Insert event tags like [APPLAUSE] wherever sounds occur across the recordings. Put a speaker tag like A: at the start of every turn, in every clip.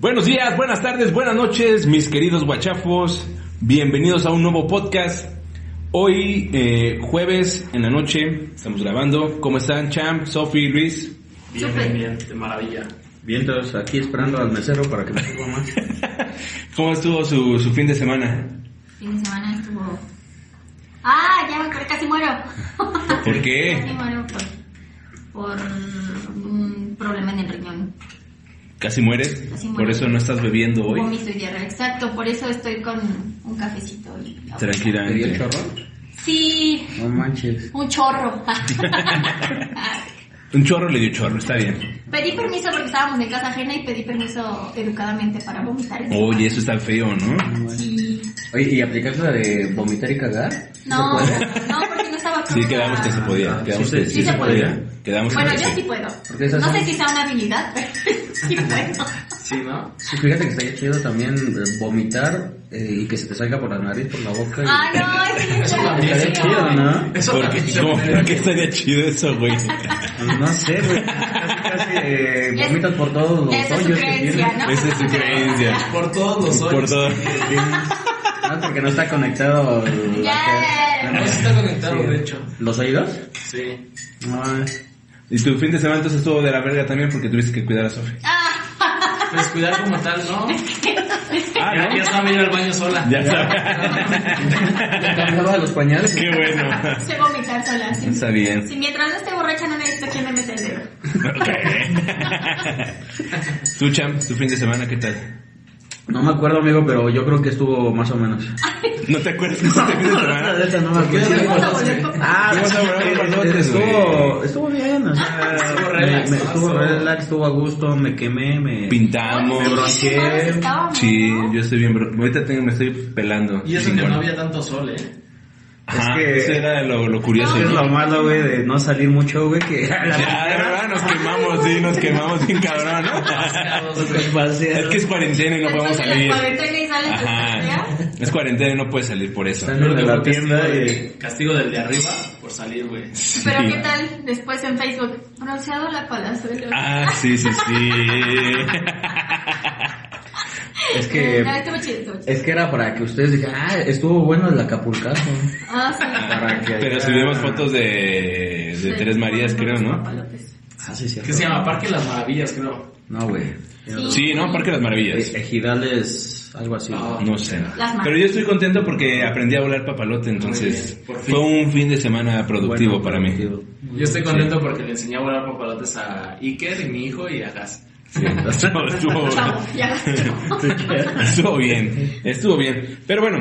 A: Buenos días, buenas tardes, buenas noches, mis queridos guachafos. Bienvenidos a un nuevo podcast. Hoy, eh, jueves en la noche, estamos grabando. ¿Cómo están, Champ, Sofi,
B: [LAUGHS]
A: Luis?
C: Bien, bien, bien, de maravilla.
D: Vientos aquí esperando al mesero para que me sirva
C: [LAUGHS]
D: más.
A: ¿Cómo estuvo su, su fin de semana?
B: Fin de semana estuvo. ¡Ah! Ya me casi muero.
A: [LAUGHS] ¿Por
B: Casi
A: qué?
B: muero por, por un problema en el riñón.
A: Casi mueres,
B: Casi muero.
A: por eso no estás bebiendo hoy.
B: Vómito y diarrea. Exacto, por eso estoy con un cafecito. Y
A: Tranquila.
D: ¿Te dio el chorro?
B: Sí,
D: No manches.
B: un chorro. [LAUGHS]
A: Un chorro le dio chorro, está bien.
B: pedí permiso porque estábamos en casa ajena y pedí permiso educadamente para vomitar.
A: Oye, eso está feo, ¿no?
B: Sí.
D: Oye, ¿y aplicaste la de vomitar y cagar? ¿Sí
B: No,
D: se puede?
B: no, porque no estaba
A: [LAUGHS] Sí, quedamos que se podía.
D: Ah,
A: Quedamos
D: sí
A: que
D: se-
B: sí se podía.
A: Quedamos
B: Bueno,
A: que
B: yo
A: sí.
B: sí puedo.
D: Porque esas
B: No
D: son-
B: sé si sea una habilidad, pero [LAUGHS] sí
D: [LAUGHS]
B: puedo.
D: Sí, ¿no? Sí, fíjate que estaría chido también eh, vomitar eh, y que se te salga por la nariz, por la boca. y-
B: Ah, no, es que
C: Eso
B: ya-
C: también
D: Estaría
C: sí.
D: chido, ¿no?
C: Eso
A: ¿Por
C: también
A: qué?
C: se
A: ¿Cómo?
C: puede.
A: ¿Por qué estaría chido eso, güey?
D: No sé, güey. Casi, casi eh,
B: Es-
D: vomitas por todos los
B: Esa es su
D: hoyos que
B: creencia,
D: tienes.
B: ¿no?
A: Esa es tu creencia.
C: Por todos los
A: Por
C: hoyos.
A: todo.
D: No, Ah, porque no está conectado. el-
B: Ya.
D: la-
C: No,
D: la-
C: sí está conectado, de hecho.
D: ¿Los oídos?
C: Sí.
D: No, eh.
A: Y tu fin de semana entonces estuvo de la verga también porque tuviste que cuidar a Sofi.
B: Ah,
C: Pues cuidar como tal, ¿no?
A: Ah,
C: Ya, ya sabe ir al baño sola.
A: Ya sabes.
D: cambiaba los pañales.
A: Qué bueno.
B: Sé vomitar sola. sí.
A: Está bien.
C: [LAUGHS]
B: Si mientras no esté borracha no necesito que me meta el dedo.
A: Tú, Champ, tu fin de semana, ¿qué tal?
D: No me acuerdo, amigo, pero yo creo que estuvo más o menos.
A: ¿No te acuerdas de este fin de
D: La
A: semana?
D: neta, no me
C: ¿Por qué?
D: acuerdo.
B: Vamos a volver con-
D: Ah,
A: Fuimos a volar
D: eh,
A: con lotes,
D: estuvo, estuvo bien, o sea,
C: Estuvo
D: me-
C: relax,
D: me-
C: ¿no?
D: estuvo relax, estuvo a gusto, me quemé, me...
A: Pintamos.
B: Qué malos estábamos,
A: Sí,
B: ¿no?
A: yo estoy bien, bro. Ahorita tengo, me estoy pelando.
C: Y eso que
A: Chingón.
C: no había tanto sol, ¿eh?
A: Ajá,
D: Es que-
A: eso era lo, lo curioso.
D: Es lo malo, güey, de no salir mucho, güey, que... a la
A: Ya, de verdad, nos quemamos, sí, nos quemamos bien cabrón,
C: [LAUGHS]
A: ¿no? Es que es cuarentena y no podemos
B: Después de la
A: salir.
B: cuarentena y sale tu
A: Ajá.
B: tarea.
A: Es cuarentena y no puedes salir por eso.
D: Salen de
C: Creo que
D: la
C: fue
D: tienda
C: castigo
D: y...
C: de- Castigo del de arriba por salir, güey.
B: Pero qué tal después en Facebook. Bronceado la palazuelo.
A: Ah, sí, sí, sí.
D: Es que...
B: No, estuvo chido, estuvo chido.
D: Es que era para que ustedes dijeran, ah, estuvo bueno el acapulcazo.
B: Ah, sí.
D: Para que...
A: Pero subimos fotos de, de Tres Marías, creo, ¿no?
B: Papalotes.
D: Ah, sí,
C: ¿Qué
D: cierto.
C: se llama? Parque Las Maravillas, creo.
D: No, güey.
A: Sí, ¿no? Parque de las Maravillas.
D: Eh, Ejidales, algo así.
C: Ah,
A: No sé.
B: Las mar-
A: Pero yo estoy contento porque aprendí a volar papalote, entonces
C: bien, por fin.
A: fue un fin de semana productivo
D: Bueno,
A: para mí.
D: productivo.
C: Yo estoy contento porque le enseñé a volar papalotes a Iker y mi hijo y a Gas.
A: Sí, estuvo- estuvo,
B: pues, Chavo,
A: [LAUGHS]
B: ya. chavo.
A: Estuvo bien, estuvo bien. Pero bueno,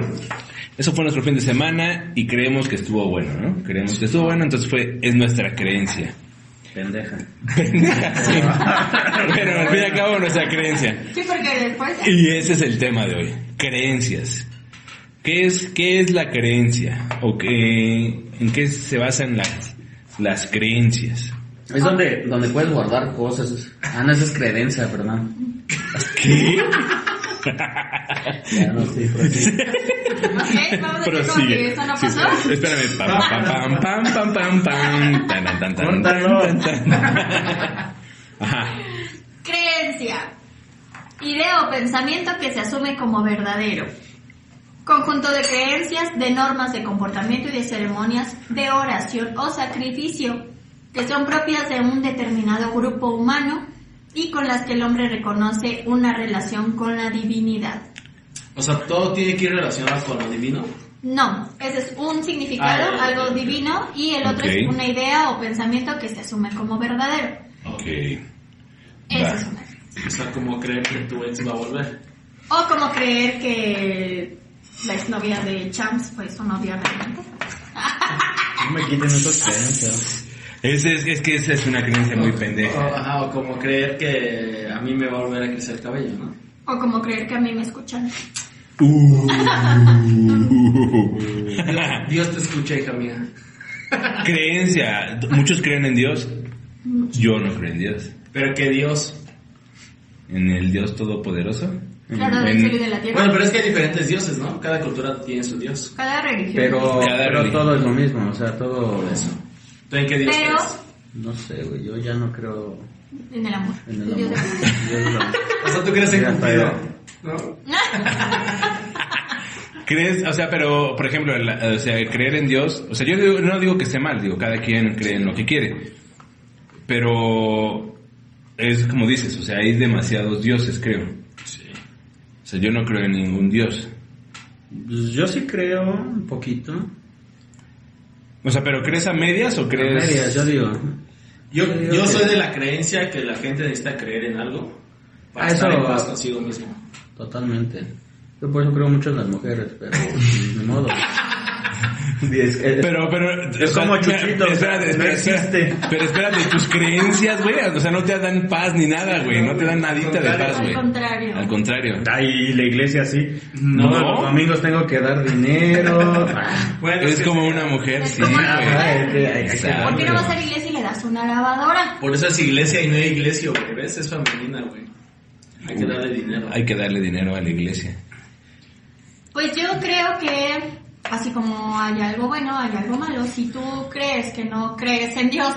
A: eso fue nuestro fin de semana y creemos que estuvo bueno, ¿no? Creemos que estuvo bueno, entonces fue, es nuestra creencia.
D: Pendeja.
A: Sí. Pero al fin y al cabo nuestra creencia.
B: Sí, porque después.
A: Y ese es el tema de hoy, creencias. ¿Qué es, qué es la creencia? ¿O qué, en qué se basan las, las creencias?
D: Es donde, donde puedes guardar cosas. Ah, no, esa es credencia, perdón. ¿Qué? ya no sé. pero sí. [LAUGHS]
B: Ok, vamos a hacer como que
A: Prosigue.
B: eso no
A: Sí,
B: pasó.
A: espérame. Pam, pam, pam, pam, pam, pam, pam. Tan, tan, tan, tan, tan, tan, tan. Ajá.
B: Creencia. Idea o pensamiento que se asume como verdadero. Conjunto de creencias, de normas de comportamiento y de ceremonias de oración o sacrificio que son propias de un determinado grupo humano y con las que el hombre reconoce una relación con la divinidad.
C: O sea, todo tiene que ir relacionado con lo divino.
B: No, ese es un significado,
C: Ah, ya, ya, ya.
B: algo divino, y el otro
A: Ok.
B: es una idea o pensamiento que se asume como verdadero.
A: Ok.
B: Esa
A: Va.
B: es una.
C: O sea, como creer que tu ex va a volver.
B: O como creer que la exnovia de Champs fue su novia realmente.
D: No me quiten esas creencias.
A: Es, es, es que esa es una creencia muy
C: O,
A: pendeja.
C: ajá, o como creer que a mí me va a volver a crecer el cabello, ¿no?
B: O como creer que a mí me escuchan.
A: Uh. [LAUGHS]
C: Dios te escucha, hija mía.
A: creencia. Muchos creen en Dios. Yo no creo en Dios.
C: Pero que Dios.
A: En el Dios Todopoderoso.
B: Claro, del
A: En-
B: cielo y de la tierra.
C: Bueno, pero es que hay diferentes dioses, ¿no? Cada cultura tiene su dios.
B: Cada religión.
D: Pero,
A: Cada
D: pero
A: religión.
D: todo es lo mismo, o sea, todo...
C: ¿Tú en qué dios
B: Pero-
C: crees?
D: No sé, güey, yo ya no creo
B: en el amor.
D: en el
B: Dios
D: amor.
B: del-
D: Yo lo-
C: O sea, tú crees en
D: Ya está,
C: Cupido,
D: ya.
C: ¿no?
A: ¿Crees? O sea, pero, por ejemplo, la- o sea, creer en Dios. O sea, yo digo- no digo que esté mal, digo, cada quien cree en lo que quiere. Pero es como dices, o sea, hay demasiados dioses, creo.
C: Sí.
A: O sea, yo no creo en ningún Dios.
D: Pues yo sí creo un poquito.
A: O sea, pero ¿crees a medias o crees.?
D: A medias, yo digo.
C: Yo,
D: Yo digo
C: yo
D: que-
C: soy de la creencia que la gente necesita creer en algo para
D: Ah,
C: estar
D: eso-
C: en paz consigo mismo.
D: Totalmente. Yo por eso creo mucho en las mujeres, pero de [LAUGHS] modo. eh,
A: Pero, pero.
D: Es como Chuchito,
A: Espérate,
D: no
A: espérate, espérate.
D: existe.
A: Pero espérate, tus creencias, güey. O sea, no te dan paz ni nada, güey. No te dan nadita de paz,
B: Al
A: güey.
B: contrario.
A: Al contrario.
D: Ay, la iglesia sí.
A: No.
D: No, los domingos tengo que dar dinero. [LAUGHS] Ah,
C: Bueno,
A: Es
C: que-
A: como una mujer,
B: Es
A: sí,
B: como una
A: güey.
B: mujer.
D: ay, ay, ay,
A: Exacto.
B: ¿Por qué no
D: hombre.
B: vas a la iglesia y le das una lavadora?
C: Por eso es iglesia y no es iglesia, güey. ¿Ves? Es femenina, güey. Hay que darle dinero.
A: Hay que darle dinero a la iglesia.
B: Pues yo creo que, así como hay algo bueno, hay algo malo. Si tú crees que no crees en Dios,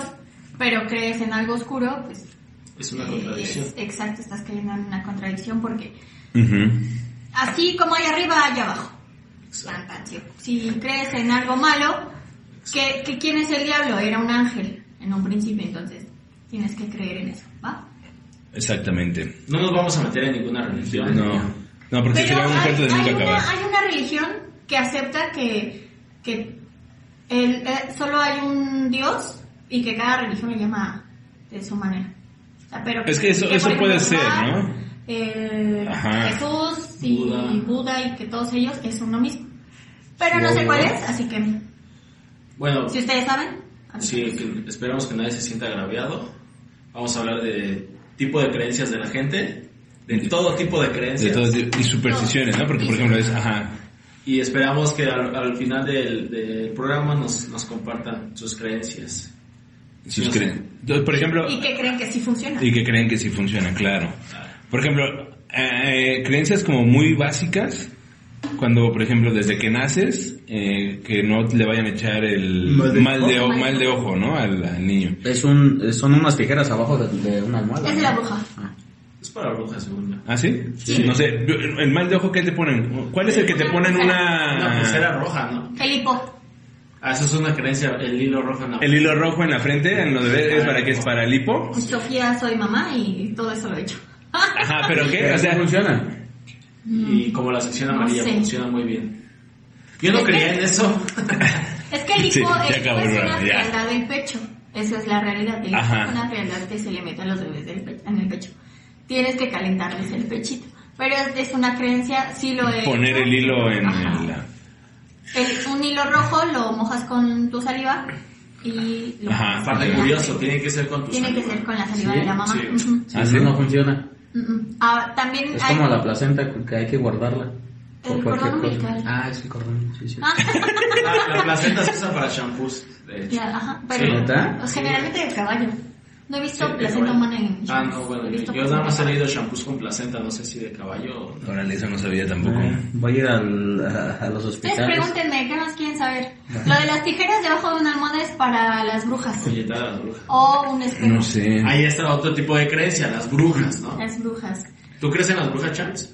B: pero crees en algo oscuro, pues...
C: Es una
B: eh,
C: contradicción.
B: es- exacto, estás cayendo en una contradicción porque
A: Ujú.
B: así como hay arriba, hay abajo. Tan, tan, sí. Si crees en algo malo, que, que ¿quién es el diablo? Era un ángel en un principio, entonces tienes que creer en eso, ¿va?
A: Exactamente.
C: No nos vamos a meter en ninguna religión.
A: No, no, porque sería un cuento de nunca acabar.
B: una, hay una religión que acepta que, que el- eh, solo hay un Dios y que cada religión le llama de su manera. O sea, pero
A: Es que eso- eso
B: por
A: puede
B: ejemplo,
A: ser,
B: Omar,
A: ¿no?
B: el
A: Ajá.
B: Jesús y Buda.
C: Buda.
B: y que todos ellos es uno mismo. Pero no sé
A: Wow.
B: cuál es, así que
C: Bueno,
B: si ustedes saben, a mí
C: sí, que- esperamos que nadie se sienta agraviado. Vamos a hablar de tipo de creencias de la gente. De todo tipo de
A: De
C: creencias.
A: todo tipo- y supersticiones, ¿no? Porque, por ejemplo, es, ajá,
C: Y esperamos que al, al final del, del programa nos, nos compartan sus creencias.
A: sus
C: No sé.
A: creen- Entonces, por ejemplo,
B: y que creen que sí funciona.
A: y que creen que sí funciona, claro. Por ejemplo, eh, creencias como muy básicas, cuando, por ejemplo, desde que naces, eh, que no le vayan a echar el
D: Mal de
A: mal de,
B: ojo.
A: o- mal de ojo, ¿no? Al, al niño.
D: Es un, son unas tijeras abajo de, de una almohada.
B: Es de la bruja.
D: Ah,
C: Es para brujas, según yo.
A: ¿Ah, sí? No sé, el mal de ojo que te ponen. ¿Cuál es el que te ponen Ah.
C: Una
A: una...
C: pulsera roja, ¿no?
B: El hipo.
C: Ah, eso es una creencia, el hilo rojo, ¿no?
A: El hilo rojo en la frente, en lo de, es para que es para el hipo.
B: Sofía, soy mamá y todo eso lo he hecho.
A: Ajá, pero qué,
D: Pero
A: o
D: sí
A: sea,
D: funciona.
C: Y como la sección
B: Mm. No
C: amarilla
B: sé.
C: funciona muy bien. Yo no
B: Es que-
C: creía en eso.
B: Es que el hipo
A: Sí, ya
B: es,
A: acabó el
B: es una
A: programa, ya.
B: frialdad del pecho. Esa es la realidad. El hipo
A: Ajá.
B: es una frialdad que se le mete a los bebés del pe- en el pecho. Tienes que calentarles el pechito. Pero es, es una creencia, sí lo he
A: poner
B: hecho.
A: el hilo en
B: Ajá.
A: el...
B: El- un hilo rojo lo mojas con tu saliva y lo
A: Ajá.
C: Aparte, curioso, tiene que ser con tus
B: Tiene que ser con la saliva
D: Sí,
B: de la mamá.
C: sí.
B: Ujú,
D: Si
A: Ah, sí.
D: no, no funciona.
B: ujú. Ah, también
D: Es
B: hay-
D: como la placenta que hay que guardarla.
B: El cordón umbilical.
D: Ah, es el cordón, sí, sí.
B: Ah, [LAUGHS]
C: La, la placenta se usa para shampoos, de hecho.
B: ya, ajá, pero
D: ¿Neta?
B: generalmente de caballo. No he visto
C: Sí, de
B: placenta
C: caballo.
B: humana en
C: Ah, no, bueno,
B: He
C: yo,
B: visto
C: yo nada más he
B: placenta.
C: leído shampoos con placenta, no sé si de caballo o...
A: Órale, eso no sabía tampoco.
D: Ah, Voy a ir al- a, a los
B: Ustedes
D: hospitales.
B: pregúntenme, ¿qué más quieren saber? Lo de las tijeras debajo de una almohada es para las brujas.
C: folletada a las brujas.
B: O un espejo.
A: No sé.
C: Ahí está otro tipo de creencia, las brujas, ¿no?
B: Las brujas.
C: ¿Tú crees en las brujas, Charles?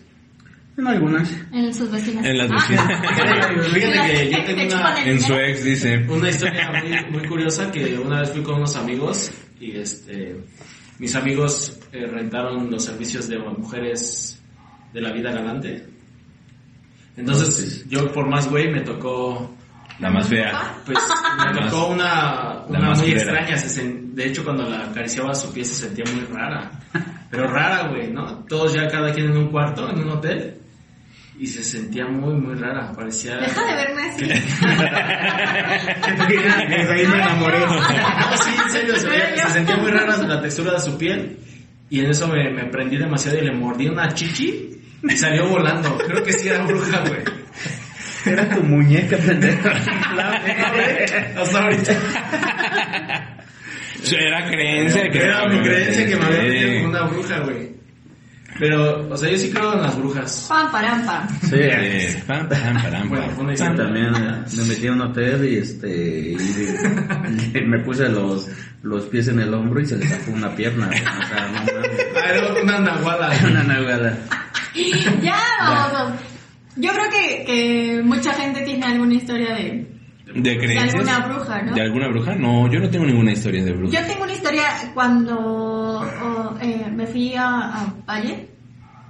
D: En algunas.
B: En sus vecinas.
A: En las
B: Ah.
A: vecinas.
C: Fíjate que yo tengo
B: Te
C: una-
B: chupan
A: [LAUGHS]
B: el
A: En su
B: dinero.
A: ex dice...
C: Una historia muy, muy curiosa que una vez fui con unos amigos y este mis amigos eh, rentaron los servicios de mujeres de la vida galante Entonces, yo por más güey me tocó
A: La más
B: Ah.
A: fea.
B: [LAUGHS]
C: Pues me
A: más-
C: tocó una,
A: la
C: una
A: más
C: muy
A: culera.
C: extraña. se sen- de hecho, cuando la acariciaba su pie se sentía muy rara. Pero rara, güey, ¿no? Todos ya cada quien en un cuarto, en un hotel. Y se sentía muy, muy rara. Parecía.
B: Deja de verme así.
C: Desde
B: ahí me enamoré.
C: No, sí, en serio. Se, veía- se sentía muy rara la textura de su piel. Y en eso me, me prendí demasiado y le mordí una chichi. Y salió volando. Creo que sí era bruja, güey.
D: Era tu muñeca, pendejo.
C: Hasta ahorita.
A: Era creencia que
C: Era mi creencia que me había metido
A: Sí.
C: con una bruja, güey. Pero, o sea, yo sí creo en las brujas.
B: Pam, param, pam.
D: Sí.
A: Sí. Pam, pam, param,
C: Bueno,
A: pam.
C: fue una
D: Sí,
C: historia.
D: también eh, me metí a un hotel y este y- y me puse los, los pies en el hombro y se le sacó una pierna. güey. O sea, no mames. [LAUGHS]
C: Ah, era una nahuala.
D: Una nalgada.
B: Ya, vamos. Yo creo que, que mucha gente tiene alguna historia de...
A: ¿De creencias?
B: alguna bruja, ¿no?
A: ¿De alguna bruja? No, yo no tengo ninguna historia de bruja.
B: Yo tengo una historia cuando oh, eh, me fui a, a Valle,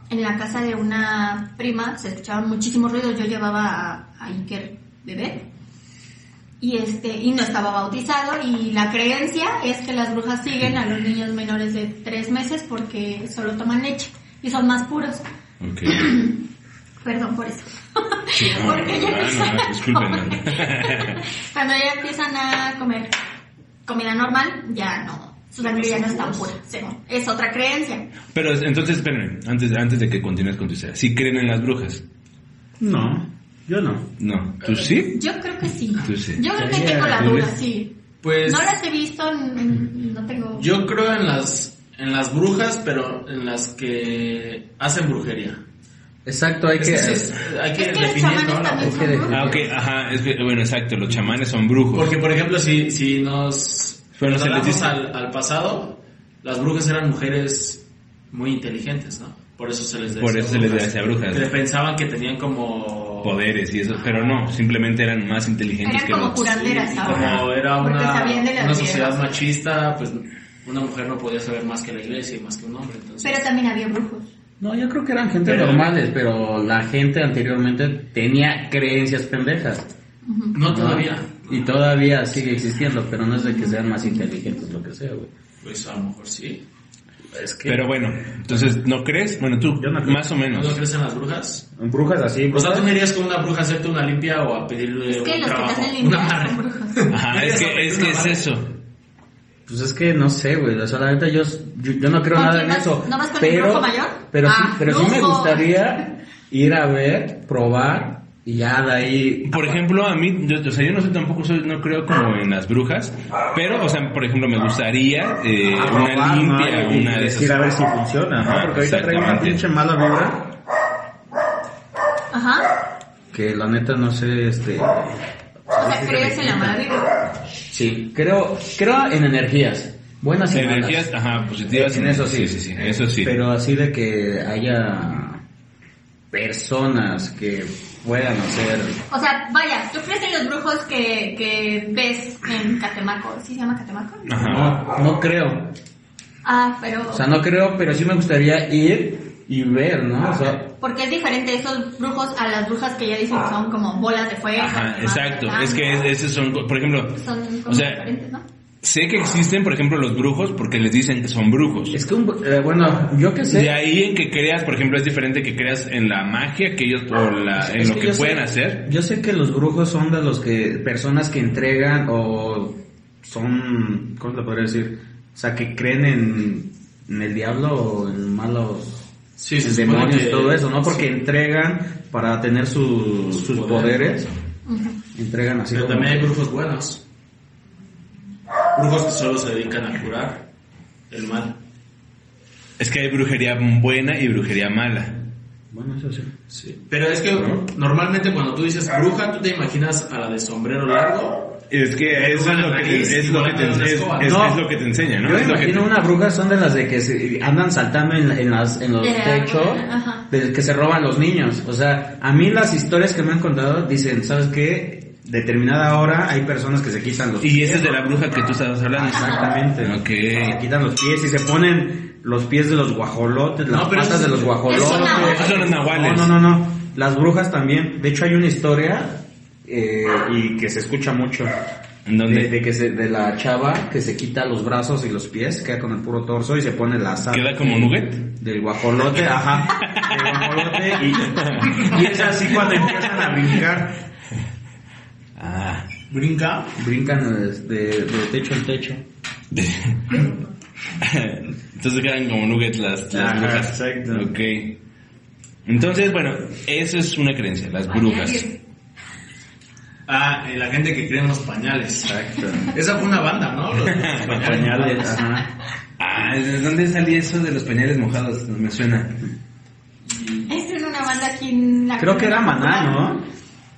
B: en la casa de una prima, se escuchaban muchísimos ruidos, yo llevaba a, a Iker bebé y este y no estaba bautizado y la creencia es que las brujas siguen a los niños menores de tres meses porque solo toman leche y son más puros. [LAUGHS]
A: Ok.
B: Perdón por eso.
A: no,
B: Porque ya
A: no,
B: empiezan
A: no,
B: a
A: disculpen.
B: comer. Cuando ya empiezan a comer comida normal, ya no. Su sangre ya no es tan pura. sí. Es otra creencia.
A: Pero es- entonces, espérenme, antes, antes de que continúes con tu historia, ¿sí creen en las brujas?
D: No, yo no.
A: No. ¿Tú sí?
B: Yo creo que sí.
A: Tú sí.
B: Yo creo que
D: Yeah.
B: tengo la
A: ¿Tú
B: duda,
A: ves?
B: sí.
C: Pues,
B: No las he visto, n- n- no tengo.
C: yo creo en las, en las brujas, pero en las que hacen brujería.
D: Exacto, hay
C: Es
D: que.
C: que eso es- hay que
B: Es que los
C: definir,
B: chamanes
C: ¿no? La
B: también
D: hay que
B: son brujos.
A: Ah, ok, ajá. es que- bueno, exacto, los chamanes son brujos.
C: Porque, por ejemplo, si, si nos
A: Pero
C: nos
A: se les
C: hablamos
A: dice-
C: al, al pasado, las brujas eran mujeres muy inteligentes, ¿no? Por eso se les decía
A: Por eso se les decía brujas.
C: Que pensaban que tenían como...
A: Poderes y eso, pero no, simplemente eran más inteligentes
B: Eran
A: que
B: como
A: los...
B: curanderas
C: Y
B: ahora.
C: como era
B: porque
C: una,
B: sabían de las
C: una sociedad
B: piedras.
C: machista, pues una mujer no podía saber más que la iglesia y más que un hombre. Entonces,
B: Pero también había brujos.
D: No, yo creo que eran gente
C: Pero-
D: normales, pero la gente anteriormente tenía creencias pendejas.
C: no todavía.
D: Y todavía sigue existiendo, pero no es de que sean más inteligentes, lo que sea, güey.
C: Pues a lo mejor sí.
D: Es que.
A: Pero bueno, entonces, ¿no crees? Bueno, tú,
D: Yo no creo.
A: más o
C: ¿No
A: menos.
C: crees en las brujas?
D: Brujas así,
C: O sea,
D: brujas.
C: tú no irías con una bruja a hacerte una limpia o a pedirle
B: Es que
C: un
B: los que te
C: trabajo.
B: hacen
C: [LAUGHS] una
B: limpiar
C: madre.
B: son brujos.
A: Ajá, es que es, que es eso.
D: Pues es que no sé, güey. O sea, la neta, yo, yo, yo no creo
B: ¿Con
D: nada
B: quién
D: en
B: vas?
D: eso.
B: ¿No vas con el
D: pero,
B: brujo mayor?
D: Pero,
B: Ah,
D: sí, pero sí me
B: brujo.
D: gustaría ir a ver, probar y ya de ahí.
A: Por ejemplo, a mí, yo, o sea, yo no sé tampoco, soy, no creo como en las brujas, pero, o sea, por ejemplo, me gustaría eh, una
D: a Ah. probar, ¿no?
A: limpia,
D: Y- y
A: una de
D: decir "Ah,
A: esas.
D: a ver si funciona, ¿no?
A: Ajá,
D: Porque ahorita traigo una
A: exactamente.
D: pinche mala vibra.
B: Ajá.
D: Que la neta no sé, este.
B: O sea, crees en la mala vida.
D: Sí, creo, creo en energías. Buenas y malas.
A: Energías, ajá, positivas.
D: En eso sí.
A: sí, sí, eso sí.
D: Pero así de que haya personas que puedan hacer.
B: O sea, vaya, ¿tú crees en los brujos que, que ves en Catemaco? ¿Sí se llama Catemaco?
A: Ajá.
D: No, no creo.
B: Ah, pero...
D: O sea, no creo, pero sí me gustaría ir y ver, ¿no? O sea,
B: Porque es diferente esos brujos a las brujas que ya dicen que son como bolas de fuego.
A: Ajá,
B: que
A: exacto.
B: matan,
A: Es que es- esos son, por ejemplo,
B: Son como
A: o sea,
B: diferentes, ¿no?
A: sé que existen, por ejemplo, los brujos porque les dicen que son brujos.
D: es que, un- eh, bueno, yo qué
A: De
D: sé.
A: ahí en que creas, por ejemplo, es diferente que creas en la magia que ellos, o la, en
D: Es
A: lo que
D: yo sé-
A: pueden hacer.
D: Yo sé que los brujos son de los que, personas que entregan o son, ¿cómo te podría decir? O sea, que creen en, en el diablo o en malos
C: Sí, se
D: en
C: supone
D: demonios
C: que-
D: y todo eso, ¿no? Porque entregan para tener sus, sus poderes,
B: Ujú.
D: entregan así
C: Pero
D: como...
C: también hay brujos buenos. Brujos que solo se dedican a curar el mal.
A: Es que hay brujería buena y brujería mala.
D: Bueno, eso sí.
C: Pero es que normalmente cuando tú dices bruja, tú te imaginas a la de sombrero largo.
A: Es que eso es lo que te, es lo que te, es- es-
D: No.
A: es lo que te enseña, ¿no?
D: Yo me
A: Es lo que
D: imagino
A: te-
D: una bruja son de las de que se andan saltando en, en las, en los
B: De la-
D: techos,
B: ajá.
D: de que se roban los niños. O sea, a mí las historias que me han contado dicen, ¿sabes qué? Determinada hora hay personas que se quitan los
A: Y esa es de la bruja que tú estabas hablando.
D: Exactamente.
A: Ok.
D: Se quitan los pies y se ponen los pies de los guajolotes, las
C: No, pero
D: patas
C: eso-
D: de los
C: eso
B: es
D: guajolotes.
B: una-
A: Esos son los nahuales.
D: No, no, no, no. Las brujas también. De hecho, hay una historia eh, y que se escucha mucho.
A: ¿En dónde?
D: De, de que se- de la chava que se quita los brazos y los pies, queda con el puro torso y se pone la sal
A: ¿Queda como nugget?
D: del guajolote, ajá, del guajolote y, y es así cuando empiezan a brincar,
A: Ah.
C: Brinca.
D: brincan de, de- de techo en techo.
A: [LAUGHS] Entonces quedan como nuggets las, las
D: Ajá,
A: brujas.
D: exacto.
A: Ok. Entonces, bueno, eso es una creencia, las brujas.
C: Ah, eh, la gente que cree en los pañales.
D: Exacto.
C: Esa fue una banda,
D: [LAUGHS]
C: ¿no? Los, los
D: Pañales, ajá.
A: Ah, ¿de dónde salía eso de los pañales mojados? Me suena.
B: Es en una banda aquí en la
D: Creo que era maná, ¿no?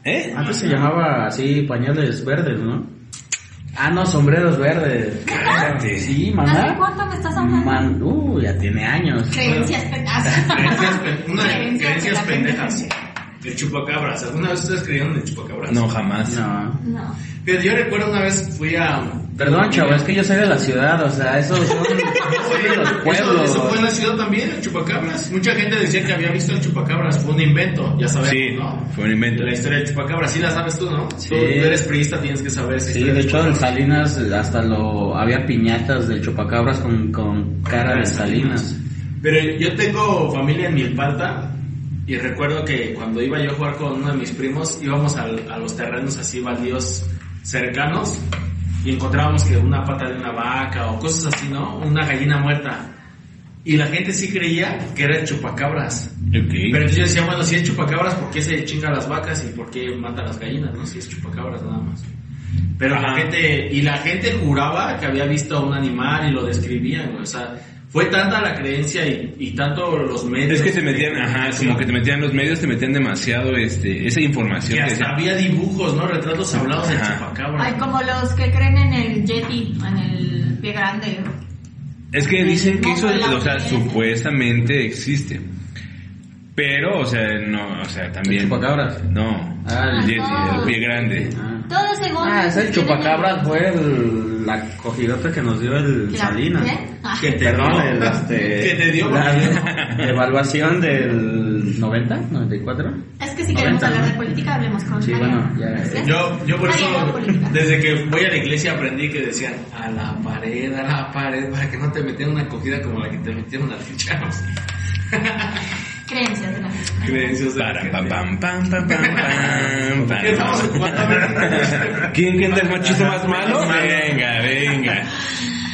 A: ¿Eh?
D: Antes se llamaba así pañales verdes, ¿no? Ah, no, sombreros verdes.
A: Cállate.
D: Sí,
B: ¿Hace
D: maná.
B: cuánto me estás hablando?
D: Man, uh, ya tiene años.
B: Creencias pendejas.
C: Creencias,
B: [LAUGHS]
C: pe- una de creencias
B: de la gente.
C: pendejas. El chupacabras. ¿Alguna vez ustedes creyeron en el chupacabras?
A: No, jamás.
D: pues. No.
B: No.
C: Pero yo recuerdo una vez fui a...
D: Perdón, chavo, es que yo soy de la ciudad, o sea, esos son,
C: Eso,
D: son de los
C: eso,
D: pueblos.
C: fue en la ciudad también, el chupacabras. Mucha gente decía que había visto el chupacabras, fue un invento, ya sabes,
A: Sí,
C: ¿no?
A: fue un invento.
C: La historia del chupacabras, sí la sabes tú, ¿no?
D: Sí.
C: Tú, tú eres priista, tienes que saber esa
D: Sí,
C: historia
D: de
C: del
D: hecho en
C: chupacabras.
D: Salinas hasta lo había piñatas del chupacabras con, con cara
A: Ah,
D: de Salinas.
C: Pero yo tengo familia en Milpalta y recuerdo que cuando iba yo a jugar con uno de mis primos íbamos al- a los terrenos así baldíos cercanos y encontrábamos que una pata de una vaca o cosas así, ¿no? Una gallina muerta. Y la gente sí creía que era el chupacabras. Pero
A: Ok.
C: entonces yo decía, bueno, si es chupacabras, ¿por qué se chinga las vacas y por qué mata a las gallinas? No, si es chupacabras nada más. Pero la
A: Ajá.
C: gente, y la gente juraba que había visto a un animal y lo describían, güey. O sea, fue tanta la creencia y, y tanto los medios.
A: Es que te metían, ajá, como que te metían los medios, te metían demasiado este, esa información.
C: Que
A: que
C: hasta
A: decían,
C: había dibujos, ¿no? Retratos hablados de
A: Ajá.
C: chupacabras.
B: Ay, como los que creen en el Yeti, en el pie grande.
A: Es que dicen que eso,
B: Ojalá
A: o sea,
B: que-
A: supuestamente existe. Pero, o sea, no, o sea, también.
D: ¿El chupacabras?
A: No.
D: Ah,
A: el
B: el-
A: Yeti, el pie grande.
D: Ah,
B: Todo según.
D: Ah, ese chupacabras fue el- la cogidota que nos dio el
B: La-
D: Salinas.
B: ¿eh? Ah.
C: Que te
D: Perdón,
C: dio.
D: el, este,
C: Que te dio.
D: la evaluación del 90, 94.
B: Es que si queremos
D: 90,
B: hablar de
D: ¿no?
B: política, hablemos con.
D: Sí,
B: Mariano.
D: bueno, ya-
B: ¿Sí?
C: Yo, yo por eso,
B: Mariano, política.
C: desde que voy a la iglesia aprendí que decían a la pared, a la pared, para que no te metieran una cogida como la que te metieron las fichas.
B: Creencias de la gente.
C: Creencias de la
A: Param,
C: gente.
A: pam, pam, pam, pam, pam, pam, pam.
C: ¿Qué estamos jugando? A ver.
A: ¿Quién canta el machito más malo? Venga, venga.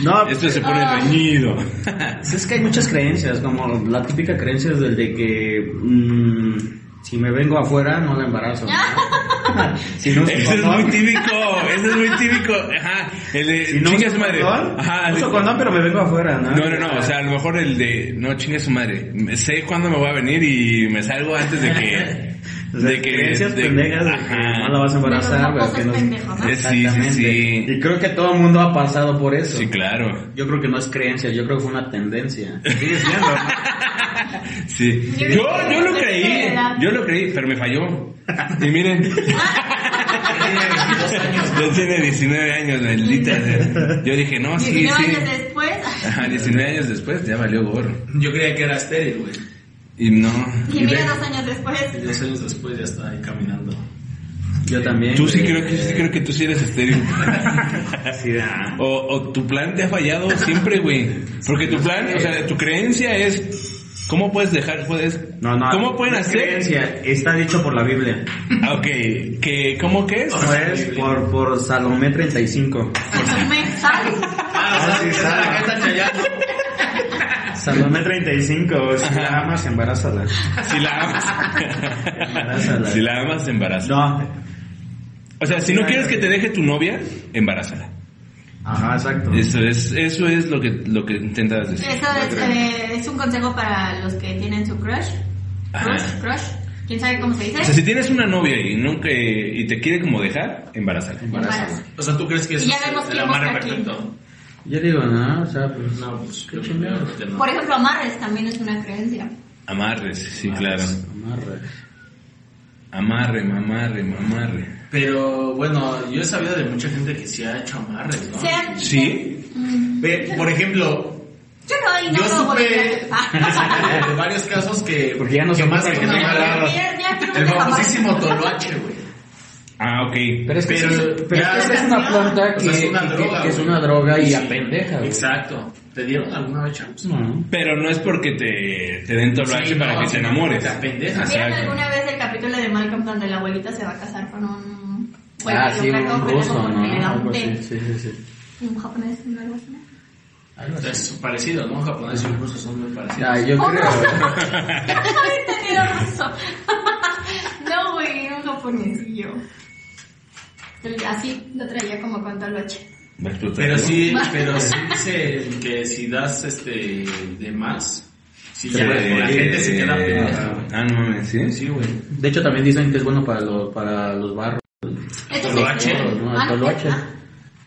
D: No,
A: Esto se pone reñido.
D: Pues Es que hay muchas creencias, como la típica creencia es del de que mm, si me vengo afuera no la embarazo.
B: [LAUGHS]
D: si no
A: Eso es muy típico, eso es muy típico. Ajá, el de
D: Si no
A: chinga
D: uso
A: su madre.
D: condón,
A: Ajá,
D: uso
A: de-
D: condón, pero me vengo afuera, ¿no?
A: No, no, no, o sea, a lo mejor el de, no, chingue su madre, sé cuándo me voy a venir y me salgo antes de que...
D: [LAUGHS] O sea, creencias pendejas de que
A: ajá.
D: no la vas a
B: Pero
D: embarazar,
B: no
D: güey,
B: cosas
D: pues, que no-
B: pendejas, ¿no?
A: Es- sí, sí, sí.
D: Y creo que todo el mundo ha pasado por eso.
A: Sí, claro.
D: Yo creo que no es creencia, yo creo que fue una tendencia. Sigue siendo, ¿no?
A: Sí. Yo, yo lo creí, yo lo creí, pero me falló. Y miren, ya tiene 19 años, maldita. sea. Yo dije, no, sí,
B: 19
A: sí.
B: años después. [LAUGHS]
A: Ajá, 19 años después ya valió gorro.
C: [LAUGHS] Yo creía que era estéril, güey.
A: Y no.
B: Y
A: y
B: mira,
A: ve-
B: dos años después. [LAUGHS]
C: Dos años después ya está ahí caminando.
D: Yo también.
A: Tú sí
D: güey.
A: creo que, sí creo que tú sí eres estéril.
D: Sí, ah.
A: O, o tu plan te ha fallado siempre, güey. Porque tu plan, o sea, tu creencia es cómo puedes dejar, puedes.
D: No, no.
A: ¿Cómo pueden
D: no es
A: hacer?
D: Creencia, está dicho por la Biblia.
A: Ah, Ok, que cómo que es?
D: No es por, por Salomé 35.
B: Consumé sal.
C: Ah,
D: sí,
C: [LAUGHS] está
D: está.
C: la gente chayando.
D: Salomé 35, si la amas, embarázala.
A: Si la amas.
D: Embarázala.
A: si la amas, te embarazas.
D: No.
A: O sea, si no quieres que te deje tu novia, embarázala.
D: Ajá, exacto.
A: Eso es, eso es lo que, lo que intentas decir.
B: Eso es, eh, es un consejo para los que tienen su crush.
D: Ah.
B: Crush,
A: Ajá.
B: crush. ¿Quién sabe cómo se
A: O sea,
B: dice?
A: si tienes una novia y nunca, y te quiere como dejar, embarázala.
B: Embarazada.
C: O sea, ¿tú crees que es
B: Y ya vemos
C: el
B: quién
C: amarre
B: busca quién.
C: perfecto?
D: Yo digo, no, o sea, pues.
C: No, pues
D: Qué
C: yo
D: chingados.
C: creo que no.
B: Por ejemplo, amarres también es una creencia.
D: Ah,
A: Amarres, sí, claro.
D: amarre.
A: Amarre, mamarre, mamarre.
C: Pero bueno, yo he sabido de mucha gente que sí ha hecho amarres, ¿no?
B: Sean.
A: ¿Sí?
B: Mm,
C: Ve, por ejemplo,
B: Yo no inhalo
D: [LAUGHS]
C: Yo supe
B: bolillas. Ah.
C: [LAUGHS] de varios casos que.
D: Porque ya no
C: que
D: se
C: más
D: ocupa
C: que
D: el
C: nada,
B: jamalardo. Ya- ya creo que
C: El
B: jamás.
C: famosísimo toloache, güey.
A: Ah, ok.
D: Pero es que,
C: Pero-
D: sí, pero
C: ya-
D: es, que es una planta
C: O
D: que,
C: sea, es una
D: que-
C: droga,
D: que es
C: güey.
D: una droga y
C: Sí.
D: apendeja, güey.
C: Exacto. ¿Te dieron alguna vez champs?
D: No.
A: Pero no es porque te, te den todo
C: Sí,
A: para
C: no,
A: que
C: sí,
A: te enamores.
C: te apendejas.
B: ¿Vieron
A: Exacto.
B: alguna vez el capítulo de Malcolm donde la abuelita se va a casar con un... bueno,
D: Ah,
B: yo
D: sí,
B: creo que
D: un
B: fue
D: ruso,
B: como
D: ¿no?
B: que le da un
D: Algo
B: té.
D: así, sí, sí, sí.
B: Un japonés, un algo así.
C: Es parecido, ¿no? Japonés y un ruso son muy parecidos.
D: Ah, yo
B: Un
D: creo.
B: ruso. Había entendido ruso. no, güey, era un japonesillo. El- Así lo traía como con toloche.
C: Pero sí, pero sí dice que si das este de más, si ya la gente se queda pendeja, güey.
A: Ah, no mames, ¿sí?
C: Sí, güey.
D: De hecho, también dicen que es bueno para, los para los barros,
B: Esto
C: Toloache,
B: existe.
D: ¿no?
B: Ah,
D: El toloache.
B: ah,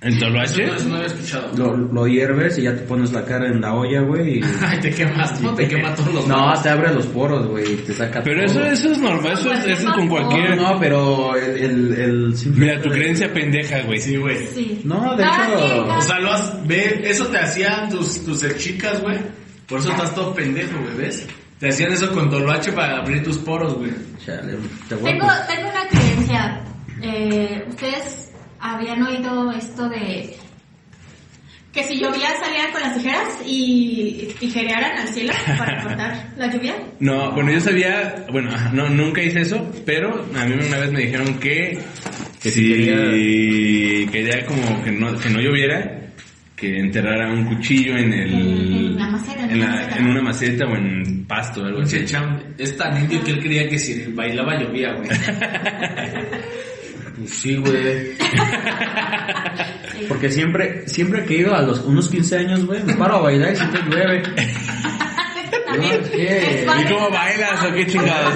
A: ¿El
C: Eso,
A: toloache?
C: no- eso no había escuchado.
D: Lo, lo hierves y ya te pones la cara en la olla,
A: [LAUGHS]
D: güey. y-
C: [LAUGHS] Ay, te quemas, ¿no? Te quema todos los
D: No,
C: lados.
D: te abre los poros, güey, y te saca
A: Pero eso,
D: todo.
A: eso es normal, eso es, eso es con cualquier...
D: No, no, pero el... el, el simple-
A: Mira, tu creencia pendeja, güey.
C: Sí, güey.
B: Sí.
D: No, de
B: Ah,
D: hecho-
B: sí,
C: O
B: no.
C: sea, lo has, ve, eso te hacían tus, tus chicas, güey. Por eso estás todo pendejo, güey, ¿ves? Te hacían eso con toloache para abrir tus poros, güey.
D: Chale, te voy a-
B: Tengo, tengo una creencia. Eh, ¿Ustedes habían oído esto de que si llovía salían con las tijeras y tijerearan al cielo para cortar la lluvia?
A: No, bueno, yo sabía, bueno, ajá, no, nunca hice eso, pero a mí una vez me dijeron que, que si quería, como que no, que no lloviera, que enterrara un cuchillo en el...
B: En la maceta, en
A: en,
B: la
A: la-
B: maceta.
A: en una maceta o en pasto o algo así.
C: Pinche cham, es tan indio que él creía que si bailaba llovía, güey.
D: Pues
A: [LAUGHS]
D: Sí, güey. Porque siempre, siempre que he ido a los unos 15 años, güey, me paro a bailar y siempre llueve.
B: También.
D: es que-
B: El baile
A: ¿Y cómo
B: no-
A: bailas o qué chingados?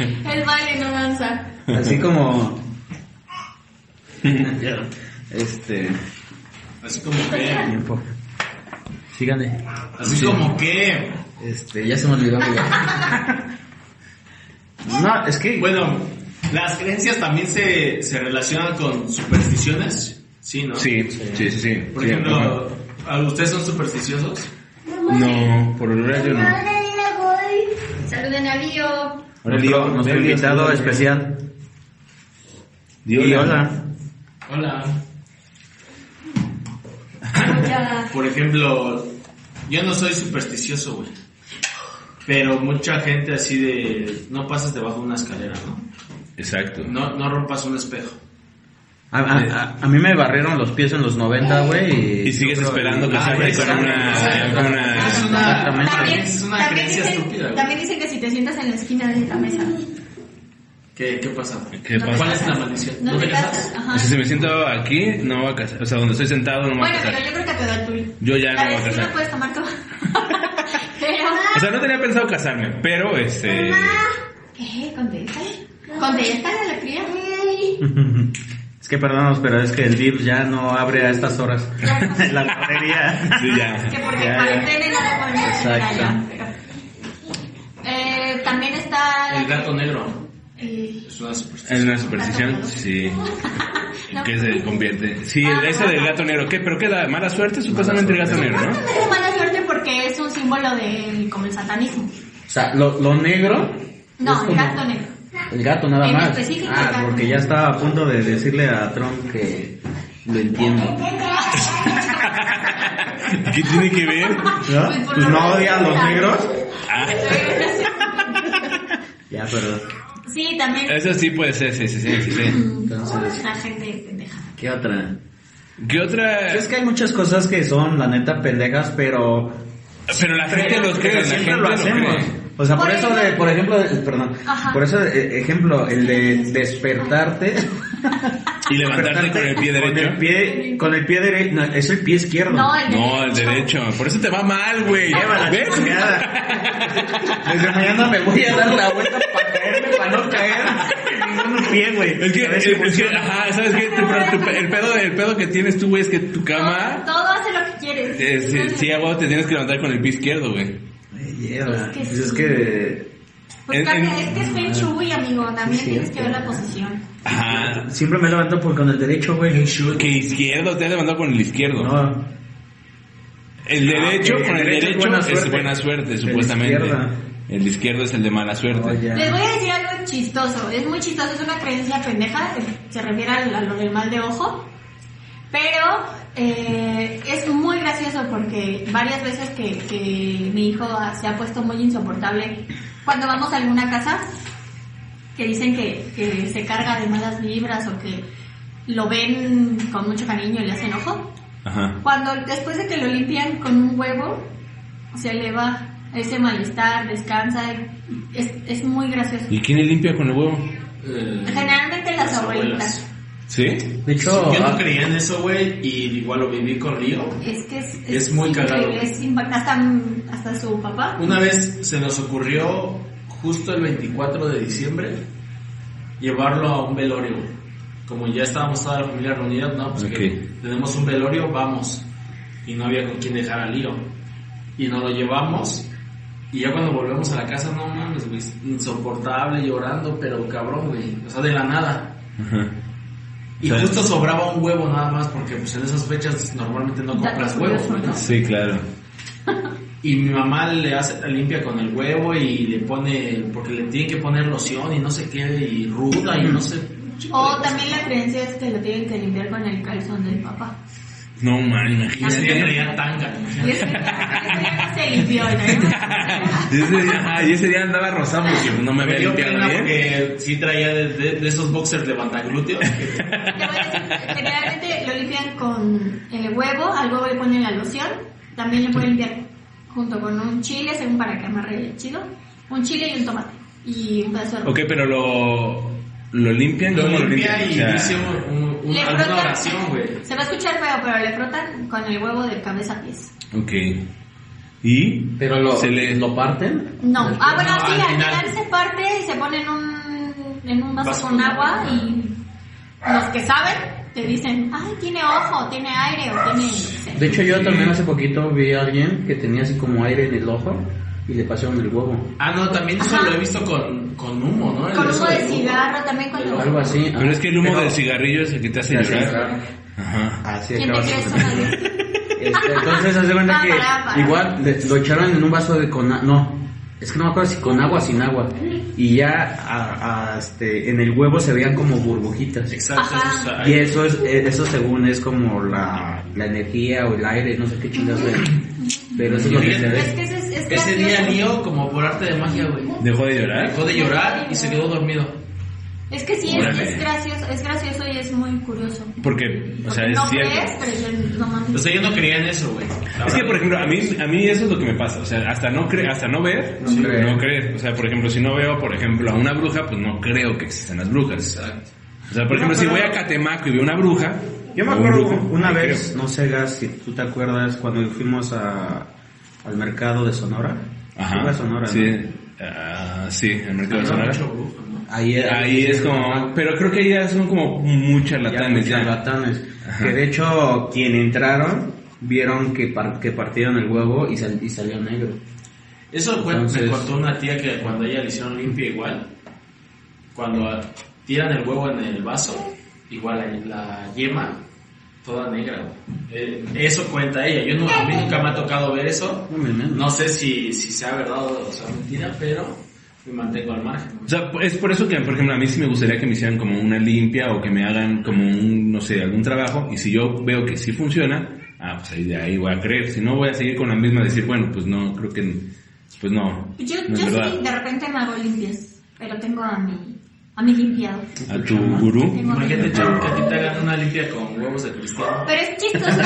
B: [LAUGHS] El baile no danza.
D: Así como... este...
C: Así como que,
D: Tiempo. Síganle.
C: así como que.
D: Este, ya se me olvidó. amigo. no, es que...
C: Bueno, las creencias también se, se relacionan con supersticiones, ¿sí, no?
A: Sí, sí, sí, sí.
C: Por
A: sí, ajá.
C: ejemplo, ¿a ¿ustedes son supersticiosos?
A: No, por ahora yo no.
B: Saluden a Lío.
D: Por ejemplo,
A: Dios,
D: nuestro
A: Dios,
D: invitado
A: Dios,
D: especial.
A: Dios,
D: y
A: Dios.
D: hola.
C: Hola.
B: Ya.
C: Por ejemplo, yo no soy supersticioso, güey. Pero mucha gente así de, no pases debajo de una escalera, ¿no?
A: Exacto.
C: No, no rompas un espejo.
D: A, a- a- a mí me barrieron los pies en los 90, güey.
A: Y sigues esperando
D: ah,
A: casarte
C: exacto.
A: con una... Con
C: Es
A: una...
C: una-
D: Exactamente.
B: También,
C: Es una
B: también
C: creencia estúpida,
B: dicen,
C: güey.
B: también dicen que si te sientas en la esquina de la mesa,
C: ¿Qué, qué pasa?
A: ¿Qué pasa?
C: ¿Cuál es la maldición?
B: no, te casas.
A: O sea,
B: Ajá.
A: si me siento aquí, no me voy a casar. O sea, donde estoy sentado, no me voy a
B: Bueno,
A: casar.
B: pero yo creo que a tu edad tú.
A: Yo ya
B: La
A: no me voy a
B: vez sí
A: casar.
B: no puedes tomar todo. [LAUGHS] pero.
A: O sea, no tenía pensado casarme, pero este.
B: ¿Qué? ¿Contéstale? ¿Contéstale a la cría?
D: Es que perdónanos, pero es que el VIP ya no abre a estas horas. [LAUGHS] la lotería.
A: Sí,
B: Que
A: ya.
B: porque
D: Ya, ya.
B: cuarentena y no la cuarentena.
D: Exacto.
B: ya, pero- Eh, también está.
C: El gato negro.
B: eh,
C: Es una superstición.
A: Es una superstición, sí.
B: no.
A: Que se convierte. Sí, el eso del gato negro. ¿Qué? ¿Pero qué da? Mala suerte, supuestamente el gato negro,
B: No [LAUGHS]
A: ¿no?
B: es mala suerte porque es un símbolo de como el satanismo.
D: O sea, lo, lo negro. es
B: No, el
D: como-
B: gato negro.
D: El gato nada
B: En
D: más.
B: específico, el
D: Ah,
B: gato.
D: porque ya estaba a punto de decirle a Trump que lo entiendo.
A: ¿Qué tiene que ver?
D: ¿No?
B: Pues por
D: Pues
B: lo
D: no
B: menos
D: odia a los
B: está.
D: negros.
A: Ah,
D: Ya, pero.
B: Sí, también.
A: eso sí puede ser, sí, sí, sí, sí, sí.
D: Entonces.
B: La gente pendeja.
D: ¿Qué otra?
A: ¿Qué otra?
D: Es que hay muchas cosas que son, la neta, pendejas, pero.
A: Pero la gente los cree, la
D: pero
A: gente
D: siempre
A: lo
D: lo hacemos.
A: cree.
D: O sea, por
B: Por
D: eso, de,
B: ejemplo-
D: por ejemplo, de- perdón,
B: Ajá.
D: por eso, eh, ejemplo, el de despertarte.
A: Y levantarte con el pie
D: Con el
A: derecho.
D: pie, con el pie derecho, no, es el pie izquierdo.
B: No, el
A: No, el derecho. Por eso te va mal, güey.
D: Lleva la
A: ¿Ves?
D: chingada. Desde mañana me voy a dar la vuelta para caerme, para no caer en ningún pie, güey.
A: Es que, eh,
D: A ver si
A: es que,
D: funciona.
A: ajá, ¿sabes qué? Tu- pero tu- el, pedo, el pedo que tienes tú, güey, es que tu
B: Todo,
A: cama...
B: todo hace lo que quieres.
A: Eh, sí, sí, a huevo te tienes que levantar con el pie izquierdo, güey.
D: Ay, lleva.
B: Es que
D: Pues
B: sí.
D: Es que
B: Pues,
A: en-
B: Carmen,
A: en-
B: es que es Feng Shui, amigo. También
D: Sí,
B: tienes
D: cierto.
B: que ver la posición.
A: Ajá.
D: siempre me levanto por con el derecho, güey.
A: Que izquierdo, te has levantado con el izquierdo.
D: No,
A: El derecho,
D: Ah, ok,
A: con el,
D: el derecho es
A: derecho
D: buena
A: es
D: suerte.
A: buena suerte,
D: El
A: supuestamente.
D: izquierda.
A: El izquierdo es el de mala suerte.
D: Oh, ya.
B: Les voy a decir algo chistoso, es muy chistoso, es una creencia pendeja, se refiere al- a lo del mal de ojo, pero eh, es muy gracioso porque varias veces que, que mi hijo ha- se ha puesto muy insoportable, cuando vamos a alguna casa, que dicen que, que se carga de malas vibras o que lo ven con mucho cariño y le hacen ojo,
A: Ajá.
B: cuando después de que lo limpian con un huevo, se eleva ese malestar, descansa, es, es muy gracioso.
A: ¿Y quién le limpia con el huevo?
C: Eh,
B: Generalmente las abuelitas.
A: ¿Sí?
D: De hecho,
C: Yo no
D: ah,
C: creía en eso, güey, y igual lo viví con Río.
B: Es que es,
C: Es muy cagado.
B: increíble, es impacta- hasta, hasta su papá.
C: Una vez se nos ocurrió, justo el 24 de diciembre, llevarlo a un velorio. Como ya estábamos toda la familia reunida, no, pues que
A: Ok.
C: tenemos un velorio, vamos. Y no había con quién dejar al lío. Y nos lo llevamos. Y ya cuando volvemos a la casa, no mames, güey, insoportable, llorando, pero cabrón, güey. O sea, de la nada.
A: Ajá.
C: Y
A: Claro.
C: justo sobraba un huevo nada más, porque pues en esas fechas normalmente no
B: Dato
C: compras huevos,
B: curioso,
C: güey, ¿no?
B: ¿no?
A: Sí, claro.
C: Y mi mamá le hace la limpia con el huevo y le pone, porque le tiene que poner loción y no sé qué, y ruda y no sé.
B: O también la creencia es que lo tienen que limpiar con el calzón del
C: [LAUGHS]
B: papá.
A: No, man,
C: Y
B: Ah,
C: ese día
A: imagínate.
C: traía tanga,
B: Y
C: imagínate.
B: es que ya se limpió, ¿no?
A: Y ese día, ajá, y ese día andaba rosado porque no me
C: Me
A: había
C: dio
A: limpiado
C: pena
A: bien.
C: porque sí traía de, de- de esos boxers levantaglúteos.
B: Te voy a decir, Generalmente lo limpian con el huevo, al huevo le ponen la loción, también le pueden limpiar junto con un chile, según para que amarre chido, un chile y un tomate y un pedazo de
A: Ok, pero lo, lo limpian.
C: Lo
A: ¿Cómo
C: limpia y
A: O sea,
C: dice un- un- un-
B: Le
C: alguna
B: frotan-
C: oración, güey.
B: Se va a escuchar feo, pero le frotan con el huevo de cabeza a pies.
A: Ok. ¿Y?
D: pero lo,
A: Se le-
D: lo parten.
B: No, ah, bueno,
C: No,
B: sí,
C: al
B: al
C: final.
B: final, se parte y se pone en un, en un vaso
C: Vaso
B: con
C: con
B: agua
C: agua.
B: y los que saben te dicen, ay, tiene ojo, tiene aire o tiene...
D: De hecho, yo también hace poquito vi a alguien que tenía así como aire en el ojo y le pasaron el huevo.
C: Ah, no, también eso
B: Ajá.
C: lo he visto con, con humo, ¿no? El
B: Con
C: eso
B: humo de
C: del
B: cigarro también cuando...
D: Algo así. ah,
A: Pero es que el humo
D: pero-
A: del cigarrillo es el que te hace
D: Te hace
A: llorar.
D: llorar.
A: Ajá.
D: Ah, sí,
B: ¿Quién te
D: acabas de
B: crees
D: comer. Este, entonces, haz de cuenta que
B: Para, para.
D: igual le- lo echaron en un vaso de con a- no, es que no me acuerdo si con agua o sin agua. Y ya a- a, este, en el huevo se veían como burbujitas.
C: Exacto,
B: Ajá.
C: eso está
D: Y
C: ahí.
D: eso es, eh, eso según es como la, la energía o el aire, no sé qué chingas es. Pero eso es lo que se
B: Es
D: ve.
B: que ese es... es
C: Ese día
B: gracioso.
C: Lío, como por arte de magia, güey,
A: ¿Dejó de llorar?
C: dejó de llorar y se quedó dormido.
B: Es que sí, es,
A: Órale.
B: es gracioso, es gracioso y es muy curioso.
A: Porque, o sea, es
B: no
A: cierto.
B: crees, pero yo no
C: O
B: mames.
C: sea, yo no creía en eso, güey. La
A: Es que,
C: verdad.
A: por ejemplo, a mí, a mí eso es lo que me pasa. O sea, hasta no, cre hasta no ver,
D: No creer.
A: no creer. O sea, por ejemplo, si no veo, por ejemplo, a una bruja, pues no creo que existan las brujas. O sea, por ejemplo, si voy a Catemaco y veo una bruja.
D: Yo me
A: o un
D: acuerdo
A: brujo,
D: una
A: no
D: vez, no sé Gas, si tú te acuerdas, cuando fuimos a, al mercado de Sonora.
A: creo. Ajá.
D: Fue a Sonora,
A: sí.
D: ¿no?
A: Ah, sí, el mercado de Sonora.
C: Había mucho brujo, ¿no?
D: Ahí,
A: Ahí es como. Pero creo que ya son como muy charlatanes.
D: Ya,
A: Ya,
D: charlatanes.
A: Ajá.
D: Que de hecho, quien entraron, vieron que, par- que partieron el huevo y, sal- y salió negro.
C: Eso fue- me
D: Entonces-
C: contó una tía que cuando ella le hicieron limpia igual, cuando ah, tiran el huevo en el vaso, igual ahí la yema, toda negra. güey. Eh, eso cuenta ella. Yo no, a mí nunca me ha tocado ver eso.
D: No me menos.
C: No sé si, si sea verdad o sea mentira, pero me mantengo al margen.
A: O sea, es por eso que, por ejemplo, a mí sí me gustaría que me hicieran como una limpia o que me hagan como un, no sé, algún trabajo. Y si yo veo que sí funciona, ah, pues ahí, de ahí voy a creer. Si no, voy a seguir con la misma, decir, bueno, pues no, creo que, pues no.
B: Yo,
A: no es
B: yo sí,
A: verdad.
B: de repente me hago limpias, pero tengo a mi, a mi limpiado.
A: A tu gurú.
B: Tengo a mi
C: Imagínate, chavo, que a ti te hagan una limpia con huevos de cristal.
B: Pero es chistoso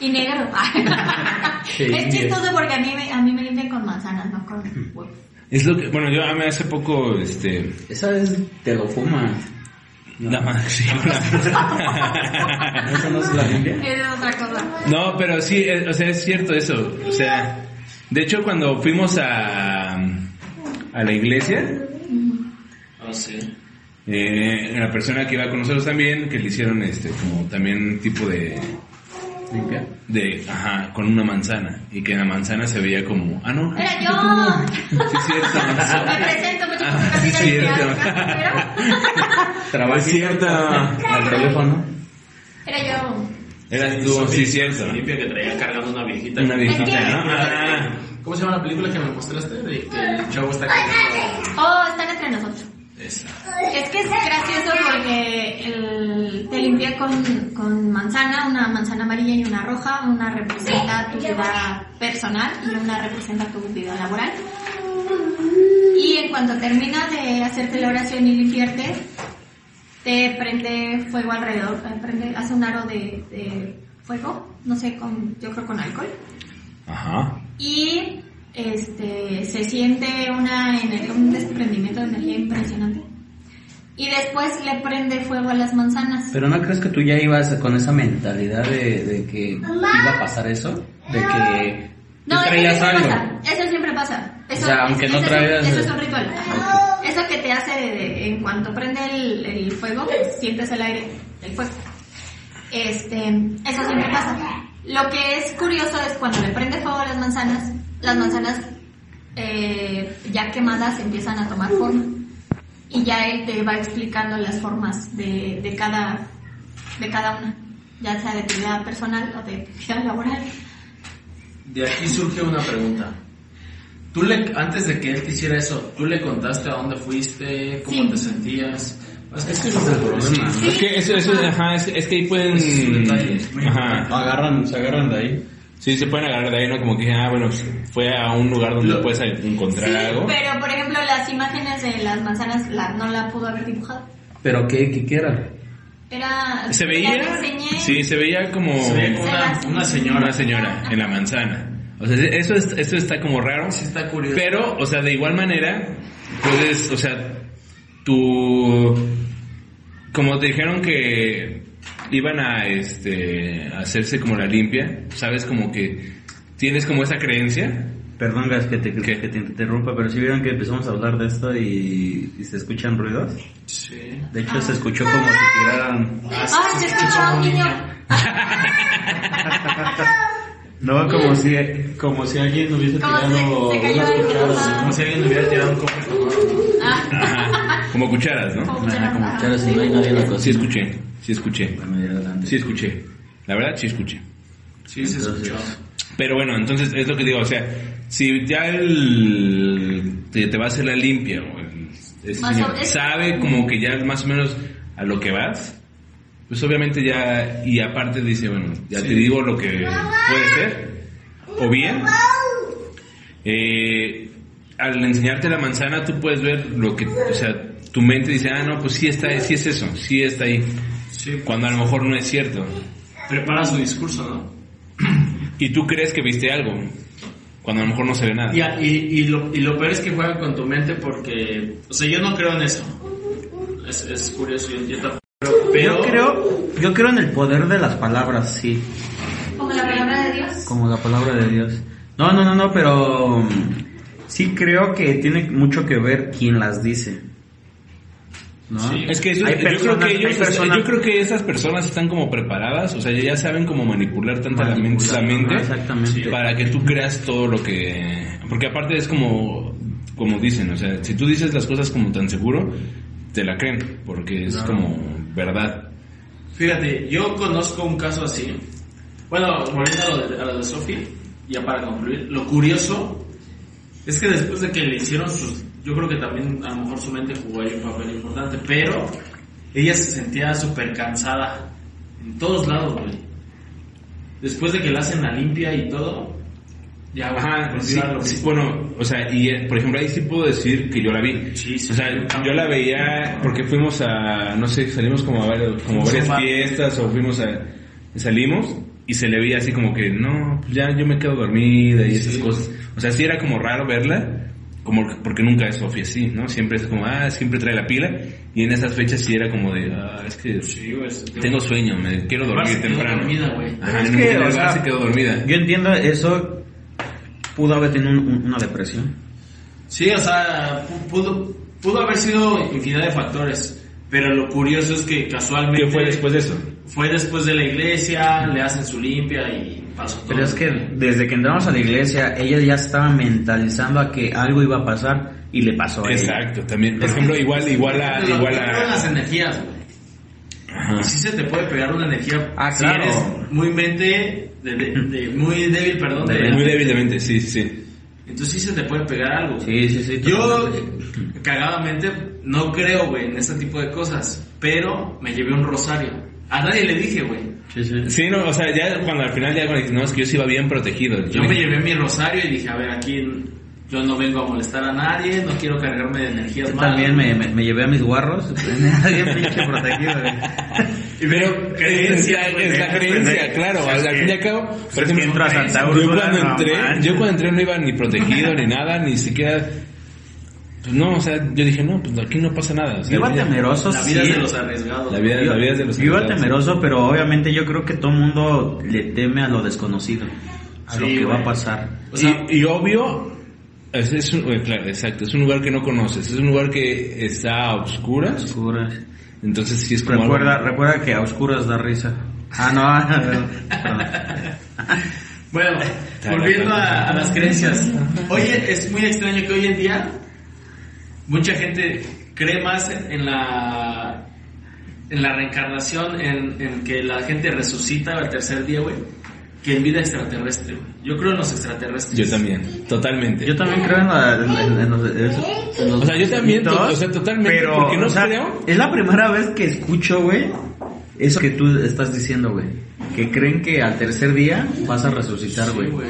B: y negro. es chistoso porque a mí, me- a mí me limpian con manzanas, no con huevos.
A: Es lo que, bueno, yo a mí hace poco, este,
D: Esa es, te lo fuma.
A: la madre, [LAUGHS] sí, la-
D: Esa no es la limpia.
B: Es otra cosa.
A: No, pero sí, eh, o sea, es cierto eso. O sea, de hecho, cuando fuimos a, a la iglesia,
C: No sé.
A: Eh, la persona que iba con nosotros también, que le hicieron este, como también tipo de,
D: Limpia.
A: de, ajá, con una manzana. Y que la manzana se veía como, ah, no,
B: Era yo.
A: sí es cierto.
B: Me presento mucho
A: Ah,
B: gusto,
A: sí,
B: Camila Limpiado,
A: cierto.
B: ¿no? Pero [LAUGHS]
D: Trabaja.
A: Es cierto.
D: Al teléfono.
B: Era yo.
A: Eras tú, sí, cierto.
C: Olimpia que traía cargando una viejita.
A: Una viejita,
B: Es que-
A: ¿no? Ah,
C: ¿Cómo se llama la película que me mostraste? De que este, el chavo está cargando.
B: Oh, están entre nosotros.
C: Esa.
B: Es que es gracioso porque el- te limpia con, con manzana, una manzana amarilla y una roja. Una representa tu vida personal y una representa tu vida laboral. Y en cuanto terminas de hacerte la oración y limpiarte, te prende fuego alrededor, eh, prende- hace un aro de, de fuego, no sé, con, yo creo con alcohol.
A: Ajá.
B: Y este, se siente una ener- un desprendimiento de energía impresionante. Y después le prende fuego a las manzanas.
D: Pero no crees que tú ya ibas con esa mentalidad de, de que iba a pasar eso, de que tú
B: No, eso
D: traías
B: siempre
D: algo.
B: pasa. Eso siempre pasa. Eso,
D: O sea, aunque
B: eso
D: no
B: es-
D: traigas-
B: Eso es un ritual. Eso que te hace de- de- en cuanto prende el, el fuego, sientes el aire del fuego. Este, eso siempre pasa. Lo que es curioso es cuando le prende fuego a las manzanas, las manzanas eh, ya quemadas empiezan a tomar forma. Y ya él te va explicando las formas de, de cada, de cada una, ya sea de tu vida personal o de tu vida laboral.
C: De aquí surge una pregunta. Tú le, antes de que él te hiciera eso, ¿tú le contaste a dónde fuiste? ¿Cómo
B: Sí.
C: te sentías? Es que ese es el problema.
B: Sí.
A: Es que eso, eso, ajá, es, es que ahí
C: Es un detalle.
A: pueden... Ajá.
D: Agarran, se agarran de ahí.
A: Sí, se pueden agarrar de ahí, ¿no? Como que, ah, bueno, pues, fue a un lugar donde
C: Lo-
A: puedes encontrar
B: Sí,
A: algo.
B: pero por ejemplo las imágenes de las manzanas la- no la pudo haber dibujado.
D: Pero qué, qué, qué era.
B: Era...
A: ¿Se veía?
B: las enseñé.
A: Sí, se veía como...
C: Se ve como una, una señora.
A: Una señora en la manzana. O sea, eso, es- eso está como raro.
C: Sí está curioso.
A: Pero, o sea, de igual manera, puedes, o sea, tu... Como te dijeron que iban a, este, a hacerse como la limpia, sabes como que tienes como esa creencia.
D: Perdón, Gas, que te,
A: ¿Qué?
D: que te interrumpa, pero si vieron que empezamos a hablar de esto y, y se escuchan ruidos.
C: Sí.
D: De hecho, se escuchó como si tiraran...
B: Ay, se escuchaba un niño.
D: No, como si, como si alguien hubiese
B: Como se, se cayó el
C: Como si alguien le hubiera tirado un cofre con oro.
B: Ah,
A: Ajá. Como cucharas, ¿no?
B: como se
D: como
B: notaba.
D: claro, si no hay nadie en la cocina.
A: Sí escuché, sí escuché,
D: Bueno, ya adelante.
A: sí escuché. La verdad, sí escuché.
C: Sí, se
D: Entonces-
C: escuchó.
A: Pero bueno, entonces es lo que digo, o sea, si ya el te, te va a hacer la limpia o el, este
B: Más
A: señor
B: o menos.
A: sabe como que ya más o menos a lo que vas, pues obviamente ya, y aparte dice, bueno, ya te digo lo que puede ser, o bien, eh, al enseñarte la manzana tú puedes ver lo que, o sea, tu mente dice, ah, no, pues sí está, sí es eso, sí está ahí,
C: Sí.
A: cuando a lo mejor no es cierto.
C: Prepara su discurso, ¿no?
A: Y tú crees que viste algo, cuando a lo mejor no se ve nada.
C: Y, a- y, y lo, y lo peor es que juegan con tu mente porque, o sea, yo no creo en eso. Es, es curioso, yo, yo tampoco creo,
D: Yo
C: pero
D: creo, yo creo en el poder de las palabras, sí.
B: Como la palabra de Dios.
D: Como la palabra de Dios. No, no, no, no, pero mm, sí creo que tiene mucho que ver quién las dice. ¿No?
C: Sí.
A: Es que eso-
D: Hay
A: yo creo
D: personas-
A: que ellos,
D: hay personas-
A: yo creo que esas personas están como preparadas, o sea, ya saben cómo manipular tanta la men-
D: Manipular,
A: la mente,
D: ajá, exactamente.
A: sí, para que tú creas todo lo que, porque aparte es como, como dicen, o sea, si tú dices las cosas como tan seguro, te la creen, porque es como verdad.
C: fíjate, yo conozco un caso así. Bueno, volviendo a lo de, a lo de Sophie, ya para concluir, lo curioso es que después de que le hicieron sus, yo creo que también a lo mejor su mente jugó ahí un papel importante, pero ella se sentía súper cansada en todos lados, güey. Después de que la hacen la limpia y todo, ya, güey,
A: Ajá, sí,
C: continúa lo que
A: sí, bueno, o sea, y eh, por ejemplo ahí sí puedo decir que yo la vi.
C: Sí, sí.
A: o sea, yo la veía porque fuimos a, no sé, salimos como a varios- como a varias
C: Un bar.
A: fiestas o fuimos a, salimos y se le veía así como que, no, pues ya yo me quedo dormida y esas
C: Sí.
A: cosas. O sea, sí era como raro verla, como que- porque nunca es Sofía así, ¿no? Siempre es como, ah, siempre trae la pila y en esas fechas sí era como de, ah, es que
C: Sí, güey, es-
A: tengo sueño, me quiero
C: Además,
A: dormir
C: se quedó
A: temprano.
C: dormida, güey.
A: Ajá,
D: Es
A: en
D: que,
A: el
D: o
A: lugar
D: sea,
A: se quedó dormida.
D: Yo entiendo eso. Pudo haber tenido un- un- una depresión.
C: Sí, o sea, pu- pudo, pudo haber sido infinidad de factores, pero lo curioso es que casualmente...
A: ¿Qué fue después de eso?
C: Fue después de la iglesia, le hacen su limpia y pasó todo.
D: Pero es que desde que entramos a la iglesia, ella ya estaba mentalizando a que algo iba a pasar y le pasó a ella.
A: Exacto, también. Por ejemplo, igual, igual a,
C: Pero
A: igual
C: lo que creo en las
A: a,
C: energías, güey.
A: Ajá.
C: Y sí se te puede pegar una energía
D: Ah,
C: si
D: claro.
C: eres muy mente, de- de- de- muy débil, perdón. de-
A: Muy débilmente, sí, sí, sí.
C: Entonces sí se te puede pegar algo.
D: Sí, sí, sí.
C: Yo,
D: totalmente.
C: cagadamente, no creo, güey, en ese tipo de cosas. Pero me llevé un rosario. A nadie le dije, güey.
D: Sí, sí.
A: Sí, no, o sea, ya cuando al final ya cuando dices, no, es que yo sí iba bien protegido.
C: Yo me llevé mi rosario y dije, a ver, aquí yo no vengo a molestar a nadie, no quiero cargarme de energías
D: Yo
C: malas.
D: también me, me, me llevé a mis guarros. [LAUGHS] Bien pinche protegido, güey.
A: Pero creencia,
C: Creencia,
A: [LAUGHS] es la
C: güey.
A: creencia, claro.
E: O sea,
A: al
E: es
A: al
E: que-
A: fin y al cabo,
E: es
A: por
E: que
A: ejemplo,
E: entro a Santa
A: yo
E: Úrsula,
A: cuando
E: no
A: entré,
E: manches.
A: yo cuando entré no iba ni protegido ni nada, ni siquiera. Pues no, o sea, yo dije, no, pues aquí no pasa nada. o sea,
D: Yo iba
A: ya-
D: temeroso,
C: La vida
D: sí.
C: es de los arriesgados.
A: La vida,
D: Yo-
A: la vida es de los
D: yo iba
A: arriesgados.
D: temeroso, pero obviamente yo creo que todo mundo le teme a lo desconocido, a lo
C: Sí,
D: que va
C: güey.
D: a pasar.
C: O sea,
A: y, y obvio, es, es un, eh, claro, exacto, es un lugar que no conoces, es un lugar que está a oscuras,
D: Oscuras.
A: entonces sí es como algo-
D: Recuerda, recuerda que a oscuras da risa. Ah, no, [LAUGHS] ah, perdón.
C: Bueno, [LAUGHS] volviendo a, a las creencias. Oye, es muy extraño que hoy en día mucha gente cree más en la en la reencarnación, en, en que la gente resucita al tercer día, güey, que en vida extraterrestre, güey. Yo creo en los extraterrestres.
A: Yo también, totalmente.
D: yo también creo en, la- en- en- en los, en los
A: O sea, yo también,
D: mitos,
A: to- o sea, totalmente, porque no
D: o sea,
A: creo.
D: Es la primera vez que escucho, güey, eso que tú estás diciendo, güey. Que creen que al tercer día vas a resucitar,
C: Sí,
D: güey.
C: güey.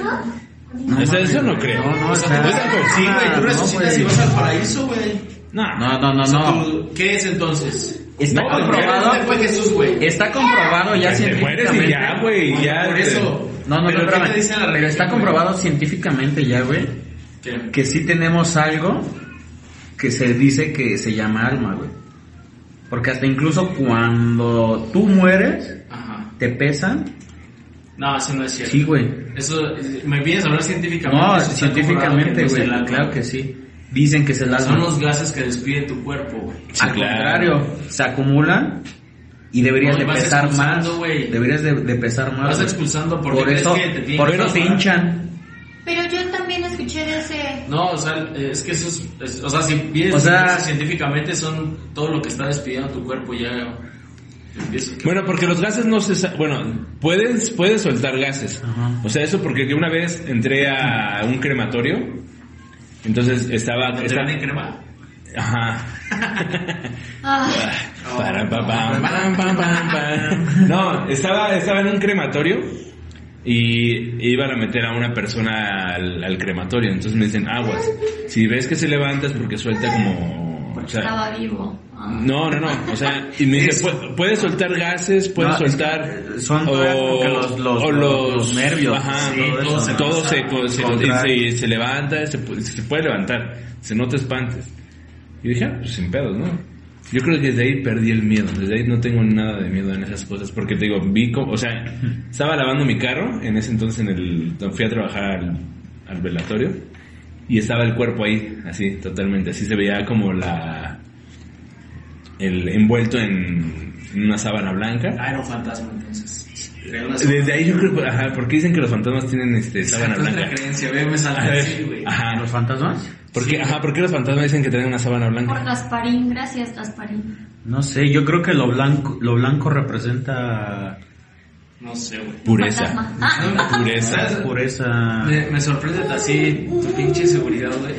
A: O sea, eso no
D: güey.
A: creo.
D: No, no, o sea,
A: tú estás con-
C: Sí, güey, tú
D: no,
C: resucitas
D: güey.
C: y vas al paraíso, güey.
D: No, no, no,
C: O sea,
D: no.
C: tú- ¿Qué es entonces?
D: Está
A: No,
D: comprobado.
C: ¿Dónde fue Jesús, güey?
D: Está comprobado ya
A: te mueres y
D: científicamente.
A: ya, güey, ya.
C: Por
A: te-
C: eso.
D: No, no, no,
C: pero, ¿qué
D: espérame.
C: te dice la
D: Pero
C: religión,
D: está
C: güey?
D: comprobado científicamente ya, güey,
C: ¿Qué?
D: que sí tenemos algo que se dice que se llama alma, güey. Porque hasta incluso cuando tú mueres,
C: Ajá.
D: te pesan.
C: No, eso no es cierto.
D: Sí, güey.
C: Eso, eh, me vienes a hablar científicamente.
D: No,
C: Eso está
D: científicamente,
C: comprobado que no es
D: güey.
C: el alma.
D: Claro que sí. Dicen que es el alma.
C: Son los gases que despide tu cuerpo, güey.
A: Sí,
D: Al
A: claro.
D: contrario, se acumulan y deberías
C: No,
D: de
C: vas
D: pesar más.
C: expulsando, güey.
D: Deberías de, de pesar más.
C: Vas
D: güey.
C: expulsando porque
D: por
C: crees
D: eso,
C: que te tienen
D: por
C: que
D: eso se
C: separar.
D: hinchan.
B: Pero yo también escuché de ese...
C: No, o sea, es que eso es, es- o sea, si vienes
D: O sea-
C: científicamente son todo lo que está despidiendo tu cuerpo ya empieza.
A: Bueno, porque los gases no se... sa- Bueno, puedes, puedes soltar gases.
D: Ajá.
A: O sea, eso porque yo una vez entré a un crematorio, entonces estaba...
C: ¿Te
A: estaba-
C: venden crema?
A: Ajá.
B: Ah,
D: Oh.
A: Para, pa, pam, pam, pam, pam,
D: [LAUGHS]
A: pam. No, estaba, estaba en un crematorio y iban a meter a una persona al, al crematorio. Entonces me dicen, aguas, si ves que se levantas porque suelta como... o sea,
B: estaba vivo. Ah.
A: no, no, no. O sea, y me dice, "Pu- puedes soltar gases, puedes
D: No, es que,
A: soltar...
D: eh, son todavía como que los- los-
A: o
D: los- los nervios,
A: Ajá,
D: sí,
A: todo,
D: todo
A: se,
D: se
A: todo
C: pasa.
A: se, co- se-
D: Contrae.
A: se- se levanta, se, pu- se puede levantar. Se no te espantes. Y dije, ah, pues sin pedos, ¿no? Yo creo que desde ahí perdí el miedo. Desde ahí no tengo nada de miedo en esas cosas. Porque te digo, vi como... O sea, estaba lavando mi carro. En ese entonces en el, fui a trabajar al, al velatorio. Y estaba el cuerpo ahí, así, totalmente. Así se veía como la... El envuelto en en una sábana blanca.
C: Ah, era un fantasma entonces. Traía una-
A: Desde ahí yo creo que... Ajá, porque dicen que los fantasmas tienen este, sábana
C: Otra
A: blanca.
C: creencia, ve, me
A: A
C: salen
A: ver,
C: así, güey.
A: Ajá.
D: ¿Los fantasmas?
A: ¿Por qué, ajá, ¿por qué los fantasmas dicen que tienen una sábana
B: Por
A: blanca?
B: Gasparín, gracias Gasparín.
D: No sé, yo creo que lo blanco, lo blanco representa
C: No sé, güey.
A: Pureza.
B: Fantasma. Ah,
A: Pureza.
C: ¿Sabes?
D: pureza.
C: Me, me sorprende así tu pinche seguridad, güey.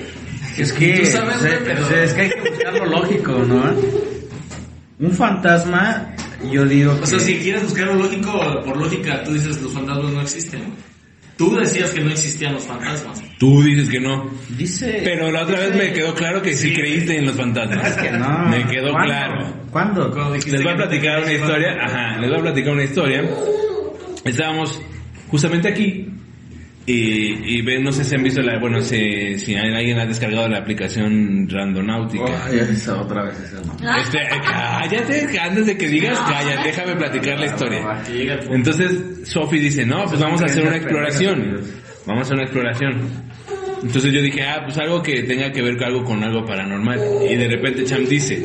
D: Es que,
C: Tú sabes,
D: o sea,
C: güey, pero-
D: o sea, es que hay que buscar lo lógico, ¿no? Un fantasma, yo digo que...
C: O sea, si quieres buscar lo lógico, por lógica, tú dices los fantasmas no existen. güey. Tú decías que no existían los fantasmas.
A: Tú dices que no.
D: Dice...
A: Pero la otra vez me quedó claro que sí creíste en los fantasmas.
D: que no.
A: Me quedó
D: ¿Cuándo?
A: claro.
D: ¿Cuándo?
C: Cuando dijiste
A: Les voy a
C: que no
A: platicar una
C: existían los
A: historia.
C: fantasmas.
A: Ajá, les voy a platicar una historia. Estábamos justamente aquí y, y ven, no sé si han visto la, bueno, si, si alguien ha descargado la aplicación Randonáutica.
D: esa otra vez esa.
B: Ah,
A: Este, cállate, antes de que digas, cállate, déjame platicar la
D: Ah,
A: historia.
C: Que llega el punto.
A: Entonces Sophie dice, no, pues vamos a hacer una exploración. Vamos a hacer una exploración. Entonces yo dije, ah, pues algo que tenga que ver con algo, con algo paranormal. Y de repente Cham dice,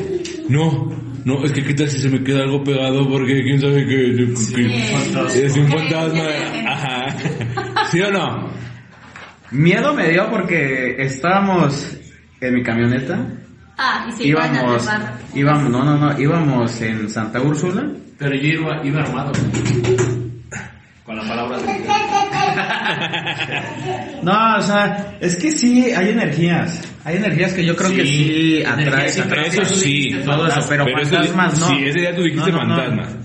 A: no, no, es que qué tal si se me queda algo pegado porque quién sabe que, que- que- es un fantasma. [LAUGHS] Ajá. ¿Sí o no?
D: Miedo me dio porque estábamos en mi camioneta,
B: Ah, y se iban a
D: íbamos,
B: llevar.
D: íbamos, no, no, no, íbamos en Santa Úrsula
C: Pero yo iba, iba armado. Con las palabras de
D: No, o sea, es que sí, hay energías. Hay energías que yo creo que sí atraes.
C: energías
D: atraes
A: Eso sí.
D: todo eso, pero,
A: Pero eso
D: fantasmas
A: di-
D: no.
A: sí, ese día tú dijiste
D: No, no, no.
A: fantasmas.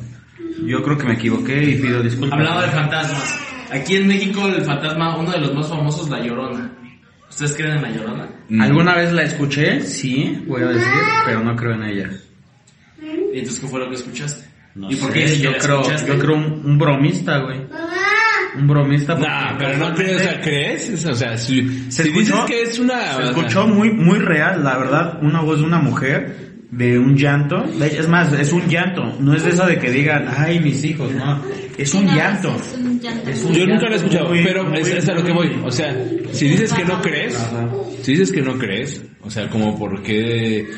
D: Yo creo que me equivoqué y pido disculpas.
C: Hablando de fantasmas. Aquí en México el fantasma, uno de los más famosos, La Llorona. ¿Ustedes creen en La Llorona?
D: ¿Alguna vez la escuché? Sí, voy a decir, pero no creo en ella.
C: ¿Y entonces qué fue lo que escuchaste?
D: No
C: ¿Y por
D: sé,
C: qué si
D: yo
C: la
D: creo,
C: escuchaste?
D: yo creo un, un bromista, güey. Un bromista. porque-
A: Nah, pero no crees, o sea, ¿crees? O sea, si,
D: ¿Se
A: si dices
D: escuchó?
A: que es una...
D: Se escuchó muy, muy real, la verdad, una voz de una mujer, de un llanto. De hecho, Es más, es un llanto. No es de eso de que digan, ay, mis hijos, no. Es un
B: No,
D: llanto.
B: Es un llanto.
D: Es un-
A: Yo nunca lo he escuchado,
D: Muy,
A: pero es,
D: muy,
A: es a lo que voy. O sea, si dices que no crees,
D: Ajá.
A: si dices que no crees, o sea, como porque...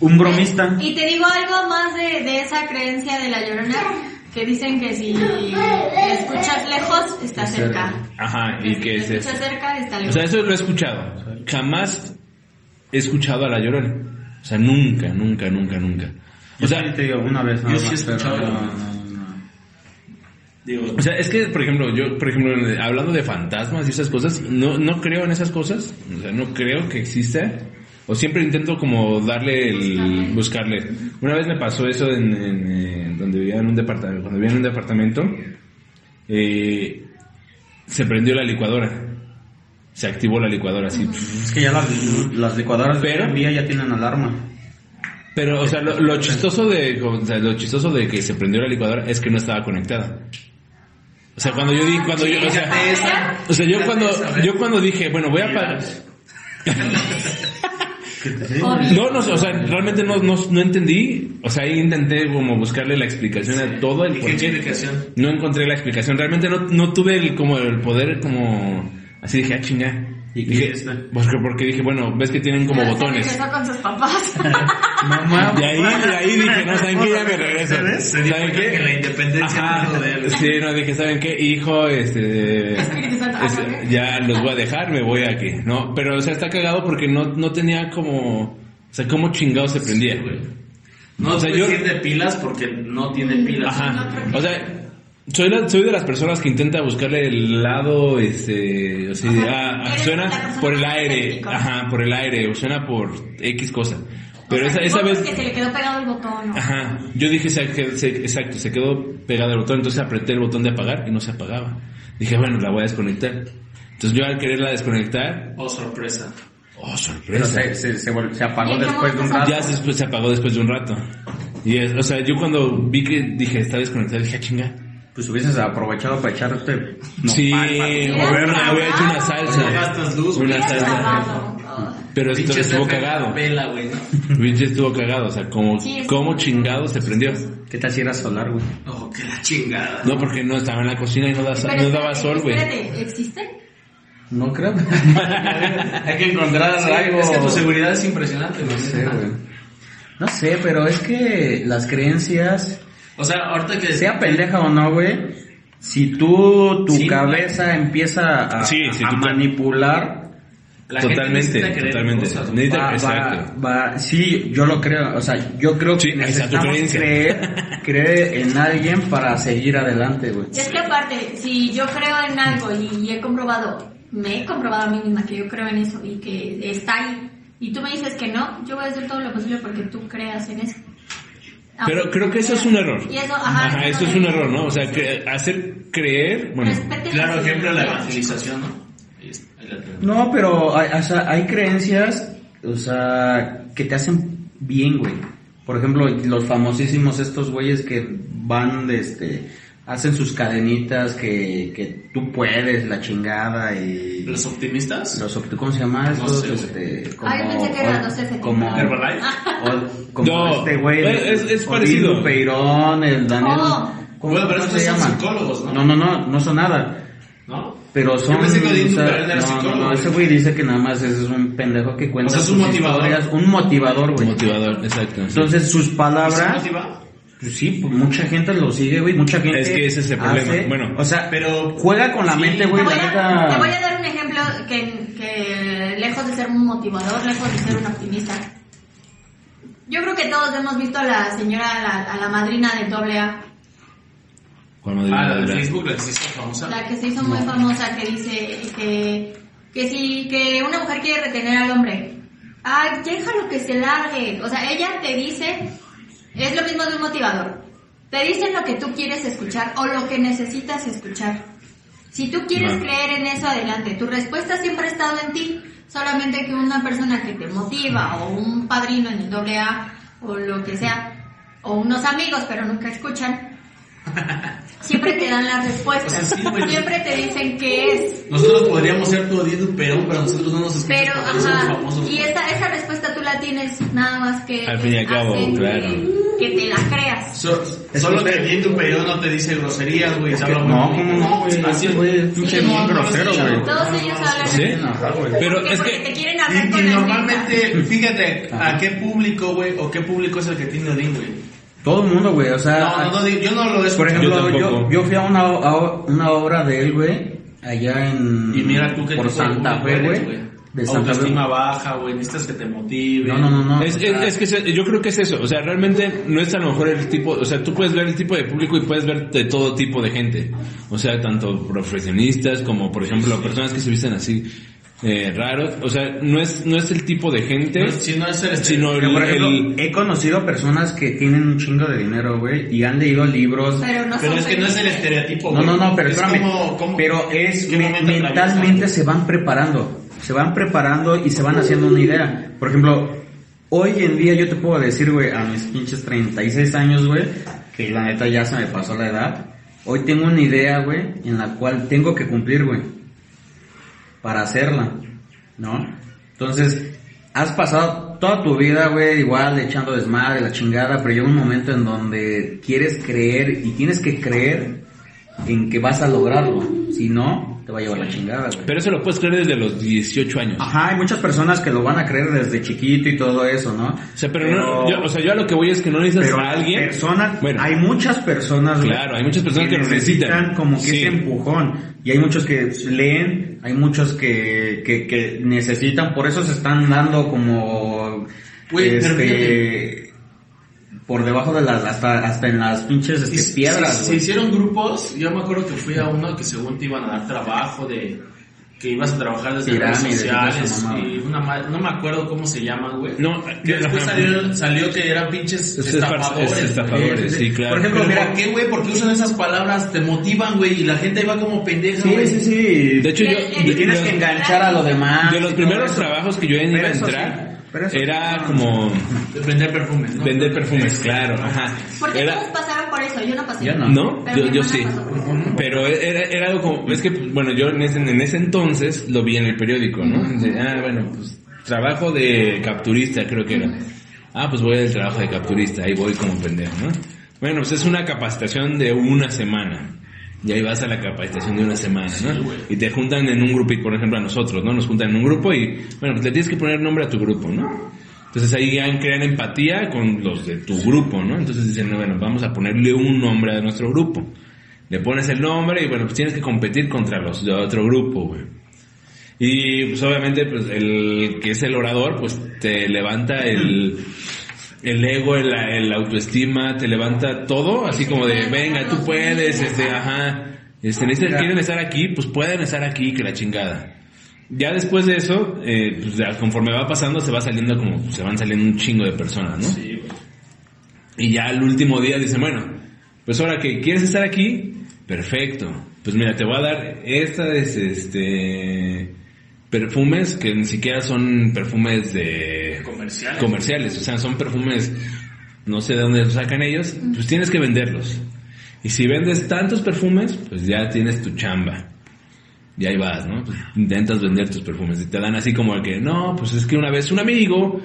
D: Un bromista.
B: Y te digo algo más de, de esa creencia de la llorona, que dicen que si escuchas lejos, está
D: Es
B: cerca.
D: cerca.
A: Ajá, y que es
B: si
A: eso.
B: escuchas cerca, está
A: O
B: lejos.
A: sea, eso lo he escuchado. Jamás he escuchado a La Llorona. O sea, nunca, nunca, nunca, nunca. O
D: Yo
A: sea,
D: sí te digo, una vez nada
C: yo sí he
D: más, pero
C: escuchado.
D: no, no, no.
C: Digo,
A: O sea, es que, por ejemplo, yo, por ejemplo, en- hablando de fantasmas y esas cosas, no, no creo en esas cosas. O sea, no creo que exista. O siempre intento como darle el, buscarle. Una vez me pasó eso en, en, eh, donde vivía en un departamento, cuando vivía en un departamento, eh, se prendió la licuadora. Se activó la licuadora, así.
D: Es que ya las, las licuadoras
A: Pero-
D: de hoy en día ya tienen alarma. [LAUGHS]
A: Pero, o sea, lo, lo chistoso de, o sea, lo chistoso de que se prendió la licuadora es que no estaba conectada. O sea, cuando yo di, cuando yo, o sea,
C: esa.
A: o sea, yo
C: Fíjate
A: cuando,
C: esa, a ver.
A: yo cuando dije, bueno, voy a pagar.
B: Obvio.
A: [LAUGHS] No, no, sé, o sea, realmente no, no, no entendí. O sea, ahí intenté como buscarle la explicación a todo el
C: ¿Y qué
A: porqué.
C: explicación?
A: No encontré la explicación. Realmente no, no tuve el, como el poder como, así dije, ah, chinga.
D: ¿Y qué
A: dije,
D: es esta?
A: porque, porque dije, bueno, ves que tienen como
B: Pero se
A: botones.
B: regresó con sus papás.
D: Mamá,
A: Y ahí, y ahí dije, no, ¿saben qué? Ya me regreso.
C: Se dio
A: ¿Saben
C: cuenta que la
A: qué?
C: independencia
A: Ajá.
C: es de él.
A: Sí, no, dije, ¿saben qué? Hijo, este...
B: Espíritu Santo.
A: este, ya los voy a dejar, me voy aquí. No, pero, o sea, está cagado porque no, no tenía como... O sea, cómo chingado se prendía, güey.
C: No
A: O sea,
C: puedes
A: yo-
C: ir de pilas porque no tiene pilas.
A: Ajá. O sea... Soy, la- soy de las personas que intenta buscarle el lado, este, o sea,
B: Ajá.
A: de, ah, ah,
B: Eres la
A: suena
B: persona
A: por el
B: más
A: aire,
B: escéptico.
A: ajá, por el aire, o suena por X cosa. [LAUGHS] Pero
B: O sea,
A: esa, esa
B: tipo
A: vez...
B: Que se le quedó pegado el botón. ¿no?
A: Ajá, yo dije se- que- se- exacto, se quedó pegado el botón, entonces apreté el botón de apagar y no se apagaba. Dije, bueno, la voy a desconectar. Entonces yo al quererla desconectar,
C: Oh, sorpresa.
A: oh,
D: Pero
A: sorpresa.
D: se, se, se vol- se apagó
B: ¿Y cómo
D: después de un
B: empezó?
D: rato.
A: Ya Ah, después se apagó después de un rato. Y es- o sea, yo cuando vi que dije, está desconectada, dije, "Ah, chinga.
D: Pues hubieses aprovechado para echarte. no,
A: sí,
D: pal, pal.
B: para
A: bueno,
B: moverla.
A: había hecho una
C: No
A: salsa.
C: gastas luz,
A: una
B: Eres
A: salsa.
B: lavado. Ah.
A: Pero esto
C: Pinche
A: estuvo
C: Pepe
A: cagado.
C: Vela, güey, ¿no?
A: Pinche estuvo cagado, o sea, como,
B: Sí, es-
A: como chingado se prendió.
D: ¿Qué tal si era solar, güey?
C: Oh, que la chingada.
A: No, porque no estaba en la cocina y no, da-
B: Pero
A: no daba
B: espérate,
A: sol, güey.
B: espérate, ¿Existe?
D: No creo. Hay que encontrar
C: Sí, Es que tu seguridad es impresionante, güey.
D: No sé, güey. No sé, pero es que las creencias,
C: O sea, ahorita que...
D: sea pendeja o no, güey, si tú, tu
C: Sí.
D: cabeza empieza a,
A: Sí, si
D: a
A: tú-
D: manipular,
C: la gente
A: totalmente,
C: necesita creer en
A: totalmente.
C: cosas, güey.
A: Necesita-
D: va,
A: exacto.
D: va, va- sí, yo lo creo, o sea, yo creo
A: Sí,
D: que
A: ahí está tu
D: necesitamos
A: creencia.
D: creer, creer en alguien para seguir adelante, güey.
B: Y es que aparte, si yo creo en algo y, he comprobado, me he comprobado a mí misma que yo creo en eso y que está ahí, y tú me dices que no, yo voy a hacer todo lo posible porque tú creas en eso. Aunque
A: Pero creo que eso es un error.
B: Ah, Y eso, ajá.
A: eso es un error, ¿no? O sea, que hacer creer, bueno,
C: Claro ejemplo, la evangelización, ¿no? Ahí está, ahí la tenemos.
D: No, pero hay, o sea, hay creencias, o sea, que te hacen bien, güey. Por ejemplo, los famosísimos estos güeyes que van, de este, hacen sus cadenitas que, que tú puedes, la chingada y...
C: ¿Los optimistas?
D: Los opt- ¿Cómo se llama
C: No
D: estos?
C: sé, güey.
D: este, como,
B: Ay, pensé que eran los FT.
D: como,
C: Herbalife.
D: o- como
C: [LAUGHS]
A: No,
D: este güey.
A: es- es- es
D: Odín
A: parecido.
D: Peirón, el Daniel.
B: Oh.
D: ¿Cómo,
C: Bueno, pero
D: cómo
C: estos
D: se
C: son
D: llama?
C: psicólogos, ¿no?
D: No, no, no, no son nada.
C: ¿No?
D: Pero son.
C: Yo pensé que Odín Duperón era
D: no,
C: psicólogo,
D: no, no,
C: güey.
D: ese güey dice que nada más es un pendejo que cuenta.
C: O sea, es un
D: sus
C: motivador.
D: historias, Un motivador, güey.
A: motivador, exacto. sí.
D: Entonces sus palabras.
C: ¿Sí motiva?
D: Pues sí, pues, mucha gente lo sigue, güey. Mucha gente.
A: Es que ese es el problema, bueno.
D: o sea,
C: Pero-
D: pero juega con la
C: Sí.
D: mente,
B: Te
D: Este güey.
B: voy,
D: la
B: a,
D: neta.
B: te voy a dar un ejemplo que, que lejos de ser un motivador, lejos de ser un optimista. Yo creo que todos hemos visto a la señora, a la, a la madrina de doble A,
A: Juan Madrid
C: Ah, la de
A: Madura.
C: Facebook, la que se hizo famosa.
B: La que se hizo muy famosa que dice que, que si que una mujer quiere retener al hombre, ah, déjalo que se largue. O sea, ella te dice, es lo mismo de un motivador. Te dicen lo que tú quieres escuchar o lo que necesitas escuchar. Si tú quieres
A: Ajá.
B: creer en eso, adelante. Tu respuesta siempre ha estado en ti. Solamente que una persona que te motiva o un padrino en el doble A o lo que sea, o unos amigos pero nunca escuchan, siempre te dan las respuestas.
C: O sea, sí, güey.
B: siempre te dicen qué es.
C: Nosotros podríamos ser tu odiando peón, pero nosotros no nos escuchamos
B: Pero,
C: porque somos
B: ajá,
C: famosos.
B: y esa, esa respuesta tú la tienes nada más que...
A: Al fin y al cabo,
B: hacen que-
A: claro.
B: Que te la creas.
C: So- solo que bien tu peón no te dice groserías, güey. se habla muy
D: No,
C: bonito.
D: ¿cómo no, güey?
C: Así es,
D: güey.
B: Sí,
D: Pinche bien grosero, güey.
B: Todos ellos hablan
A: ¿Sí?
B: así.
D: Ajá, güey.
A: Pero
B: ¿Por qué?
A: es
B: Porque
A: que-
B: te quieren
C: Y,
B: hablar
C: y
B: con la neta.
C: normalmente, fíjate,
D: Ajá.
C: ¿a qué público, güey? ¿O qué público es el que tiene Odín, güey?
D: Todo el mundo, güey, o sea...
C: No, no, no, yo no lo escucho.
D: Ah, Por ejemplo,
A: Yo
D: yo,
A: tampoco.
D: yo, fui a una, a una obra de él, güey, allá en...
C: Y mira tú que
D: Por Santa Fe, güey. De Santa Fe.
C: Autoestima baja, güey. Necesitas que te motive.
D: No, no, no, no.
A: Es,
D: o
A: es-
D: sea,
A: es que se- yo creo que es eso, o sea, realmente no es a lo mejor el tipo, o sea, tú puedes ver el tipo de público y puedes ver de todo tipo de gente, o sea, tanto profesionistas como, por ejemplo, personas que se visten así eh, raros, o sea, no es no es el tipo de gente,
C: No, Si no es el este-
A: sino el,
D: Pero, por ejemplo,
A: el-
D: he conocido personas que tienen un chingo de dinero, güey, y han leído libros.
B: Pero no
C: Pero
B: son
C: es que no es el
B: felices.
C: estereotipo,
D: No,
C: güey.
D: no, no, pero
C: es
D: espérame.
C: como- como-
D: pero es
C: ¿qué
D: me-
C: momento
D: mentalmente
C: atraviesan?
D: se van preparando, se van preparando y se van haciendo una idea. Por ejemplo, hoy en día yo te puedo decir, güey, a mis pinches 36 años, güey, que la neta ya se me pasó la edad. Hoy tengo una idea, güey, en la cual tengo que cumplir, güey, para hacerla, ¿no? Entonces, has pasado toda tu vida, güey, igual echando desmadre, la chingada, pero llega un momento en donde quieres creer y tienes que creer en que vas a lograrlo. Si no, te va a llevar la chingada, güey.
A: pero eso lo puedes creer desde los 18 años.
D: Ajá, hay muchas personas que lo van a creer desde chiquito y todo eso, ¿no?
A: O sea, pero, no, yo, o sea, yo a lo que voy es que no necesitas
D: pero
A: a alguien.
D: personas,
A: Bueno.
D: hay muchas personas, güey,
A: Claro, hay muchas personas que lo necesitan.
D: como que
A: Sí.
D: ese empujón. Y hay muchos que leen, hay muchos que, que, que necesitan, por eso se están dando como,
C: Güey, pero
D: este, por debajo de las, hasta, hasta en las pinches este,
C: Y-
D: piedras,
C: Se, se
D: güey.
C: hicieron grupos. Yo me acuerdo que fui a uno que según te iban a dar trabajo de que ibas a trabajar desde redes
D: Pirámides,
C: sociales
D: esa mamada.
C: y una ma- no me acuerdo cómo se llaman, güey.
A: No,
C: Que
A: yo-
C: después
A: ajá.
C: salió, salió que eran pinches
A: Es- es- es-
C: estafadores.
A: es-
C: güey.
A: estafadores, sí, claro.
D: Por ejemplo,
C: Pero
D: mira,
C: ¿por qué, güey? Porque usan esas palabras, te motivan, güey, y la gente ahí va como pendeja,
D: sí,
C: güey.
D: sí, sí.
A: De hecho, yo,
B: Y
D: y tienes
A: yo-
D: que enganchar a lo demás.
A: de los
D: y todo
A: primeros
D: eso.
A: trabajos que yo iba
D: Pero
A: a
D: eso sí,
A: entrar
D: pero eso sí.
A: era como
C: De Vender perfumes, ¿no?
A: vender perfumes, claro, ajá.
B: Porque todos
A: Era,
B: pasaron por eso, yo no pasé.
D: Yo no.
A: ¿No?
B: Pero
A: Yo,
B: mi
A: yo
B: hermana
A: sí.
B: pasó por eso.
A: Pero era, era algo como, es que, pues, bueno, yo en ese, en ese entonces lo vi en el periódico, ¿no? De, ah, bueno, pues trabajo de capturista creo que era. Ah, pues voy al trabajo de capturista, ahí voy como pendejo, ¿no? Bueno, pues es una capacitación de una semana. Y ahí vas a la capacitación de una semana, ¿no? Y te juntan en un grupo, y por ejemplo a nosotros, ¿no? Nos juntan en un grupo y, bueno, pues le tienes que poner nombre a tu grupo, ¿no? Entonces ahí ya crean empatía con los de tu grupo, ¿no? Entonces dicen, no, bueno, vamos a ponerle un nombre a nuestro grupo. Le pones el nombre y bueno, pues tienes que competir contra los de otro grupo, güey. Y pues obviamente, pues el que es el orador, pues te levanta el, el ego, el, el autoestima, te levanta todo, así como de, venga, tú puedes, este, ajá. Este, necesitan- quieren estar aquí, pues pueden estar aquí, que la chingada. Ya después de eso, eh, pues, ya conforme va pasando, se va saliendo como, se van saliendo un chingo de personas, ¿no?
C: Sí, güey.
A: Y ya el último día dicen, bueno, pues ahora que quieres estar aquí, perfecto. Pues mira, te voy a dar esta es este perfumes que ni siquiera son perfumes de
C: Comerciales.
A: comerciales, o sea, son perfumes no sé de dónde los sacan ellos, pues tienes que venderlos. Y si vendes tantos perfumes, pues ya tienes tu chamba. Y ahí vas, ¿no? Pues intentas vender tus perfumes. Y te dan así como el que, no, pues es que una vez un amigo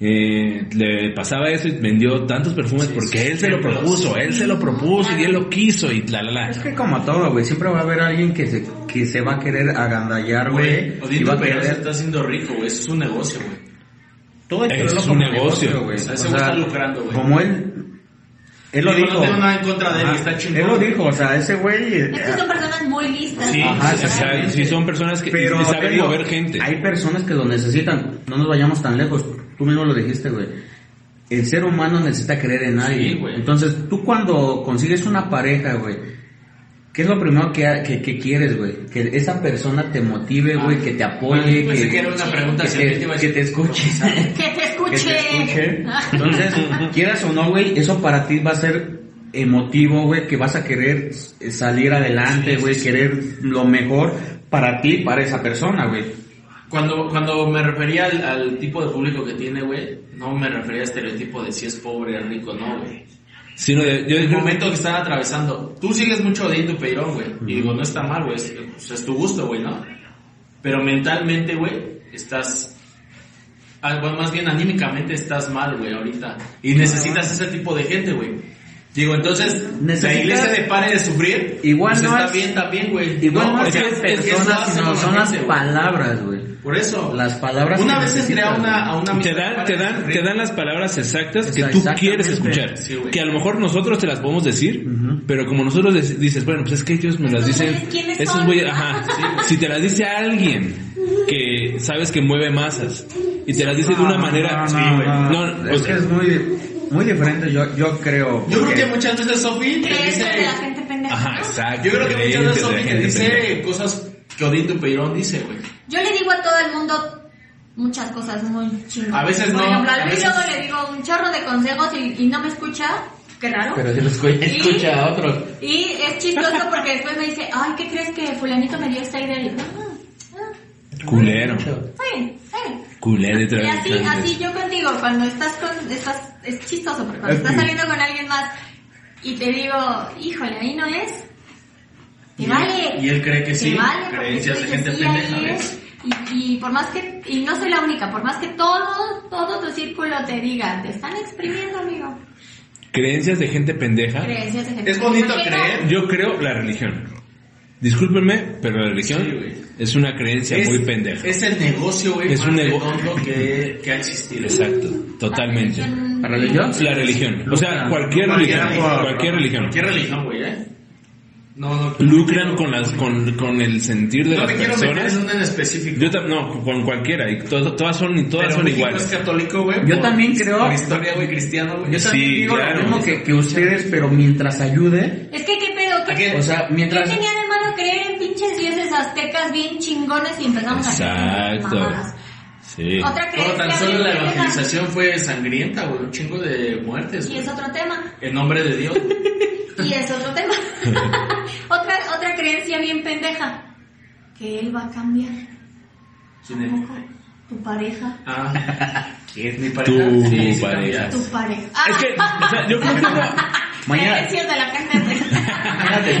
A: eh, le pasaba eso y vendió tantos perfumes
C: Sí,
A: porque
C: sí,
A: él se lo
C: ejemplos.
A: propuso, él se lo propuso y él lo quiso y la la
D: Es
A: la.
D: que como todo, güey, siempre va a haber alguien que se, que se va a querer agandallar, güey.
C: Güey,
D: Y
C: Odín
D: va a
C: Pedro se
D: querer...
C: está haciendo rico, güey. Eso es un negocio, güey.
D: Todo hay que
A: Es
D: verlo
A: un
D: como
A: negocio.
D: güey.
C: O sea, ese güey está lucrando, güey.
D: Como él... Él lo
C: Digo,
D: dijo.
C: No tengo nada en contra de él,
D: Ajá.
C: está chingón.
D: Él lo dijo, o sea, ese güey... eh,
B: Este Es que son personas muy listas.
C: Sí,
D: Ajá,
A: O sea, si son personas que
D: Pero te
A: saben
D: digo,
A: mover gente.
D: Hay personas que lo necesitan. No nos vayamos tan lejos. Tú mismo lo dijiste, güey. El ser humano necesita creer en alguien.
C: güey.
D: Entonces, tú cuando consigues una pareja, güey, ¿Qué es lo primero que, ha- que, que quieres, güey? Que esa persona te motive, güey,
C: Ah.
D: que te apoye,
C: Pensé
D: que,
C: que era pues, una pregunta
D: que
C: si
D: te, que te escuche.
B: Que te
D: que
B: escuche. [LAUGHS]
D: te escuche. Entonces, quieras o no, güey, eso para ti va a ser emotivo, güey, que vas a querer s- salir adelante, güey, querer lo mejor para ti, para esa persona, güey.
C: Cuando, cuando me refería al, al tipo de público que tiene, güey, no me refería a estereotipo de si es pobre, rico, no, güey.
A: Sí, no, yo, yo-
C: El
A: yo-
C: momento que están atravesando, tú sigues mucho de Indu Peirón, güey. Y digo, no está mal, güey, es, pues, es tu gusto, güey, ¿no? Pero mentalmente, güey, estás... ah, Bueno, más bien anímicamente estás mal, güey, ahorita. Y necesitas ese tipo de gente, güey. Digo, entonces,
D: Necesitas-
C: la iglesia de pare de sufrir,
D: Igual
C: pues
D: no
C: está
D: es-
C: bien también, güey.
D: Igual
C: No,
D: no es
C: porque-
D: las
C: porque eso
D: personas,
C: hace
D: sino son las
C: normalmente, güey.
D: palabras, güey.
C: Por eso.
D: Las palabras
C: Una
D: que
C: vez entré a
D: necesitas,
C: una, a una
A: te
C: amistad
A: dan,
C: para
A: te dan,
C: sufrir.
A: te dan las palabras exactas que
D: Exact-
A: tú quieres
D: exactamente.
A: escuchar.
C: Sí, güey.
A: que a lo mejor nosotros te las podemos decir,
D: Ujú.
A: pero como nosotros dec- dices, bueno, pues es que ellos me las
B: Estos
A: dicen,
B: güeyes, ¿quiénes
A: esos
B: son?
A: güeyes, ajá. Si te las dice alguien que sabes que mueve masas y te las dice de una manera,
D: No,
A: sí, güey.
D: no,
A: No, pues o
D: es que
A: sea,
D: es muy, muy diferente, yo, yo creo.
C: Yo creo
D: porque-
C: que muchas veces Sofi te
B: Que es
C: dice...
B: de la gente pendeja.
A: ajá,
B: ¿no?
A: exacto.
C: Yo creo que muchas
A: creencias
C: veces
A: de
C: Sofi
A: la
C: te
A: gente pendeja.
C: dice cosas que Odín Dupeirón dice, güey.
B: Yo le digo a todo el mundo muchas cosas muy chingonas.
C: A veces
B: Por
C: no,
B: ejemplo,
C: a
B: al Luis
C: veces-
B: luego le digo un chorro de consejos y, y no me escucha. Qué raro.
C: si los escucha,
B: Sí. escucha
C: a otros.
B: Y es chistoso porque después me dice, ay, ¿qué crees que fulanito me dio esta idea? Y yo, "Ah, ah,
A: Culero,
B: sí, sí".
A: culero y
B: Y
A: otra
B: así,
A: vez.
B: así yo contigo, cuando estás con, estás, es chistoso, porque cuando estás saliendo con alguien más y te digo, híjole, ahí no es, te
C: Y-
B: vale.
C: y él cree que
B: Te
C: sí,
B: vale, porque
C: creencias
B: tú
C: de
B: dices,
C: gente
B: "Sí, ahí
C: pendeja, ¿eh?
B: es". Y, y por más que, y no soy la única, por más que todo, todo tu círculo te diga, te están exprimiendo, amigo.
A: Creencias de gente pendeja.
B: Creencias de gente
C: Es bonito
B: pendeja.
C: creer.
A: Yo creo la religión. Discúlpenme, pero la religión
C: Sí, güey.
A: es una creencia
C: Es,
A: muy pendeja.
C: es el negocio, güey,
A: Es
C: más
A: un nego-
C: redondo que, que ha existido.
A: Exacto, totalmente.
B: religión-
D: ¿La religión?
A: La religión, o sea, cualquier
C: Cualquier
A: religión,
C: religión.
A: cualquier religión.
C: Cualquier religión, güey, ¿eh? No, no.
A: Lucran con las con, con el sentir de
C: No
A: las
C: te quiero meter en
A: personas.
C: una en específico.
A: Yo tam- no, con cualquiera, y to- todas son y todas
C: pero
A: son
C: México
A: iguales.
C: es católico, güey.
D: Yo
C: por-
D: también creo-
C: Por historia, güey, cristiano, güey.
D: Yo también
A: Sí,
D: digo
A: claro.
D: lo mismo que, que ustedes, pero mientras ayude,
B: Es que qué pedo, qué,
C: Aquí-
D: o sea, mientras...
B: ¿Qué tenía de malo creer en pinches dioses aztecas bien chingones y empezamos a creer
A: Exacto.
B: en mamadas?
A: Sí.
B: Otra
C: Bueno,
B: creencia
C: tan solo la
B: bien
C: evangelización fue sangrienta, güey. Un chingo de muertes,
B: Y
C: güey.
B: es otro tema.
C: En nombre de Dios. güey.
B: Y es otro tema. otra, otra creencia bien pendeja. Que él va a cambiar.
C: Sin el-
B: Tampoco. Tu pareja.
C: Ah. ¿Quién? Mi pareja.
A: Tu
C: Sí, sí,
A: pareja.
B: Tu pareja.
A: Es que, o sea, yo creo que
B: [LAUGHS]
A: no.
D: Mañana-
B: Creencias de la gente pendeja.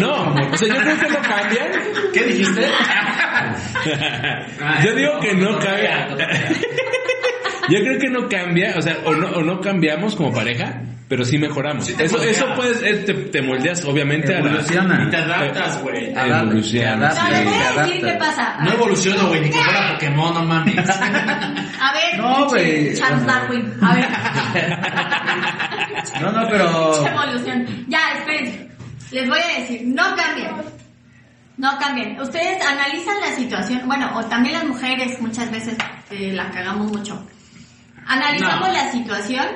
A: No, o sea, yo creo que lo cambian.
C: ¿Qué dijiste? Ah.
A: Yo digo que no cambia. Yo creo que no cambia, o sea, o no, o no cambiamos como pareja, pero sí mejoramos.
C: Sí te
A: eso,
C: moldeas.
A: eso puedes, eh, te, te moldeas obviamente a la,
D: Evoluciona.
C: Y te adaptas, güey.
D: Adapta,
A: Evoluciona,
B: No,
D: te adapta,
B: les voy
D: te
B: a decir
D: adapta.
B: qué pasa.
C: No evoluciono, güey, ni que fuera Pokémon, no mames.
B: A ver,
D: No,
B: pinche
D: güey.
B: Charles Darwin. A ver.
D: No, no, pero...
B: Mucha evolución. Ya, espérense. Les voy a decir, no cambien. No cambien. Ustedes analizan la situación, bueno, o también las mujeres muchas veces eh, la cagamos mucho. Analizamos
C: No.
B: la situación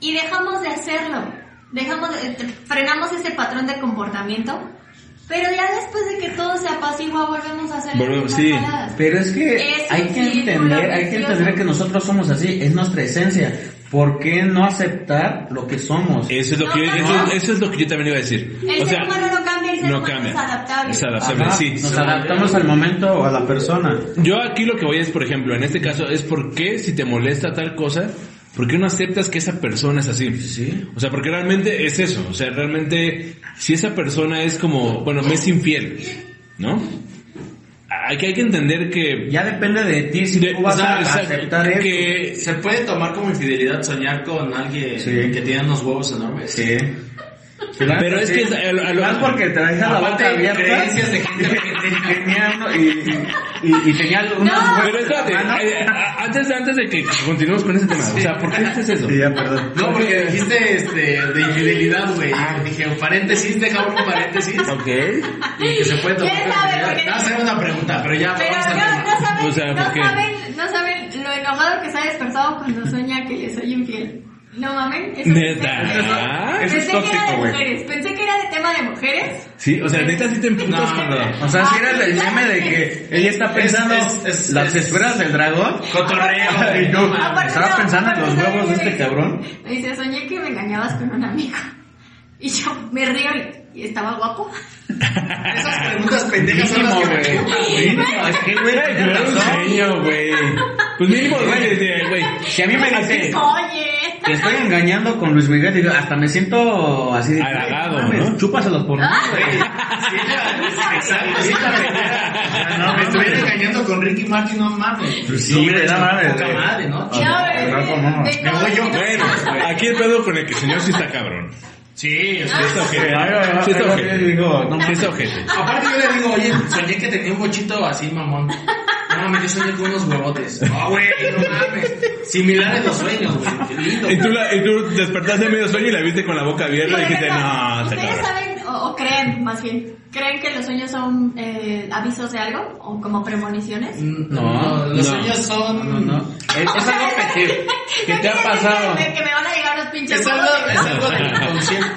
B: y dejamos de hacerlo. Dejamos, de- eh, frenamos ese patrón de comportamiento, pero ya después de que todo se apacigua volvemos a hacer las
A: Volvemos,
B: mismas
A: sí.
B: jaladas.
D: Pero es que
B: Es
D: hay
B: un
D: que
B: círculo
D: entender, hay que
B: vicioso.
D: entender que nosotros somos así, es nuestra esencia. ¿Por qué no aceptar lo que somos?
A: Eso es lo
B: No
A: que yo,
B: cambia.
A: eso, eso es lo que yo también iba a decir.
B: El
A: o sea,
B: ser humano no cambia, el ser
A: no
B: humano
A: cambia.
B: es adaptable.
A: Es adaptable,
D: Ajá,
A: sí.
D: Nos adaptamos al momento o a la persona.
A: Yo aquí lo que voy es, por ejemplo, en este caso, es por qué si te molesta tal cosa, ¿por qué no aceptas que esa persona es así?
D: Sí.
A: O sea, porque realmente es eso. O sea, realmente, si esa persona es como, bueno, me es infiel, ¿no? Hay que, hay que entender que...
D: Ya depende de ti si
A: de-
D: tú vas
A: o sea,
D: a
A: exacto,
D: aceptar eso.
A: que,
C: Se puede tomar como infidelidad soñar con alguien
D: Sí.
C: que tiene unos huevos enormes.
D: Sí. Claro
A: Pero es
D: sí.
A: que es a lo- a lo-
D: Más porque te deja la
C: Aparte,
D: boca abierta. [LAUGHS]
C: creencias de gente
D: y tenía uno- y, y, y- y tenía unas
A: Pero espérate,
D: Ah, no.
A: eh, a- antes, antes de que continuemos con ese tema, o sea, ¿por qué haces
D: [LAUGHS]
A: eso?
D: Sí, ya, perdón.
C: No, porque dijiste este, de infidelidad, güey. Dije, paréntesis, deja un paréntesis.
A: Ok.
C: Y que se puede tomar
B: ¿Quién
C: como
B: sabe?
C: infidelidad.
B: Porque-
C: Te voy a hacer una pregunta, pero ya
B: Pero
C: vamos a
B: no, no saben,
A: O sea,
B: no,
A: ¿por qué?
B: saben, no saben lo enojado que se ha despertado cuando sueña que le soy infiel. No mames, eso
A: Neta.
B: pensé-
A: Eso
B: Pensé
D: es
B: que era de
D: tóxico, güey.
B: mujeres, pensé que era de tema de mujeres.
A: Sí, o sea, neta sí te emputas
C: No.
A: cuando.
B: [LAUGHS]
D: O sea, si eras el meme de que ella está pensando
C: Es- es-
D: las
C: es-
D: esferas del dragón. [LAUGHS]
C: Cotorreo, güey,
D: Y
C: no
D: tú,
C: mames.
B: Aparte,
D: estaba
B: no,
D: pensando en los
B: aparte,
D: huevos de
B: ¿sabes qué
D: este cabrón.
B: me dice, soñé que me engañabas con un amigo. Y yo me río y- y estaba guapo.
C: Esas preguntas pendejas son las
D: Mínimo,
C: que
D: güey. Mínimo, es que, güey,
A: Ay, pero
D: tienes
A: era un
D: razón.
A: sueño, güey. Pues mínimo, güey, de- güey.
D: Si a mí me dice,
B: Oye.
D: te estoy engañando con Luis Miguel, digo, hasta me siento así de...
A: Halagado,
D: "Ay, mames,
A: ¿no?
D: Chúpaselos por mí, güey.
C: Sí, era- exacto, sí, la verdad. No, me estuviera engañando con Ricky Martin, no mames.
D: Pues sí,
C: No,
D: güey,
C: es
D: no mames,
C: Poca
D: güey.
C: madre, ¿no?
B: No,
D: al rato no.
B: de- de-
C: Me voy yo,
A: Bueno, aquí el pedo con el que el señor sí está cabrón.
C: pues, Sí, o sea,
A: Sí está ojete.
D: Ay, ay, ay,
A: Sí está
D: ay,
A: ojete.
D: ay, digo, no,
A: Sí está ojete.
C: Aparte yo le digo, oye, soñé que tenía un bochito así, mamón. No mames, yo soñé con unos huevotes. No, güey, no mames. Similares los sueños, güey. Qué lindo.
A: Y tú, la- y tú despertaste en medio sueño y la viste con la boca abierta y
B: Por
A: dijiste,
B: ejemplo,
A: no, está
B: ¿Ustedes
A: cabrón.
B: saben o, o creen, más bien, creen que los sueños son eh, avisos de algo o como premoniciones?
C: Mm,
B: [LAUGHS]
D: No,
C: los
A: no.
C: sueños son...
D: no, no. Es, es algo que, que te ha pasado.
B: Que, que me van a llegar los pinches.
C: Es algo, es
B: huevos.
C: algo del inconsciente.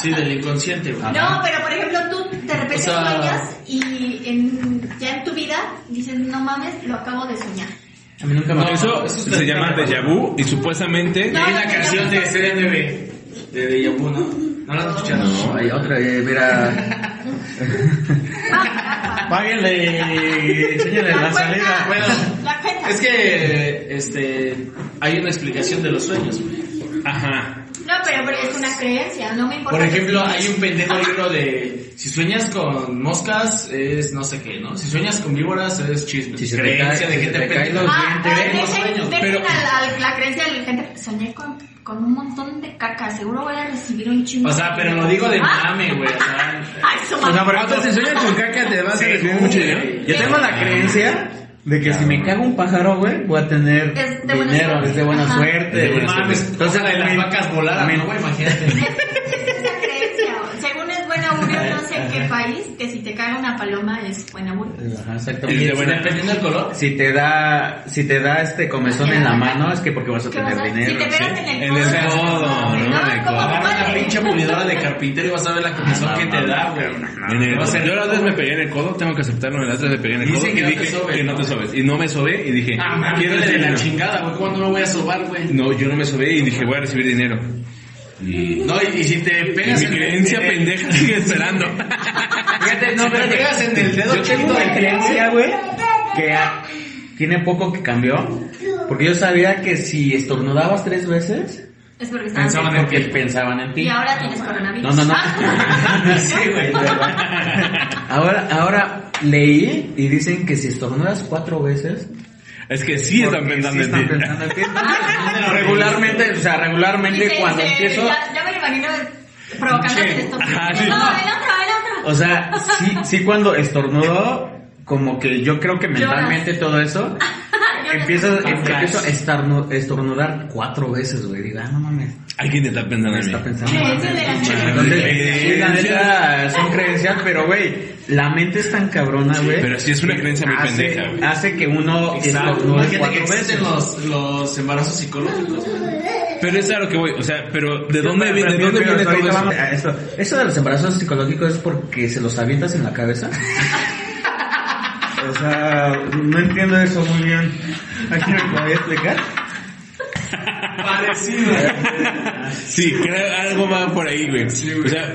C: Sí, del inconsciente, güey.
B: No, pero por ejemplo, tú de repente
C: O sea-
B: sueñas y en, ya en tu vida dices, no mames, lo acabo de soñar.
D: A mí nunca me ha
A: Eso
D: pasado.
A: se llama déjà vu y supuestamente...
C: Y hay la canción de CDNB, de Deja Vu, ¿no? ¿No la has escuchado?
D: No, hay otra, eh, mira... Páguenle, enséñale la salida.
C: Bueno,
B: La cuenta.
C: es que este, hay una explicación de los sueños, güey.
A: Ajá.
B: No, pero, pero es una creencia, no me importa.
C: Por
B: que
C: ejemplo,
B: sea.
C: hay un pendejo libro de si sueñas con moscas es no sé qué, ¿no? Si sueñas con víboras es chisme.
D: Si se te
C: creencia
D: cae-
C: de
D: si
C: gente
D: se te caen
C: pendeja.
D: los
B: Ah,
D: dientes,
B: dejen,
C: los sueños,
B: dejen
A: pero-
B: a la, a la creencia de la gente. Soñé con, con un montón de caca, seguro voy a recibir un chingo.
C: O sea, pero lo digo de
B: Ah.
C: mame, güey. o sea,
B: Ay, su
D: O sea, por
B: madre.
D: ejemplo,
B: [LAUGHS]
D: si sueñas con caca te vas a
C: Sí,
D: recibir
C: güey.
D: mucho dinero. Yo tengo la creencia de que si me cago un pájaro, güey, voy a tener
B: Es de buena
D: dinero,
B: suerte.
D: es de buena
B: Ajá.
D: suerte.
A: Es de buena
D: güey.
C: mames, entonces de las
D: amén.
C: vacas volaran,
D: Amén.
C: ¿no, güey? Imagínate.
B: Es esa creencia. o- Según es buen augurio, no sé en qué país, que si te cae una paloma es buen augurio.
D: Ajá,
A: Es
D: exactamente.
A: de buena-
C: Dependiendo del color.
D: Si te da, si te da este comezón en la mano, es que porque vas a
B: ¿Qué vas
D: tener
B: a-
D: dinero.
B: si te pegas
D: ¿sí?
B: en
A: En
B: el
A: el
B: codo,
A: codo, ¿no? En el
B: mames, Como
A: codo.
B: madre.
C: Agarra una Ah, pinche pulidora de carpintero y vas a ver la comisión
D: Ah, no,
C: que te
D: no,
C: da,
D: no,
C: güey.
A: En el-
C: Va a ser-
A: yo la otra vez me pegué en el codo, tengo que aceptarlo, la otra vez me pegué en el codo
C: Dicen
A: y
C: que no te
A: dije
C: sobes,
A: que no
C: ¿no?
A: te sobes. Y no me sobé y dije,
C: Ah, mames,
A: quiero
C: de la
A: dinero.
C: chingada, güey. ¿Cómo no me voy a sobar, güey?
A: No, yo no me sobé y dije, voy a recibir dinero. Y,
C: No, y, y si te
A: y
C: pegas
A: mi
C: en el-
A: creencia
C: en el-
A: pendeja sigue esperando.
C: Fíjate, no,
D: Si te
C: pero pegas en el dedo
D: Yo tengo
C: chiquito
D: una
C: del triángulo.
D: creencia, güey, que a- tiene poco que cambió, porque yo sabía que si estornudabas tres veces,
B: Es porque estaba-
C: Pensaban en
D: porque
C: ti.
D: pensaban en ti.
B: Ah, Y ahora tienes coronavirus. Ah,
D: No, no, no. [LAUGHS]
C: Sí, güey.
D: Ahora, ahora leí y dicen que si estornudas cuatro veces,
A: Es que sí están
D: porque
A: pensando
D: sí
A: en ti.
D: pensando en ti. regularmente, o sea,
B: Y
D: regularmente
B: te-
D: cuando
B: te-
D: empiezo,
B: Ya, ya me lo imagino provocándote
C: Sí.
B: esto.
A: Ajá, sí.
B: No, el otro, el otro.
D: o sea, sí, sí cuando estornudo, como que yo creo que
B: Lloras.
D: mentalmente todo eso,
B: Yo no-
D: empiezo,
C: Ah,
D: em, empiezo a
C: flash.
D: estornu- estornudar cuatro veces, güey. Digo, ah, no mames,
A: Alguien está pensando en mí.
D: está pensando.
B: Creencias de la gente.
D: Entonces,
A: Creencias.
D: sí, la neta, son creencias, pero güey, la mente es tan cabrona, güey.
A: Pero sí es una creencia muy
D: hace-
A: pendeja, güey.
D: Hace que uno
C: Exacto.
D: estornude
C: Imagínate que
D: cuatro veces.
C: existen los, los embarazos psicológicos. güey.
A: Pero es a lo que voy, o sea, pero ¿de dónde,
D: Pero,
A: viene-
D: pero,
A: ¿de dónde
D: pero,
A: viene
D: pero
A: todo
D: ahorita
A: eso?
D: vamos a esto. Eso de los embarazos psicológicos es porque se los avientas en la cabeza. o sea, no entiendo eso muy bien. Aquí me lo voy a explicar.
C: Parecido. ¿eh?
A: Sí, creo algo va por ahí, güey. O sea,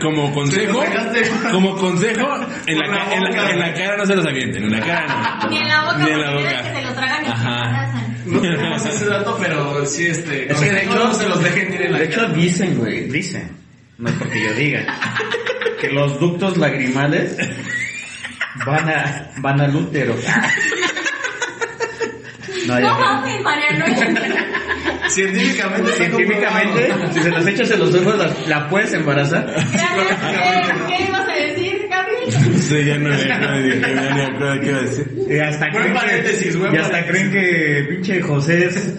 A: como consejo,
C: Sí, lo sacaste.
A: como consejo, en la,
C: Por la
A: ca- en, la,
C: boca.
A: en la cara no se los avienten, en la cara no.
B: Ni en la boca,
A: Ni en la
B: porque
A: boca.
B: es que se lo tragan y se
A: Ajá.
B: abrazan.
C: No tenemos ese dato, pero sí, este.
D: Es que de
C: no,
D: hecho-
C: no se los dejen ir en la
D: De hecho
C: cara.
D: dicen, güey, dicen. No es porque yo diga. Que los ductos lagrimales van a, van al útero. No,
B: No
D: ya.
B: mames, Mariano.
C: Científicamente, está
D: Científicamente,
C: comprobado.
D: si se las echas en los ojos, la, la puedes embarazar.
B: Gracias. ¿Qué ibas a decir, Gaby?
A: Sí, ya no me acuerdo de- ya no me acuerdo de qué iba a decir.
D: Y hasta
C: Buen
D: creen
C: paréntesis,
D: que,
C: buen
D: y hasta creen
C: paréntesis.
D: que pinche José es-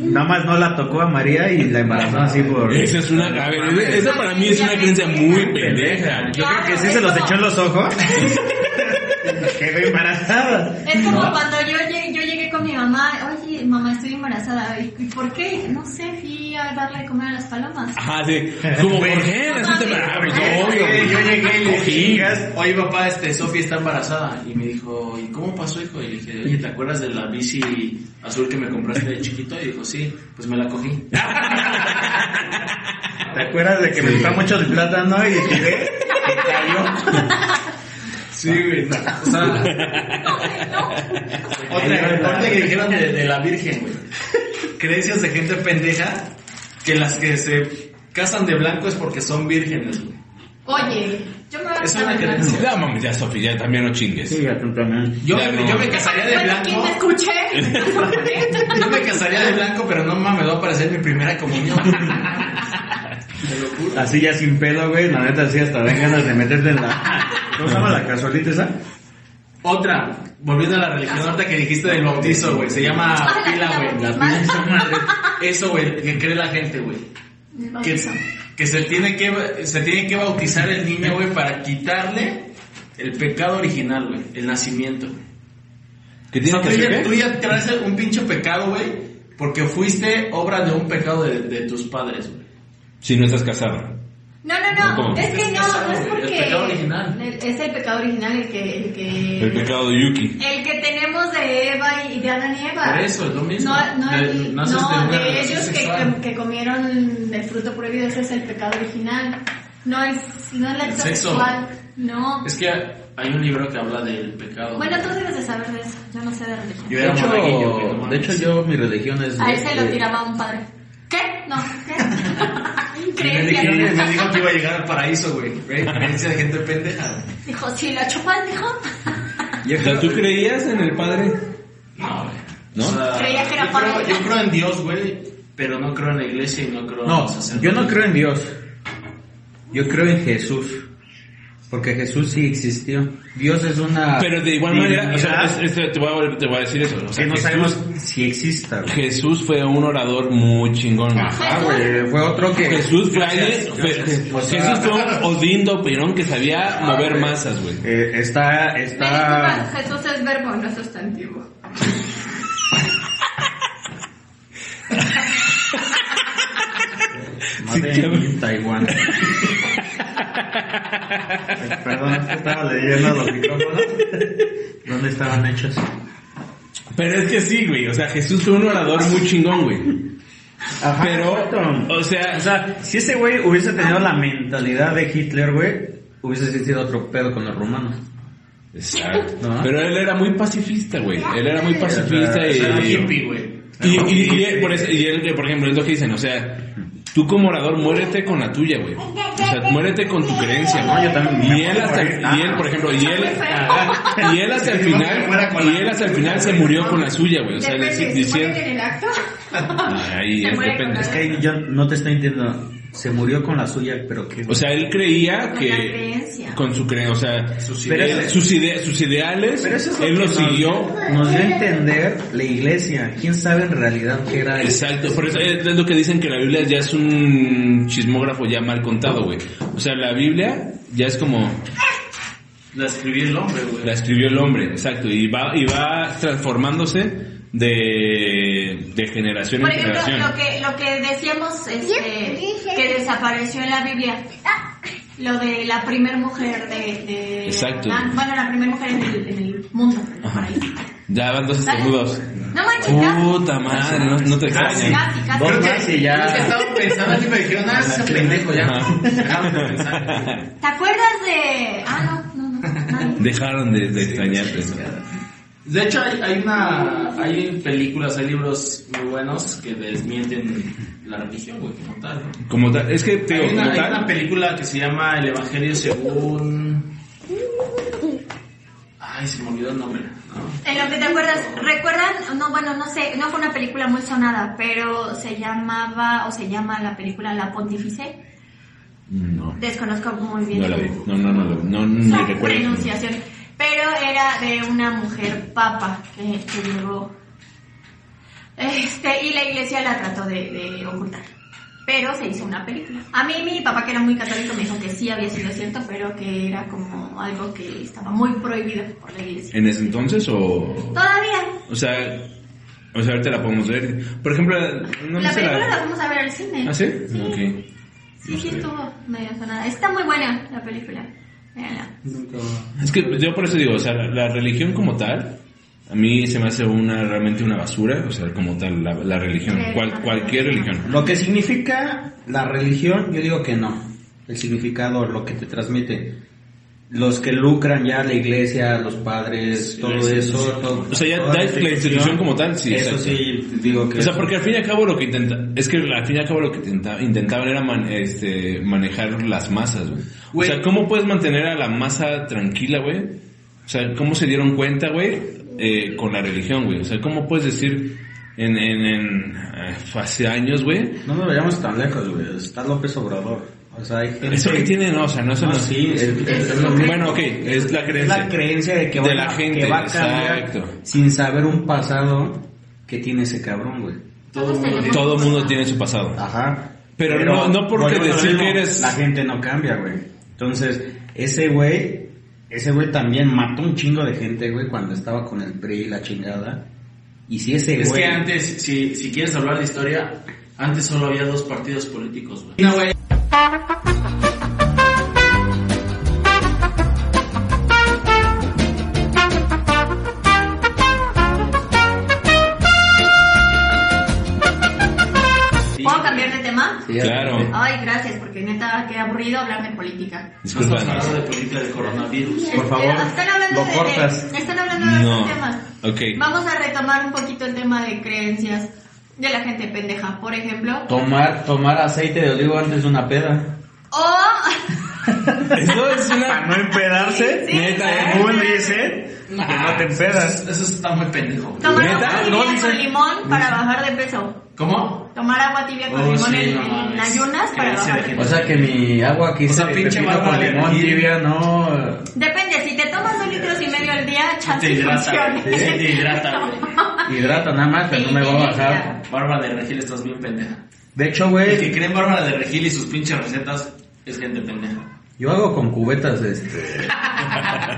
D: nada más no la tocó a María y la embarazó así por...
A: Esa es una, a ver, esa para mí es una creencia muy pendeja.
D: Yo creo que sí se los echó en los [LAUGHS] ojos. Quedó embarazada.
B: Es como
D: No.
B: cuando yo llegué, yo llegué con mi mamá, oye, mamá, estoy embarazada. embarazada. ¿Y y por qué? No sé, fui a darle de comer a las palomas.
A: Ajá, sí. Como por qué? Así te ah, pues, obvio.
C: Eh, Yo llegué y le
A: Cogí.
C: dije, oye papá, este, Sofía está embarazada. Y me dijo, ¿y cómo pasó, hijo? Y le dije, oye, ¿te acuerdas de la bici azul que me compraste de chiquito? Y dijo, sí, pues me la [LAUGHS] cogí.
D: ¿Te acuerdas de que me gusta mucho el plátano y le tiré?
C: Sí, güey. O [LAUGHS] sea, otra parte que dijeron de, de la Virgen, güey. Creencias de gente pendeja que las que se casan de blanco es porque son vírgenes, güey.
B: Oye, yo me voy a
C: Es una
B: casar de blanco.
C: creencia.
A: [LAUGHS] Ya, mami, ya, Sofi, ya también no chingues.
D: Sí, ya tú también.
C: Yo,
A: Ya, no.
C: yo me casaría de
B: Bueno, ¿quién te
C: blanco.
B: [LAUGHS] escuché?
C: Yo me casaría de blanco, pero no mames, va a aparecer mi primera comunión. Te lo juro.
D: Así ya sin pedo, güey. La neta, así hasta dan ganas de meterte en la... ¿Cómo se llama la casualita esa?
C: Otra, volviendo a la religión ahorita que dijiste del bautizo, güey. Se llama
B: Ah, la
C: pila,
B: pila
C: güey. La
B: bautismal.
C: pila, madre. Eso, güey, que cree la gente, güey.
B: No,
C: Que,
B: eso.
C: que se tiene que se tiene que bautizar el niño, güey, para quitarle el pecado original, güey, el nacimiento.
A: ¿Qué tiene
C: O
A: que
C: sea, tú,
A: hacer?
C: ya, tú
A: qué?
C: ya traes un pinche pecado, güey, porque fuiste obra de un pecado de, de tus padres, güey.
A: Si no estás casado.
B: no, no, no,
A: ¿Cómo?
B: es que no, no es porque...
C: El pecado original.
B: El- es el pecado original el que... El que,
A: El pecado de Yuki.
B: el que tenemos de Eva y de Adán y Eva.
C: Por eso, es lo mismo.
B: No, no,
C: De-
B: el-
C: naces de
B: no,
C: una
B: de,
C: relación
B: ellos que,
C: sexual.
B: que- que comieron el fruto prohibido, ese es el pecado original. No es, no es la
C: El
B: acto
C: sexo.
B: sexual. No.
C: Es que hay un libro que habla del pecado.
B: Bueno, tú debes de saber de eso. Yo no sé de religión.
C: Yo
D: De
C: era monaguillo, güey, no
D: hecho,
C: mames.
D: de hecho yo, mi religión es...
B: A él se lo
D: este,
B: tiraba un padre. ¿Qué? No,
C: [LAUGHS]
B: ¿qué?
C: Y me, dijeron- me
B: Creencia.
C: dijo que iba a llegar al paraíso, güey. Güey, Creencia de gente pendeja. güey.
B: Dijo, si la chupas, dijo.
C: Ah.
A: O sea, ¿tú creías en el padre?
C: No, güey.
A: ¿No?
B: Creía que era
C: yo creo-
B: padre.
C: Yo creo en Dios, güey, pero no creo en la iglesia y no creo en
D: No,
C: los sacerdotes.
D: yo no creo en Dios. Yo creo en Jesús. Porque Jesús sí existió. Dios es una.
A: Pero de igual manera, o sea,
D: divinidad
A: es- es- te, voy a, vol- te voy a decir eso. O sea,
D: que no
A: Jesús-
D: sabemos si exista. güey.
A: Jesús fue un orador muy chingón.
D: Ah, güey, fue otro que.
A: Jesús pues, fue alguien, fue-
D: O sea-
A: Jesús fue un odindo pirón que sabía mover
D: güey.
A: masas, Ah, güey.
D: eh, está.
B: Disculpa,
D: está
B: Jesús es verbo, no es sustantivo.
D: Madre
A: Sí, cabrón.
D: en [LAUGHS] Taiwán. Ay, Perdón, es que estaba leyendo los micrófonos. ¿Dónde estaban hechos?
A: Pero es que sí, güey. O sea, Jesús fue un orador muy chingón, güey.
D: Ajá,
A: Pero,
D: exacto.
A: o sea,
D: O sea, si ese güey hubiese tenido la mentalidad de Hitler, güey, hubiese existido otro pedo con los rumanos.
A: Exacto.
D: Ajá.
A: Pero él era muy pacifista, güey. Él era muy pacifista
D: O
A: y...
D: sea,
C: Era un
A: y-
C: hippie, güey.
A: Y, y- y- y- por eso- y él, por ejemplo, es lo que dicen, o sea, tú como orador muérete con la tuya, güey. O sea, muérete con tu creencia, güey.
D: No, yo también.
A: Y él hasta, y él, por ejemplo, y él, y él
D: [LAUGHS]
A: hasta el final, y él hasta el final se murió con la suya, güey. O sea, dic-
B: Depende, ¿se mueren
A: diciendo,
B: en el acto?
A: Ay,
B: Se
A: es
B: muere
A: depende.
B: con la-
D: Es que yo no te estoy entendiendo. Se murió con la suya, pero qué.
A: o sea, él creía
B: Con la
A: que,
B: creencia.
A: con su creencia, o sea, sus,
D: Pero
A: ide-
D: eso-
A: sus ide- sus ideales,
D: Pero eso es lo
A: él
D: que
A: los
D: nos-
A: siguió.
D: Nos dio a entender la iglesia. ¿Quién sabe en realidad qué era eso?
A: Exacto, por eso eh, es es lo que dicen que la Biblia ya es un chismógrafo ya mal contado, güey. O sea, la Biblia ya es como
C: La escribió el hombre, güey.
A: la escribió el hombre, exacto, y va y va transformándose de, de generación
B: Por
A: en
B: ejemplo,
A: generación.
B: lo que, lo que decíamos este, que desapareció en la Biblia, lo de la primer mujer de... de-
A: Exacto.
B: Ah, bueno, la primer mujer en el, en el mundo. por
A: Ajá.
B: ahí.
A: Ya van dos
B: ¿Sale?
A: estornudos.
B: No manches, casi,
A: Puta madre, no, no te
B: casi,
A: extrañas.
B: casi, casi.
D: Dos más y
C: Es que
D: ya.
C: estaba pensando así,
A: [LAUGHS]
C: me dijeron, ah, ese pendejo ya.
A: Ajá.
C: Dejamos de pensar.
B: ¿Te acuerdas de...? Ah, no, no, no. no.
A: Dejaron de, de extrañarte.
C: De hecho, hay, hay una, hay películas, hay libros muy buenos que desmienten la religión, güey, como tal, ¿no?
A: Como tal, es que te digo,
C: Hay una,
A: como
C: hay una
A: tal,
C: película que se llama El Evangelio según... Ay, se me olvidó el nombre. ¿no?
B: En lo que te acuerdas, ¿recuerdan? No, bueno, no sé, no fue una película muy sonada, pero se llamaba, o se llama la película La Pontífice.
A: no,
B: Desconozco muy bien
A: no la vi.
B: su-
A: No, no, no, no, no, ni
B: Son
A: recuerdo.
B: pronunciación. Pero era de una mujer papa que, que llegó. Este, y la iglesia la trató de, de ocultar. Pero se hizo una película. A mí mi papá, que era muy católico, me dijo que sí había sido cierto, pero que era como algo que estaba muy prohibido por la iglesia.
A: ¿En ese entonces o
B: Todavía.
A: O sea, O sea, ahorita la podemos ver. Por ejemplo, no
B: la
A: sé
B: película la... vamos a ver al cine.
A: ¿Ah, sí?
B: Sí,
A: Ok.
B: sí,
A: No
B: sí
A: sabía.
B: estuvo medio sonada. Está muy buena la película. Véanla.
A: Es que yo por eso digo, o sea, la, la religión como tal, a mí se me hace una realmente una basura, o sea, como tal, la, la religión,
B: Sí,
A: cual-
B: ajá.
A: cualquier religión.
D: Lo que significa la religión, yo digo que no. El significado, lo que te transmite. Los que lucran ya la iglesia, los padres,
C: Sí,
D: todo
C: la
D: eso.
C: institución.
D: todo-
A: O sea, ya
D: toda
A: da- la institución como tal, sí,
D: Eso
A: exacto.
D: sí, digo que.
A: O sea, porque al fin y al cabo lo que intenta, es que al fin y al cabo lo que intenta- intentaban era man- este, manejar las masas, güey. O
C: Güey.
A: sea, ¿cómo puedes mantener a la masa tranquila, güey? O sea, ¿cómo se dieron cuenta, güey? eh, con la religión, güey. O sea, ¿cómo puedes decir en, en, en eh, hace años, güey?
D: No nos vayamos tan lejos, güey. Está López Obrador. O sea, hay gente.
A: Eso que tiene, no, o sea, no, eso
D: No,
A: no,
D: sí, es- es- es lo que-
A: Bueno, ok, es la creencia.
D: Es la creencia de que,
A: De
D: va-
A: la gente,
D: que va a cambiar
A: exacto.
D: sin saber un pasado que tiene ese cabrón, güey.
C: Todo
B: Todos
C: mundo
B: tenemos-
A: Todo mundo tiene su pasado.
D: Ajá.
A: Pero no- no porque
D: volvemos a lo
A: decir
D: mismo,
A: que eres-
D: La gente no cambia, güey. Entonces, ese güey, ese güey también mató un chingo de gente, güey, cuando estaba con el PRI y la chingada. Y si ese
C: Es
D: güey...
C: que antes, si, si quieres hablar de historia, antes solo había dos partidos políticos, güey. No, güey.
B: ¿Puedo cambiar de tema?
D: Sí,
A: Claro.
B: Ay, gracias, porque neta, qué aburrido hablar de política.
C: No estamos
A: Disculpa.
C: hablando de política de coronavirus.
D: Por
B: Es que
D: favor,
B: están hablando
D: lo
B: de-
D: cortas.
B: de, están hablando de
A: No.
B: otros temas.
A: Ok.
B: Vamos a retomar un poquito el tema de creencias de la gente pendeja, por ejemplo.
D: Tomar, tomar aceite de oliva antes de una peda.
B: O... [LAUGHS]
A: Eso es
E: Para no
A: una...
E: empedarse,
B: Sí,
E: neta,
B: sí.
E: Google dice que no te empedas.
C: Ah, Eso está muy pendejo. güey.
B: Tomar
A: ¿Neta?
B: agua
A: No,
B: tibia
A: dice-
B: con limón para bajar de peso.
C: ¿Cómo?
B: Tomar agua tibia con
C: Oh,
B: limón
C: sí,
B: en,
C: no
B: en
C: mames.
B: ayunas para
C: Sí, sí,
B: bajar
C: la
B: de
C: gente-
D: O
B: peso.
D: sea que mi agua aquí
C: O sea,
D: se
C: pinche
D: pepino
C: barba
D: con
C: de
D: limón
C: aquí.
D: tibia, no...
B: Depende, si te tomas dos litros y medio al día, chance
C: Te hidrata,
B: funcione.
C: güey. Sí, te hidrata, güey.
D: Hidrata nada más, pero no me va a bajar.
C: Bárbara de Regil, estás bien pendeja.
D: De hecho,
C: El
D: güey,
C: que creen Bárbara de Regil y sus pinches recetas es gente pendeja.
D: yo hago con cubetas de este...
C: [LAUGHS]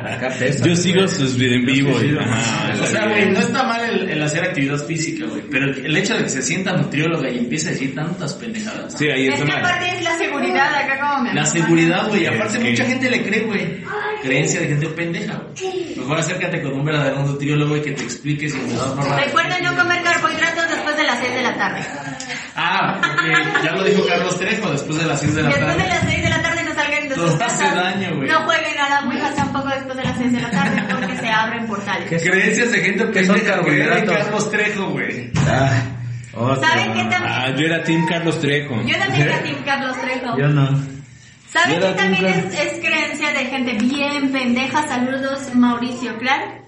D: Acá pesa.
A: Yo sigo sus videos en vivo. y- Ajá,
C: o sea, güey, no está mal el, el hacer actividad física, güey. Pero el hecho de que se sienta nutrióloga y empiece a decir tantas pendejadas.
A: Sí, ahí
B: [LAUGHS] Es
A: está
B: que
A: mal.
B: aparte es la seguridad acá como me
C: La
B: acompaña.
C: seguridad, güey. Aparte,
A: Es que-
C: mucha gente le cree, güey. Creencia de gente pendeja, güey. Mejor acércate con un verdadero nutriólogo y que te explique si te das Bárbara de
B: Recuerden
C: Regil.
B: no comer carbohidratos después de las 6 de la tarde.
C: Ah, porque ya lo dijo Carlos Trejo después de las 6 de la
B: Después de
C: tarde.
B: las 6 de la tarde no salgan de
C: Nos
B: sus
C: hace
B: casas.
C: daño, güey.
B: no jueguen a la Ouija tampoco después de las 6 de la tarde porque se abren portales.
C: Creencias de gente
D: ¿Qué son
C: pendeja. creen en
D: carbohidratos?
C: Carlos Trejo, güey.
D: Ah, otra.
B: ¿Saben qué también?
A: Ah, yo era Team Carlos Trejo.
B: Yo también era Team Carlos Trejo.
D: Yo no.
B: ¿Saben
D: Yo era
B: qué también
D: Team
B: es, es creencia de gente bien pendeja? Saludos, Mauricio Clark.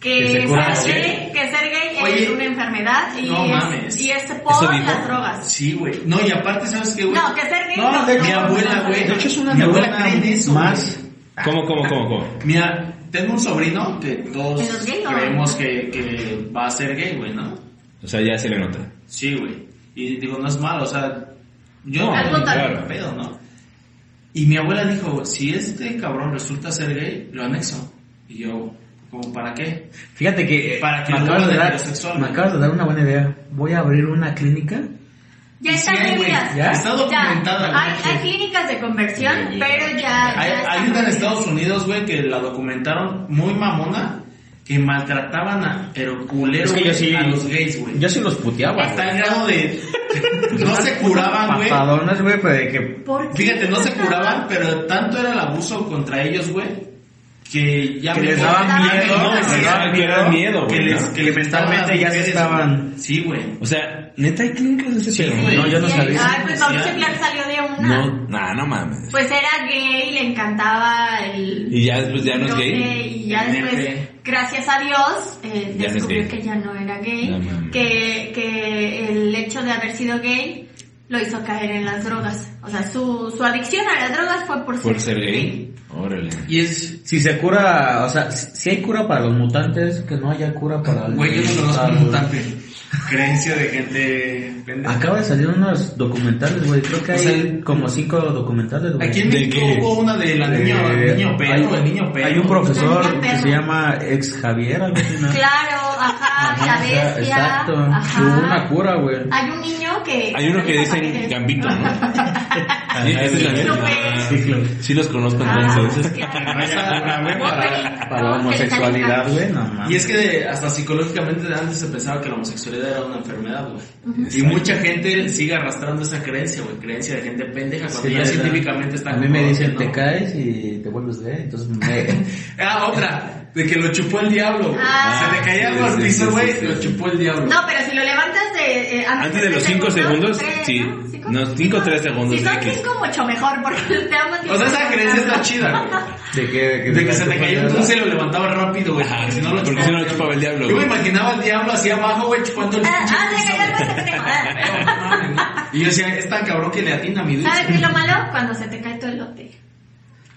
D: Que
B: Que,
D: se cura,
B: ser
C: ¿sí?
B: gay, que ser gay es
C: Oye,
B: una enfermedad y,
C: no
B: es,
C: mames.
B: y es por
A: ¿Eso dijo?
B: las drogas.
C: Sí, güey. No, y aparte, ¿sabes qué, güey?
B: No, que ser gay
D: No, de hecho-
C: Mi abuela, güey.
D: De hecho, es una
C: Mi abuela
D: neurona
C: cree en eso.
D: más.
A: ¿Cómo, cómo, cómo, cómo?
C: Mira, tengo un sobrino que todos
B: ¿Es gay o no?
C: creemos que, que va a ser gay, güey, ¿no?
A: O sea, ya se le nota.
C: Sí, güey. Y digo, no es malo, o sea, yo
A: No,
C: no, tengo
A: claro.
C: ningún pedo, ¿no? Y mi abuela dijo, si este cabrón resulta ser gay, lo anexo. Y yo, ¿como para qué?
D: Fíjate que, eh,
C: Para que
D: me,
C: no
D: acabas de
C: vuelva
D: dar,
C: heterosexual.
D: me acabas de dar una buena idea. Voy a abrir una clínica.
B: Ya están
C: Sí, güey,
B: prohibidas.
D: ya
C: está documentada,
B: Ya. Hay,
C: güey.
B: hay clínicas de conversión,
A: Sí.
B: pero ya.
C: Hay,
B: ya
C: hay
B: están
C: una en
B: prohibidas.
C: Estados Unidos, güey, que la documentaron muy mamona, que maltrataban a, pero culero,
D: Es que yo
C: güey,
D: sí-
C: a los gays, güey.
D: Yo sí los puteaba.
C: Hasta el grado de... no se curaban, Ah, güey.
D: Papadonas, güey, pero de que...
B: ¿Por qué?
C: Fíjate, no se curaban, pero tanto era el abuso contra ellos, güey, que ya
D: Que
C: me
D: les
B: daban miedo,
C: no,
B: les
C: sí,
A: daban
C: que
A: miedo,
C: miedo,
A: güey,
C: que les-
A: ¿no?
C: que les
D: mentalmente
C: daban las
D: ya se
C: mujeres,
D: estaban-
C: güey. Sí, güey.
A: O sea, neta hay clínicas de ese
C: Sí,
A: pedo?
C: güey.
D: No, yo no
B: Sí,
D: sabía.
B: Ay, pues Mauricio Clark salió de una.
A: No, nah, no mames.
B: Pues era gay, le encantaba el.
A: Y ya después ya no es
B: sé,
A: gay.
B: Y ya
C: El
B: después,
C: nepe.
B: gracias a Dios, eh,
A: Ya no es
B: descubrió
A: gay.
B: que ya no era gay,
A: No mames.
B: que, que el hecho de haber sido gay lo hizo caer en las drogas. O sea, su, su adicción a las drogas fue por,
A: Por ser gay. Órale.
C: Y es...
D: Si se cura, o sea, si si hay cura para los mutantes, que no haya cura para... el-
C: Güey, yo no conozco
D: para
C: un
D: los-
C: mutante. Creencia de gente... pendeja.
D: Acaba de salir unos documentales, güey. Creo que
C: O
D: hay
C: sea,
D: como cinco documentales, güey.
C: Aquí en
A: ¿De
C: México
A: qué?
C: hubo una de la niña,
D: Eh,
C: el niño perro,
D: hay,
C: el niño perro.
D: hay un
B: El
D: profesor
B: niño
D: que
B: perro.
D: se llama ex Javier, algo así, ¿no?
B: Claro, ajá, la bestia.
D: Exacto.
B: Ajá.
D: Hubo una cura, güey.
B: Hay un niño que.
A: Hay uno que
B: regresa
A: dicen
B: paquetes.
A: Gambito, [LAUGHS] ¿no? Sí,
E: Ajá,
A: ese es
E: sí,
A: Gambito.
B: sí,
A: Ah,
B: sí,
E: claro.
A: Sí los conozco
B: Ah,
A: entonces. [LAUGHS]
B: qué
C: Para-
B: raro.
D: Para la homosexualidad, güey, no
C: Y
D: mames.
C: es que de- hasta psicológicamente de antes se pensaba que la homosexualidad era una enfermedad, güey. Y mucha gente sigue arrastrando esa creencia, güey. Creencia de gente pendeja, cuando
D: Sí, la
C: ya
D: verdad.
C: científicamente está
D: A mí me dicen,
C: comprobado
D: te
C: que
D: caes y te vuelves gay, entonces me...
C: no. [LAUGHS] Ah, otra. De que lo chupó el diablo, güey.
B: Ah.
C: se le caía algo
A: Sí,
C: al
A: sí,
C: piso,
A: sí,
C: güey.
A: sí, sí.
C: Lo chupó el diablo.
B: No, pero si lo levantas de. eh,
A: Antes de los cinco segundos,
B: tres,
A: sí.
B: ¿Cinco?
A: No, cinco, tres segundos,
B: Si
A: sí,
B: son
A: que-
B: 5, mucho mejor, porque [LAUGHS] te amas
C: O sea, esa creencia está chida, güey.
D: ¿De qué? ¿De qué?
C: De que se me cayó,
D: un
C: entonces lo levantaba rápido, güey.
A: Ajá,
C: porque si no lo
A: porque Ah, si no lo chupaba el diablo,
C: Yo me
A: güey.
C: imaginaba al diablo así abajo, güey, chupando el
B: Ah,
C: pinche [LAUGHS]
B: ah,
C: piso,
B: se cayó algo, se te cayó.
C: güey.
B: Ah.
C: No mames, ¿no? Y yo decía, es tan cabrón que le atina a
B: [LAUGHS]
C: mi dulce.
B: ¿Sabes qué es lo malo? Cuando se te cae tu elote.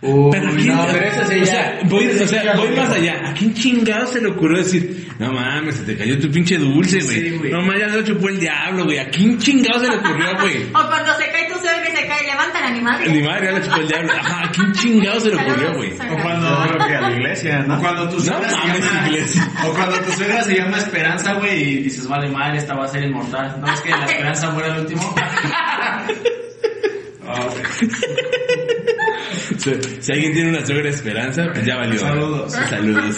A: Pero ¿a quién-
D: no, pero eso sí
A: o
D: ya-
A: sea, voy,
D: eso
A: o
D: sí
A: sea,
D: ya lo
A: voy
D: digo.
A: más allá. ¿A quién chingado se le ocurrió decir, no mames, se te cayó tu pinche dulce,
C: Sí,
A: güey?
C: güey.
A: no mames, ya lo chupó el diablo, güey. ¿A quién chingado se le ocurrió, güey?
B: O cuando se cae tu cebo que se cae, levantan animales.
A: Ni madre, ya lo chupó el diablo. Ajá, ¿a quién chingado se le ocurrió, güey?
E: O cuando creo que a la iglesia,
C: O
E: ¿no?
C: cuando tu suegra
A: No
C: se
A: mames,
C: llama
A: iglesia.
C: O cuando tu suegra se llama Esperanza, güey, y dices, vale madre, esta va a ser inmortal. No es que la esperanza muera al último. Ah, güey.
A: [LAUGHS] Si, si alguien tiene una suegra esperanza, pues ya valió.
C: Saludos.
A: Saludos.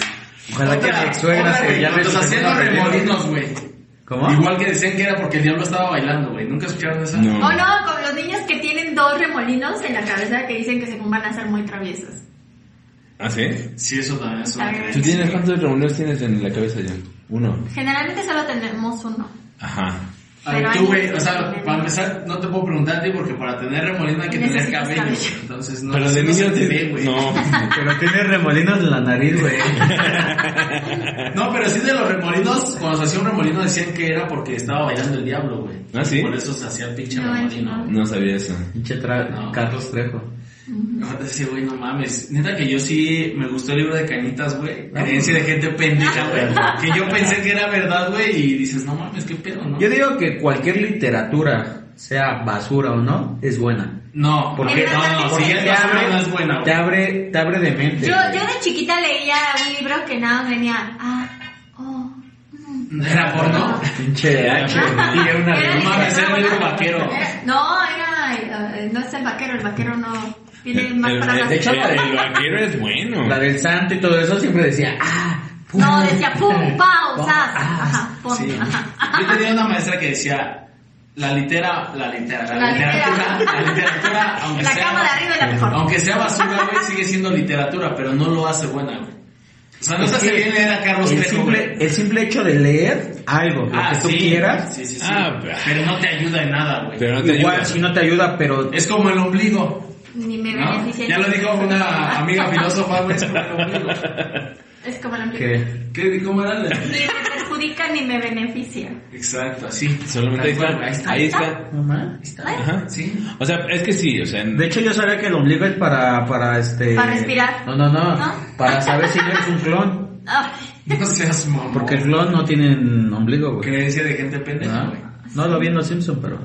D: Ojalá que
C: Otra,
D: mi suegra
C: otra,
D: se
C: güey,
D: llame...
C: Cuando
D: su
C: se hacían los
D: segunda apellido.
C: remolinos, güey.
D: ¿Cómo?
C: Igual que decían que era porque el diablo estaba bailando, güey. ¿Nunca escucharon eso?
A: No.
B: O no, con los niños que tienen dos remolinos en la cabeza que dicen que se van a ser muy traviesos.
A: ¿Ah, sí?
C: Sí, eso también es
B: A
C: una
B: ver.
A: ¿Tú
C: creencia.
A: tienes cuántos reuniones tienes en la cabeza ya? Uno.
B: Generalmente solo tenemos uno.
A: Ajá.
C: A ver,
B: Pero
C: tú,
B: hay
C: güey,
B: niños
C: o sea,
B: que
C: para
B: tienen-
C: empezar, no te puedo preguntar a ti porque para tener remolino hay que tener
B: Necesitas
C: cabello.
B: cabello.
C: güey. Entonces, no,
A: Pero de
C: no se
A: niño
C: te ve,
A: te...
C: güey.
A: No. [LAUGHS]
D: Pero tiene remolinos en la nariz,
C: [LAUGHS]
D: güey.
C: No, pero sí de los remolinos, cuando se hacía un remolino decían que era porque estaba bailando el diablo, güey.
A: ¿Ah, sí?
C: Por eso se hacía el pinche
B: No,
C: remolino.
B: no.
A: No sabía eso.
D: Pinche tra-
C: No.
D: Carlos Trejo.
C: Ese güey, no mames. Neta que yo sí me gustó el libro de cañitas, güey. Creencia de gente pendeja, güey. Que yo pensé que era verdad, güey, y dices, no mames, qué pedo, ¿no?
D: Yo digo que cualquier literatura, sea basura o no, es buena.
C: No, porque
B: Es verdad
C: no,
B: que
C: no,
B: sí.
C: si ya
D: te abre,
C: no es buena,
D: te
C: güey.
D: abre, te abre de mente.
B: Yo,
D: güey.
B: yo de chiquita leía un libro que nada más venía. Ah, oh. mm.
C: Era porno.
D: Pinche H. Y era una
B: Era
D: revista.
C: mames, era un libro vaquero.
B: Era- eh, No, era. eh, no es el vaquero, el vaquero no. Tiene
A: El-
B: Eh, más
A: el-
B: palabras.
D: Eh, de hecho,
A: el, el vaquero es bueno.
D: La del santo y todo eso siempre decía, ah, pum,
B: no, decía pum,
D: [LAUGHS]
B: pau,
D: pum,
B: sas.
D: ah,
B: Ajá, pum.
C: eh, Sí.
B: Ajá.
C: Yo tenía una maestra que decía, la litera, la litera, la,
B: La
C: literatura,
B: litera.
C: la literatura, aunque
B: La
C: sea,
B: cama de arriba es la mejor.
C: aunque sea basura, güey, sigue siendo literatura, pero no lo hace buena, güey. O sea, no
D: Es
C: se hace
D: que
C: bien leer a Carlos
D: el
C: Trejo,
D: simple,
C: güey. Ah,
D: el simple hecho de leer algo, lo que tú
C: sí,
D: quieras,
C: Sí, sí, sí.
A: Ah, pero-
C: pero no te ayuda en nada, güey.
A: Pero no te
D: igual
A: ayuda.
D: si no te ayuda, pero
C: Es como el ombligo,
B: Ni me
C: ¿no?
B: beneficia.
C: Ya
B: ni-
C: lo dijo una amiga filósofa, güey, es como el ombligo.
B: [LAUGHS] Es como la
D: que
C: ¿Qué, ¿Cómo era? el-
B: Ni me perjudica ni me beneficia.
C: Exacto, así.
A: Solamente ahí
C: Tal cual,
A: está. Ahí está.
D: no mames.
A: Ajá.
C: Sí.
A: O sea, es que sí, o sea,
D: De hecho, yo sabía que el ombligo es para, para este.
B: Para respirar.
D: No, no, no.
B: ¿No?
D: Para saber si no eres un clon.
B: Ay,
C: No seas mamón.
D: Porque el Ah. clon no tiene ombligo, güey. ¿Eh?
C: creencia de gente pendeja,
D: ¿No?
C: güey.
D: No, lo vi en los Simpsons, pero.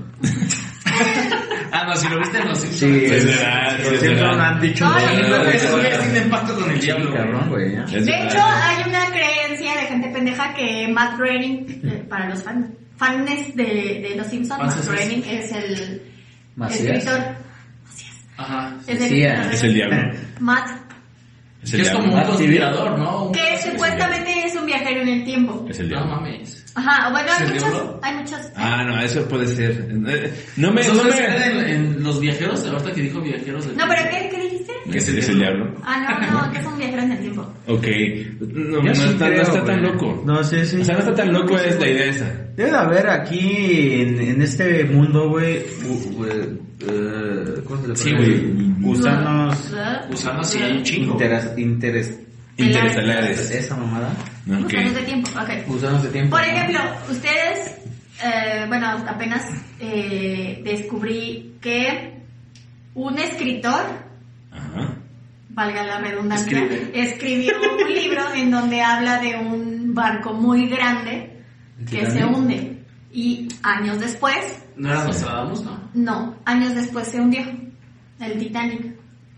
C: Ah, no, si lo viste en los Simpsons.
A: es verdad,
D: los
A: sí, es
D: Simpson
A: verdad.
D: han dicho.
B: No,
D: güey,
B: no,
D: güey,
B: no,
C: Eso
D: güey.
C: ya tiene impacto con el
D: Sí,
C: diablo.
D: cabrón,
C: güey.
D: güey. ya.
A: es
B: De
A: verdad.
B: hecho, hay una creencia de gente pendeja que Matt Groening, eh, para los fans, fans de, de Los Simpsons,
C: Fans
B: Matt
C: es-
B: Groening es el
D: Macías.
B: escritor.
C: Ajá.
B: Es el,
D: Macías.
B: escritor.
A: Es el diablo.
B: ah, Matt,
A: Es
C: Que
A: el
C: es
A: diablo.
C: como un
D: Ah, sí,
C: conspirador, ¿no?
B: que supuestamente es un viajero en el tiempo.
A: Es el
C: No
A: diablo.
C: mames.
B: Ajá, bueno, hay
C: ¿Es el
B: muchas,
C: diablo?
B: hay muchas.
A: Ah, no, eso puede ser. Eh, No me.
C: Eso
A: No me...
C: suele ser en, en los viajeros, ahorita que dijo viajeros. del
B: No, pero
C: tiempo.
B: ¿qué, qué dijiste?
A: ¿Qué es el, es el diablo?
B: Ah, no, no, que es un viajero en el tiempo.
A: Ok. No,
D: Yo
A: no
D: sí
A: está,
D: creo,
A: no está
D: güey.
A: tan loco.
D: No, sí, sí.
A: O sea, no está tan loco, es la idea esa.
D: Debe de haber aquí, en, en este mundo, güey. u- u- eh, ¿Cómo se le
C: Sí,
D: pone?
A: güey.
D: Gusanos
B: ¿Verdad?
C: Gusanos sí hay un chingo.
D: interes, interes-
A: Interestelares.
D: esa mamada.
A: Ok.
B: Gusanos de tiempo, ok.
D: Gusanos de tiempo.
B: Por ejemplo, ustedes, eh, bueno, apenas eh, descubrí que un escritor,
A: Ajá.
B: valga la redundancia,
C: Escribe.
B: escribió un libro en donde habla de un barco muy grande que se
D: Titanic.
B: hunde y años después,
C: ¿No era Nostradamus, no?
B: no, años después se hundió el Titanic.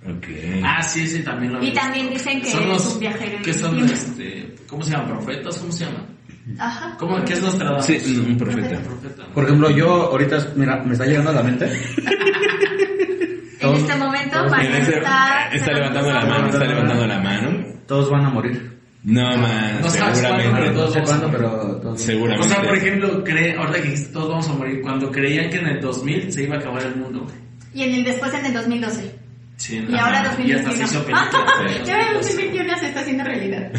A: Ok.
C: Ah, sí, sí, también lo
B: Y
C: vi.
B: también dicen que
C: Son
B: es
C: los-
B: un viajero en
C: Que
B: el
C: son,
B: tiempo.
C: este, ¿cómo se llaman? ¿Profetas? ¿Cómo se llaman?
B: Ajá.
C: ¿Cómo? ¿Qué es Nostradamus?
A: Sí, un profeta.
C: Profeta, ¿no?
D: Por ejemplo, yo ahorita, mira, me está llegando a la mente.
B: En este momento Martín
A: En ese-
B: está...
A: eh, está levantando la mano, está levantando la mano.
D: Todos van a morir.
A: No, man,
C: No sabes
A: seguramente.
C: cuándo, pero-
D: No sé cuándo, pero todos.
C: O sea, por
A: Seguramente.
C: ejemplo, cree, ahorita que dijiste, todos vamos a morir, cuando creían que en el 2000 se iba a acabar el mundo, güey.
B: Y en el después en el 2012.
C: Sí,
B: Y ahora
C: Y hasta
B: 2021.
C: se
B: [LAUGHS]
C: hizo película.
B: Ya veo, 2021 se está haciendo realidad.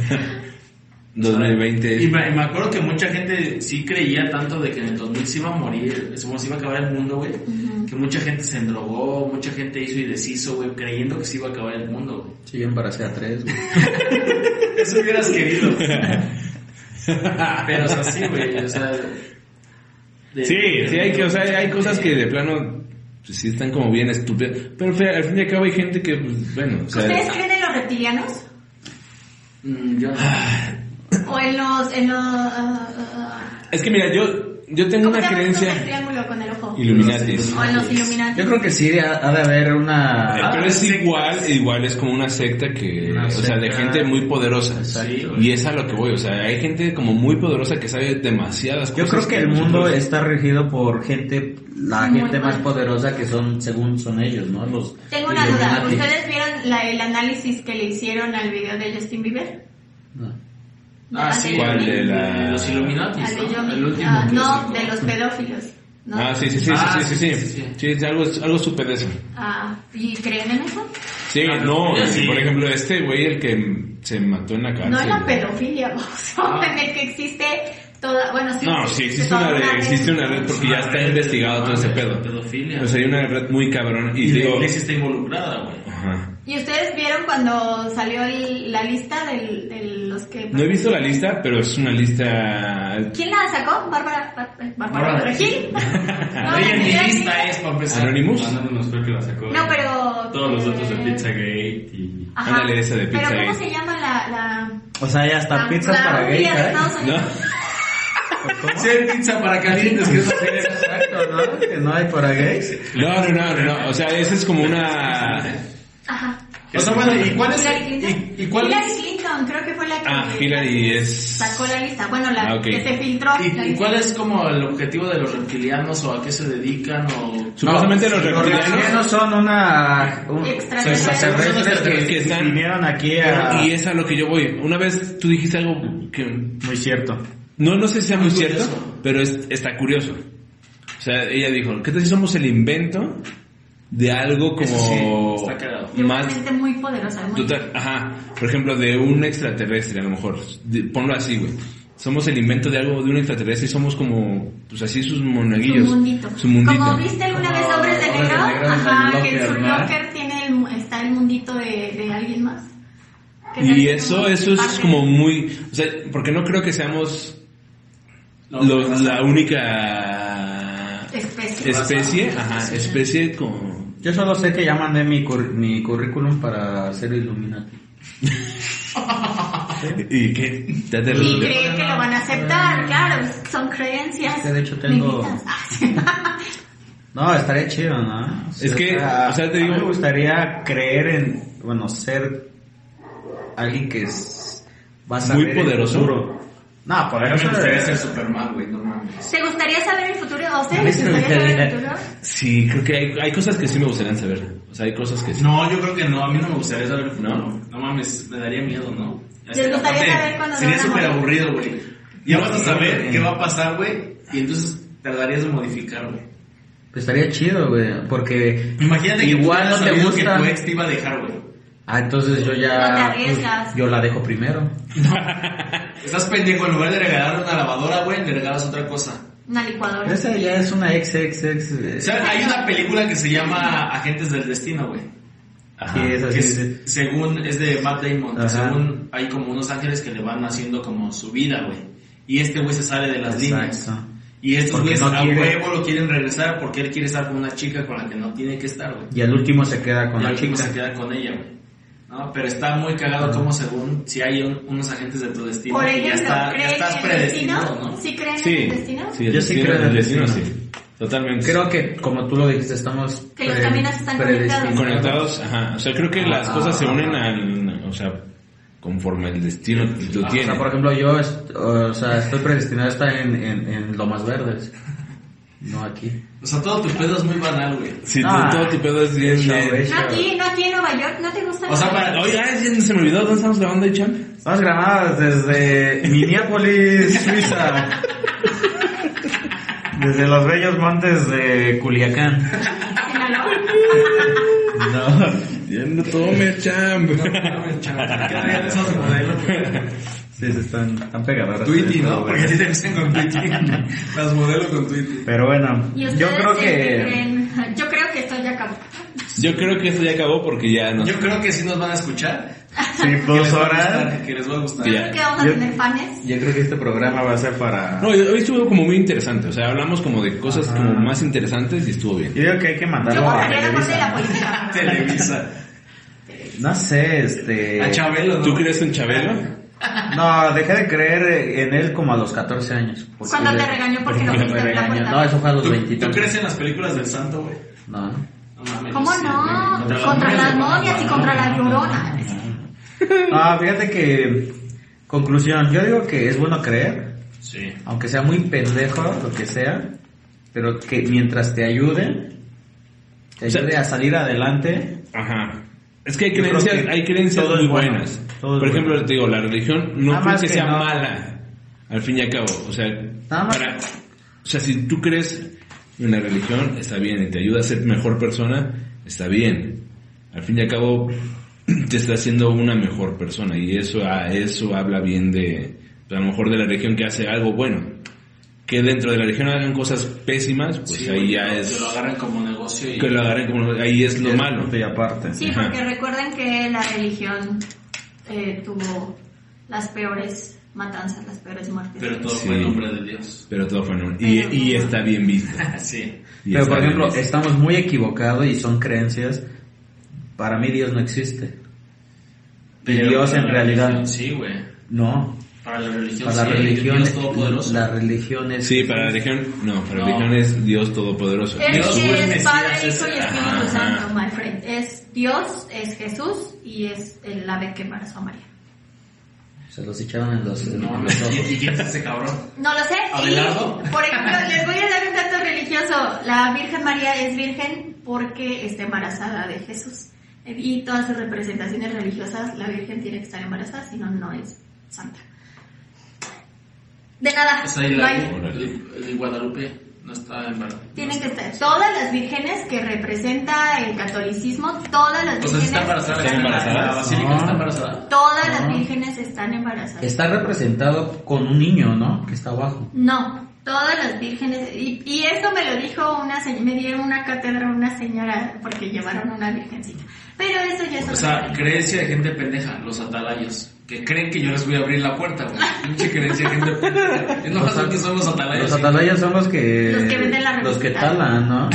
A: 2020.
C: Y me, me acuerdo que mucha gente sí creía tanto de que en el 2000 se iba a morir, supongo se iba a acabar el mundo, güey. Que mucha gente se endrogó, mucha gente hizo y deshizo, güey, creyendo que se iba a acabar el mundo, güey.
D: Sí, yo embaracé a tres, güey.
C: [LAUGHS] Eso hubieras querido. Pero es así, güey, o sea... de-
A: Sí,
C: de-
A: sí, hay, que, o sea, hay cosas que de plano pues, sí están como bien estúpidas. Pero o sea, al fin y al cabo hay gente que, pues, bueno, o sea,
B: ¿Ustedes creen en los reptilianos?
C: Mm, yo no.
B: ¿O en los... En los ah, ah, ah,
A: es que mira, yo, yo tengo
B: ¿Cómo
A: una
B: se llama esto del
A: creencia
B: triángulo con el ojo?
A: Illuminati.
B: O en los Illuminati.
D: Yo creo que sí ha, ha de haber
A: Eh,
D: una...
A: pero es igual, igual es como una secta que,
D: Ah, Una
A: o sea, de
D: secta.
A: gente muy poderosa.
C: Sí, güey.
A: Y es a lo que voy, o sea, hay gente como muy poderosa que sabe demasiadas
D: Yo
A: cosas.
D: creo que el mundo
A: nosotros-
D: está regido por gente, la
B: Muy
D: gente más
B: mal.
D: poderosa que son, según son ellos, ¿no? Los
B: Tengo una duda.
D: Illuminati.
B: ¿Ustedes vieron la- el análisis que le hicieron al video de Justin Bieber?
D: No.
C: Ah, sí,
A: ¿Cuál
B: Al
A: de la-
C: los Illuminati,
B: al de
C: ¿no?
B: Yomi.
C: El último
B: Ah,
C: que
B: no,
C: sacó.
B: de los pedófilos. ¿no?
A: Ah, sí, sí, sí,
C: Ah,
A: sí, sí, sí, sí,
C: sí, sí, sí.
A: Sí, es algo, algo súper de eso.
B: Ah, ¿Y creen en eso?
A: Sí,
C: Ah,
A: no,
C: yo sí.
A: por ejemplo, este güey, el que se mató en la cárcel.
B: No es la pedofilia, [LAUGHS] vamos, en el que existe toda, bueno, sí.
A: No, sí, existe una
B: toda
A: red, existe una red porque ya
C: Una
A: está
C: red,
A: investigado todo ese
C: una
A: pedo.
C: Ah, pedofilia.
A: O sea, hay una red muy cabrón y
C: Y la
A: digo...
C: iglesia está involucrada, güey.
A: Ajá.
B: ¿Y ustedes vieron cuando salió el- la lista del- de los que...
A: No he visto la lista, pero es una lista...
B: ¿Quién la sacó? Bárbara, Bar- Bárbara
C: Bárbara.
B: Regil. No,
C: Oye,
B: la
C: mi
B: señora
C: lista eh.
B: Gil.
C: es para empezar.
A: ¿Anonymous?
E: Anonymous fue el que la sacó.
B: No, pero...
E: Todos los datos de
B: eh,
E: Pizzagate y...
B: ajá.
A: Ándale, esa de
B: Pero
A: Pizzagate.
B: ¿cómo se llama la... la...
D: O sea, ya
B: la-
D: hasta pizzas
B: la
D: para gays,
B: rubia de
D: ¿eh?
B: Estados
A: ¿No?
B: Unidos?
C: Si hay pizza para calientes, que eso sería
D: Exacto, ¿no? Que no hay para gays.
A: No, no, no, no, no. O sea, esa es como una...
B: Ajá.
C: O sea, bueno, ¿y cuál es?
B: Hillary Clinton.
C: ¿Y, y cuál
B: Hillary
C: es?
B: Clinton, creo que fue la que...
A: Ah, Hillary es...
B: Sacó la lista, bueno, la
A: Ah, ok.
B: que se filtró.
C: ¿Y,
B: la
C: y
B: lista.
C: cuál es como el objetivo de los reptilianos o a qué se dedican o...?
A: Supuestamente los
D: Los
A: reptilianos...
D: reptilianos son una... Un,
B: Extraterrestres.
D: extraterrestres que,
A: Que están-
D: vinieron aquí a...
A: Y es a lo que yo voy. Una vez tú dijiste algo que
D: Muy cierto.
A: No, no sé si sea muy,
C: Muy
A: cierto,
C: curioso.
A: pero es- está curioso. O sea, ella dijo, ¿qué tal si somos el invento de algo como
C: Eso sí, está cagado.
B: De una
A: más
B: mente muy poderosa, muy
A: total? Ajá, por ejemplo, de un extraterrestre a lo mejor. De- ponlo así, güey. Somos el invento de algo de un extraterrestre y somos como, pues así sus monaguillos.
B: Su mundito.
A: Su mundito.
B: Como viste alguna
D: Como
B: vez Hombres de
D: Hombres de
B: Negro,
D: Negro en
B: ajá,
D: el
B: que en su
D: locker, ¿no?
B: locker tiene el, mu- está el mundito de, de alguien más. Que
A: Y
B: también
A: eso,
B: como
A: eso es
B: parte
A: como
B: de-
A: muy, o sea, porque no creo que seamos
C: No,
A: lo-
C: no,
A: la única
B: Especie.
A: especie, ajá, especie con...
D: Yo solo sé que ya mandé mi, cur- mi currículum para ser Illuminati.
A: ¿Y qué? Ya te
B: Y
A: resolvió.
B: cree que lo van a aceptar, claro, son creencias.
D: Que de hecho tengo-
B: limitas. Ah, sí.
D: No, estaría chido, ¿no? O sea,
A: Es que, o sea, te
D: a mí
A: digo-
D: me gustaría creer en, bueno, ser alguien que es, va a
A: Muy
D: saber el
A: poderoso.
D: futuro. No,
C: A mí
D: poderoso.
C: me gustaría
D: de-
C: ser Superman, güey, no mames.
B: ¿Te gustaría saber el futuro? ¿O
D: A
B: sea,
D: mí
B: ¿les
D: sí me
B: gustaría saber el
D: gustaría.
B: futuro?
A: Sí, creo que hay, hay cosas que sí me gustarían saber. O sea, hay cosas que sí.
C: No, yo creo que no, a mí no me gustaría saber el futuro.
A: No.
C: No, mames, me daría miedo, ¿no? Este,
B: Les gustaría
C: Aparte,
B: saber cuándo se
C: Sería
B: van a
C: súper
B: morir.
C: aburrido, güey. Ya vas a saber
D: sí.
C: qué va a pasar, güey, y entonces tardarías en modificar, güey.
D: Pues estaría chido, güey, porque
C: Imagínate que
D: igual
C: tú hubieras
D: no te
C: sabido
D: gusta.
C: que tu ex te iba a dejar, güey.
D: Ah, entonces
B: No
D: yo
B: te
D: ya
B: arriesgas.
D: pues, yo la dejo primero.
C: Estás pendejo, en lugar de regalarle una lavadora, güey, le regalas otra cosa.
B: Una licuadora.
D: Esa ya es una ex ex ex. eh,
C: O sea, hay una película que se llama Agentes del Destino, güey.
D: que
A: Ajá.
D: es
C: Que
D: así.
C: es- según es de Matt Damon, que
D: Ajá.
C: según hay como unos ángeles que le van haciendo como su vida, güey. Y este güey se sale de las líneas.
D: Exacto.
C: Y estos
D: Porque
C: güeyes
D: no
C: a
D: quiere.
C: huevo lo quieren regresar porque él quiere estar con una chica con la que no tiene que estar, güey.
D: Y al último se queda con
C: Y
D: la
C: al último
D: chica.
C: se queda con ella, güey. No, pero está muy cagado como según si hay un- unos agentes de tu destino
B: Por
C: que ya,
B: ejemplo,
C: está- ya
B: ¿creen
C: estás
B: en el
C: predestinado,
B: destino?
C: ¿no?
B: ¿Sí creen en
A: Sí.
B: el destino?
A: sí el
D: Yo sí
A: destino-
D: creo en el
A: el destino,
D: destino.
A: sí. Totalmente.
D: Creo que, como tú lo dijiste, estamos
B: Que los
D: pre-
B: caminos están
D: predestinados.
A: Conectados, ajá. O sea, creo que las cosas se unen al... O sea, conforme el destino lo
D: Ah,
A: tiene.
D: O sea, por ejemplo, yo est- o sea, estoy predestinado a estar en, en, en Lomas Verdes. No aquí.
C: O sea, todo tu pedo es muy banal, güey. [LAUGHS]
A: Si tú-
D: Ah,
A: todo tu pedo es bien.
D: show,
A: bien.
D: eh.
B: No aquí, no aquí en Nueva York, ¿no te gusta?
C: O sea,
B: Nueva
C: para-
B: York?
A: Oiga, ya se me olvidó, ¿dónde estamos grabando ahí, champ?
D: Vamos grabadas desde Minneapolis, [LAUGHS] Suiza. Desde los bellos montes de Culiacán.
B: Sinaloa.
D: [LAUGHS] No.
A: Ya no tome, champ.
D: [LAUGHS]
C: Cada día somos modelos, güey.
D: Sí, se están, están pegadoras.
C: Tweety,
D: Pero
C: ¿no?
D: bueno.
C: Porque así te dicen con Tweety. Las modelo con Tweety.
D: Pero bueno,
B: ¿Y
D: yo
B: ustedes
D: creo
B: en qué
D: que...
B: creen? [LAUGHS] Yo creo que esto ya acabó.
A: Yo creo que esto ya acabó porque ya nos.
C: Yo creo que sí nos van a escuchar.
D: Sí,
C: que les
D: dos
C: va a
D: horas.
C: gustar, Que les va a gustar.
B: Yo creo que vamos a
D: Yo-
B: tener fans.
D: Yo creo que este programa va a ser para...
A: No, hoy estuvo como muy interesante. O sea, hablamos como de cosas
D: Ajá.
A: como más interesantes y estuvo bien.
D: Yo digo que hay que
B: Yo
D: mandarlo a
B: borraría la parte de la política.
D: Televisa. [LAUGHS]
C: [LAUGHS] Televisa.
D: No sé, este...
C: A Chabelo, ¿no?
A: ¿Tú crees en Chabelo?
D: No, dejé de creer en él como a los 14 años. porque-
B: Cuando te regañó porque no
D: [LAUGHS] Me
B: fuiste a abrir la
D: regañó.
B: puerta.
D: No, eso fue a los
C: ¿Tú,
D: 23.
C: ¿Tú crees en las películas del santo, güey?
D: No.
C: No mames,
B: ¿Cómo
C: sí,
B: no?
C: güey.
B: Contra las momias y contra la llorona.
D: Ah, fíjate que... Conclusión, yo digo que es bueno creer,
C: Sí.
D: aunque sea muy pendejo, lo que sea, pero que mientras te ayude, te
A: O sea,
D: ayude a salir adelante.
A: Ajá. Es que hay
D: Yo creo
A: creencias,
D: que
A: hay creencias
D: todo es
A: muy
D: bueno,
A: buenas.
D: todo es
A: Por ejemplo,
D: bueno.
A: te digo, la religión no
D: Nada
A: creo
D: más
A: que
D: que
A: sea
D: no.
A: mala, al fin y al cabo. O sea,
D: Nada más.
A: para- o sea, si tú crees en la religión, está bien, y te ayuda a ser mejor persona, está bien. Al fin y al cabo, [CLEARS THROAT] te está haciendo una mejor persona, y eso, a eso habla bien de, pues, a lo mejor de la religión que hace algo bueno. Que dentro de la religión hagan cosas pésimas, pues
C: Sí,
A: ahí
C: güey,
A: ya
C: que
A: es,
C: lo agarran como negocio y...
A: que lo agarren como, ahí es lo
D: Y
A: malo.
D: Y aparte.
B: Sí,
A: Ajá.
B: porque recuerden que la religión eh, tuvo las peores matanzas, las peores muertes.
C: Pero todo
A: Sí.
C: fue en nombre de
A: [LAUGHS]
C: Dios.
A: Pero todo fue en un... Y, y está bien visto.
C: Sí.
A: Y
D: Pero
A: está
D: por
A: bien
D: ejemplo,
A: visto.
D: estamos muy equivocados y son creencias. Para mí Dios no existe. Y
C: Pero
D: Dios
C: para
D: en
C: la
D: realidad.
C: religión Sí, güey.
D: No.
C: Para la religión
D: Para la
C: sí, el
D: religión,
C: Dios todopoderoso.
D: la religión es...
A: Sí, para la religión... No, para la
C: No.
A: religión es Dios Todopoderoso.
B: Es
C: Dios,
B: que
C: güey,
B: es
C: Mesías,
B: Padre,
C: es-
B: Hijo y Espíritu
A: Ajá.
B: Santo, my friend. Es Dios, es Jesús y es el ave que embarazó a María.
D: Se los echaron en los, en
C: No,
D: los
C: mames,
D: ojos.
C: ¿y- ¿Y quién es ese cabrón?
B: No lo sé. y,
C: Abelardo.
B: por ejemplo, les voy a dar un dato religioso. La Virgen María es virgen porque está embarazada de Jesús. Y todas sus representaciones religiosas, la Virgen tiene que estar embarazada, si no, no es santa. De nada,
C: O sea, y
B: no
C: Pues la,
B: hay.
C: el- el Guadalupe no está en verdad.
B: Tienen que estar. Todas las vírgenes que representa el catolicismo, todas las
C: O sea, si
B: vírgenes.
C: está embarazada.
A: ¿Están embarazadas?
C: La basílica
D: No.
C: está embarazada.
B: Todas las
D: No.
B: vírgenes están embarazadas.
D: Está representado con un niño, ¿no? Que está abajo.
B: No, todas las vírgenes. Y, y esto me lo dijo una señora, me dieron una cátedra una señora porque llevaron una virgencita. Pero eso ya es
C: O
B: otra
C: sea,
B: historia.
C: creencia de gente pendeja, los atalayos. Que creen que yo les voy a abrir la puerta, güey. Pinche creencia de gente pendeja. Es lo más que son los atalayos.
D: Los atalayas son los que...
B: Los que venden la
D: Los que
B: revista.
D: talan, ¿no?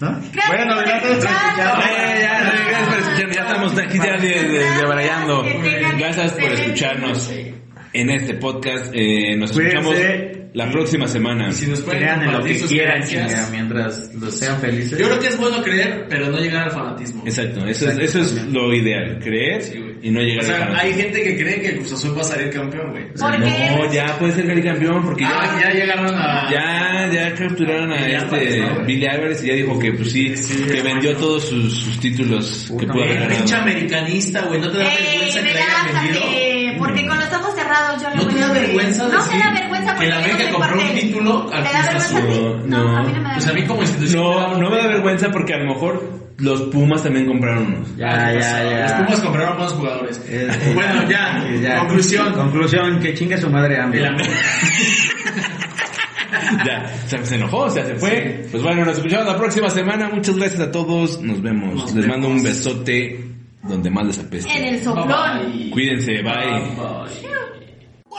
D: ¿No?
B: Gracias por escucharnos.
A: Eh, ya, ya, gracias por escucharnos. Ya estamos aquí ya de- de- debrayando.
B: Que tengan
A: Gracias por
B: excelente
A: escucharnos
B: noche.
A: en este podcast. Eh, nos
D: Cuídense.
A: escuchamos la próxima semana.
C: Si nos pueden
D: Crean en lo
C: compartir
D: que
C: sus
D: quieran,
C: creencias.
D: chinga, mientras los sean
C: Yo
D: felices.
C: creo que es bueno creer, pero no llegar al fanatismo.
A: Exacto, eso es, eso es lo ideal. Creer
C: Sí, güey.
A: y no llegar
C: O
A: a
C: sea,
A: la
C: hay gente que cree que el Cruz Azul va a salir campeón, güey.
B: ¿Por qué?
A: No, ya puede ser el campeón porque ya...
C: Ah, ya llegaron a...
A: Ya, ya capturaron a
C: Billy
A: este
C: Álvarez, ¿no?
A: Billy Álvarez y ya dijo que pues sí,
C: Sí,
A: que
C: hermano.
A: vendió todos sus, sus títulos que
D: Puta
A: pudo haber
D: madre.
C: El pinche
A: ganado.
C: americanista, güey. No te da
B: Ey,
C: vergüenza que le hayan vendido.
B: relájate, porque con los ojos cerrados yo le
C: ¿No
B: voy
C: te da
B: a creer.
C: vergüenza
B: No me
C: decir
B: da vergüenza
C: que
B: porque
C: la
B: yo
C: América
B: soy
C: compró un
B: parte de-
C: título al
B: ¿Te da
C: Cruz
B: vergüenza a
A: Azul?
B: ti?
A: No,
B: No, a mí
A: no.
B: no me da
C: Pues a mí
B: vergüenza.
C: como institución...
A: No, no me da vergüenza porque a lo mejor los Pumas también compraron unos.
D: Ya, ya, ya.
C: Los Pumas compraron buenos jugadores.
D: Eh,
C: Bueno, ya.
D: Sí, ya.
C: Conclusión.
D: Conclusión, que chingue su madre
C: El
D: [LAUGHS] hambre.
C: América.
A: Ya, se, se enojó, o sea, se fue. Pues bueno, nos escuchamos la próxima semana. Muchas gracias a todos. Nos vemos.
C: Nos
A: les mando un
C: vemos.
A: besote donde más les
B: En
A: apeste.
B: el soplón.
C: Bye.
A: Cuídense, bye.
C: Bye.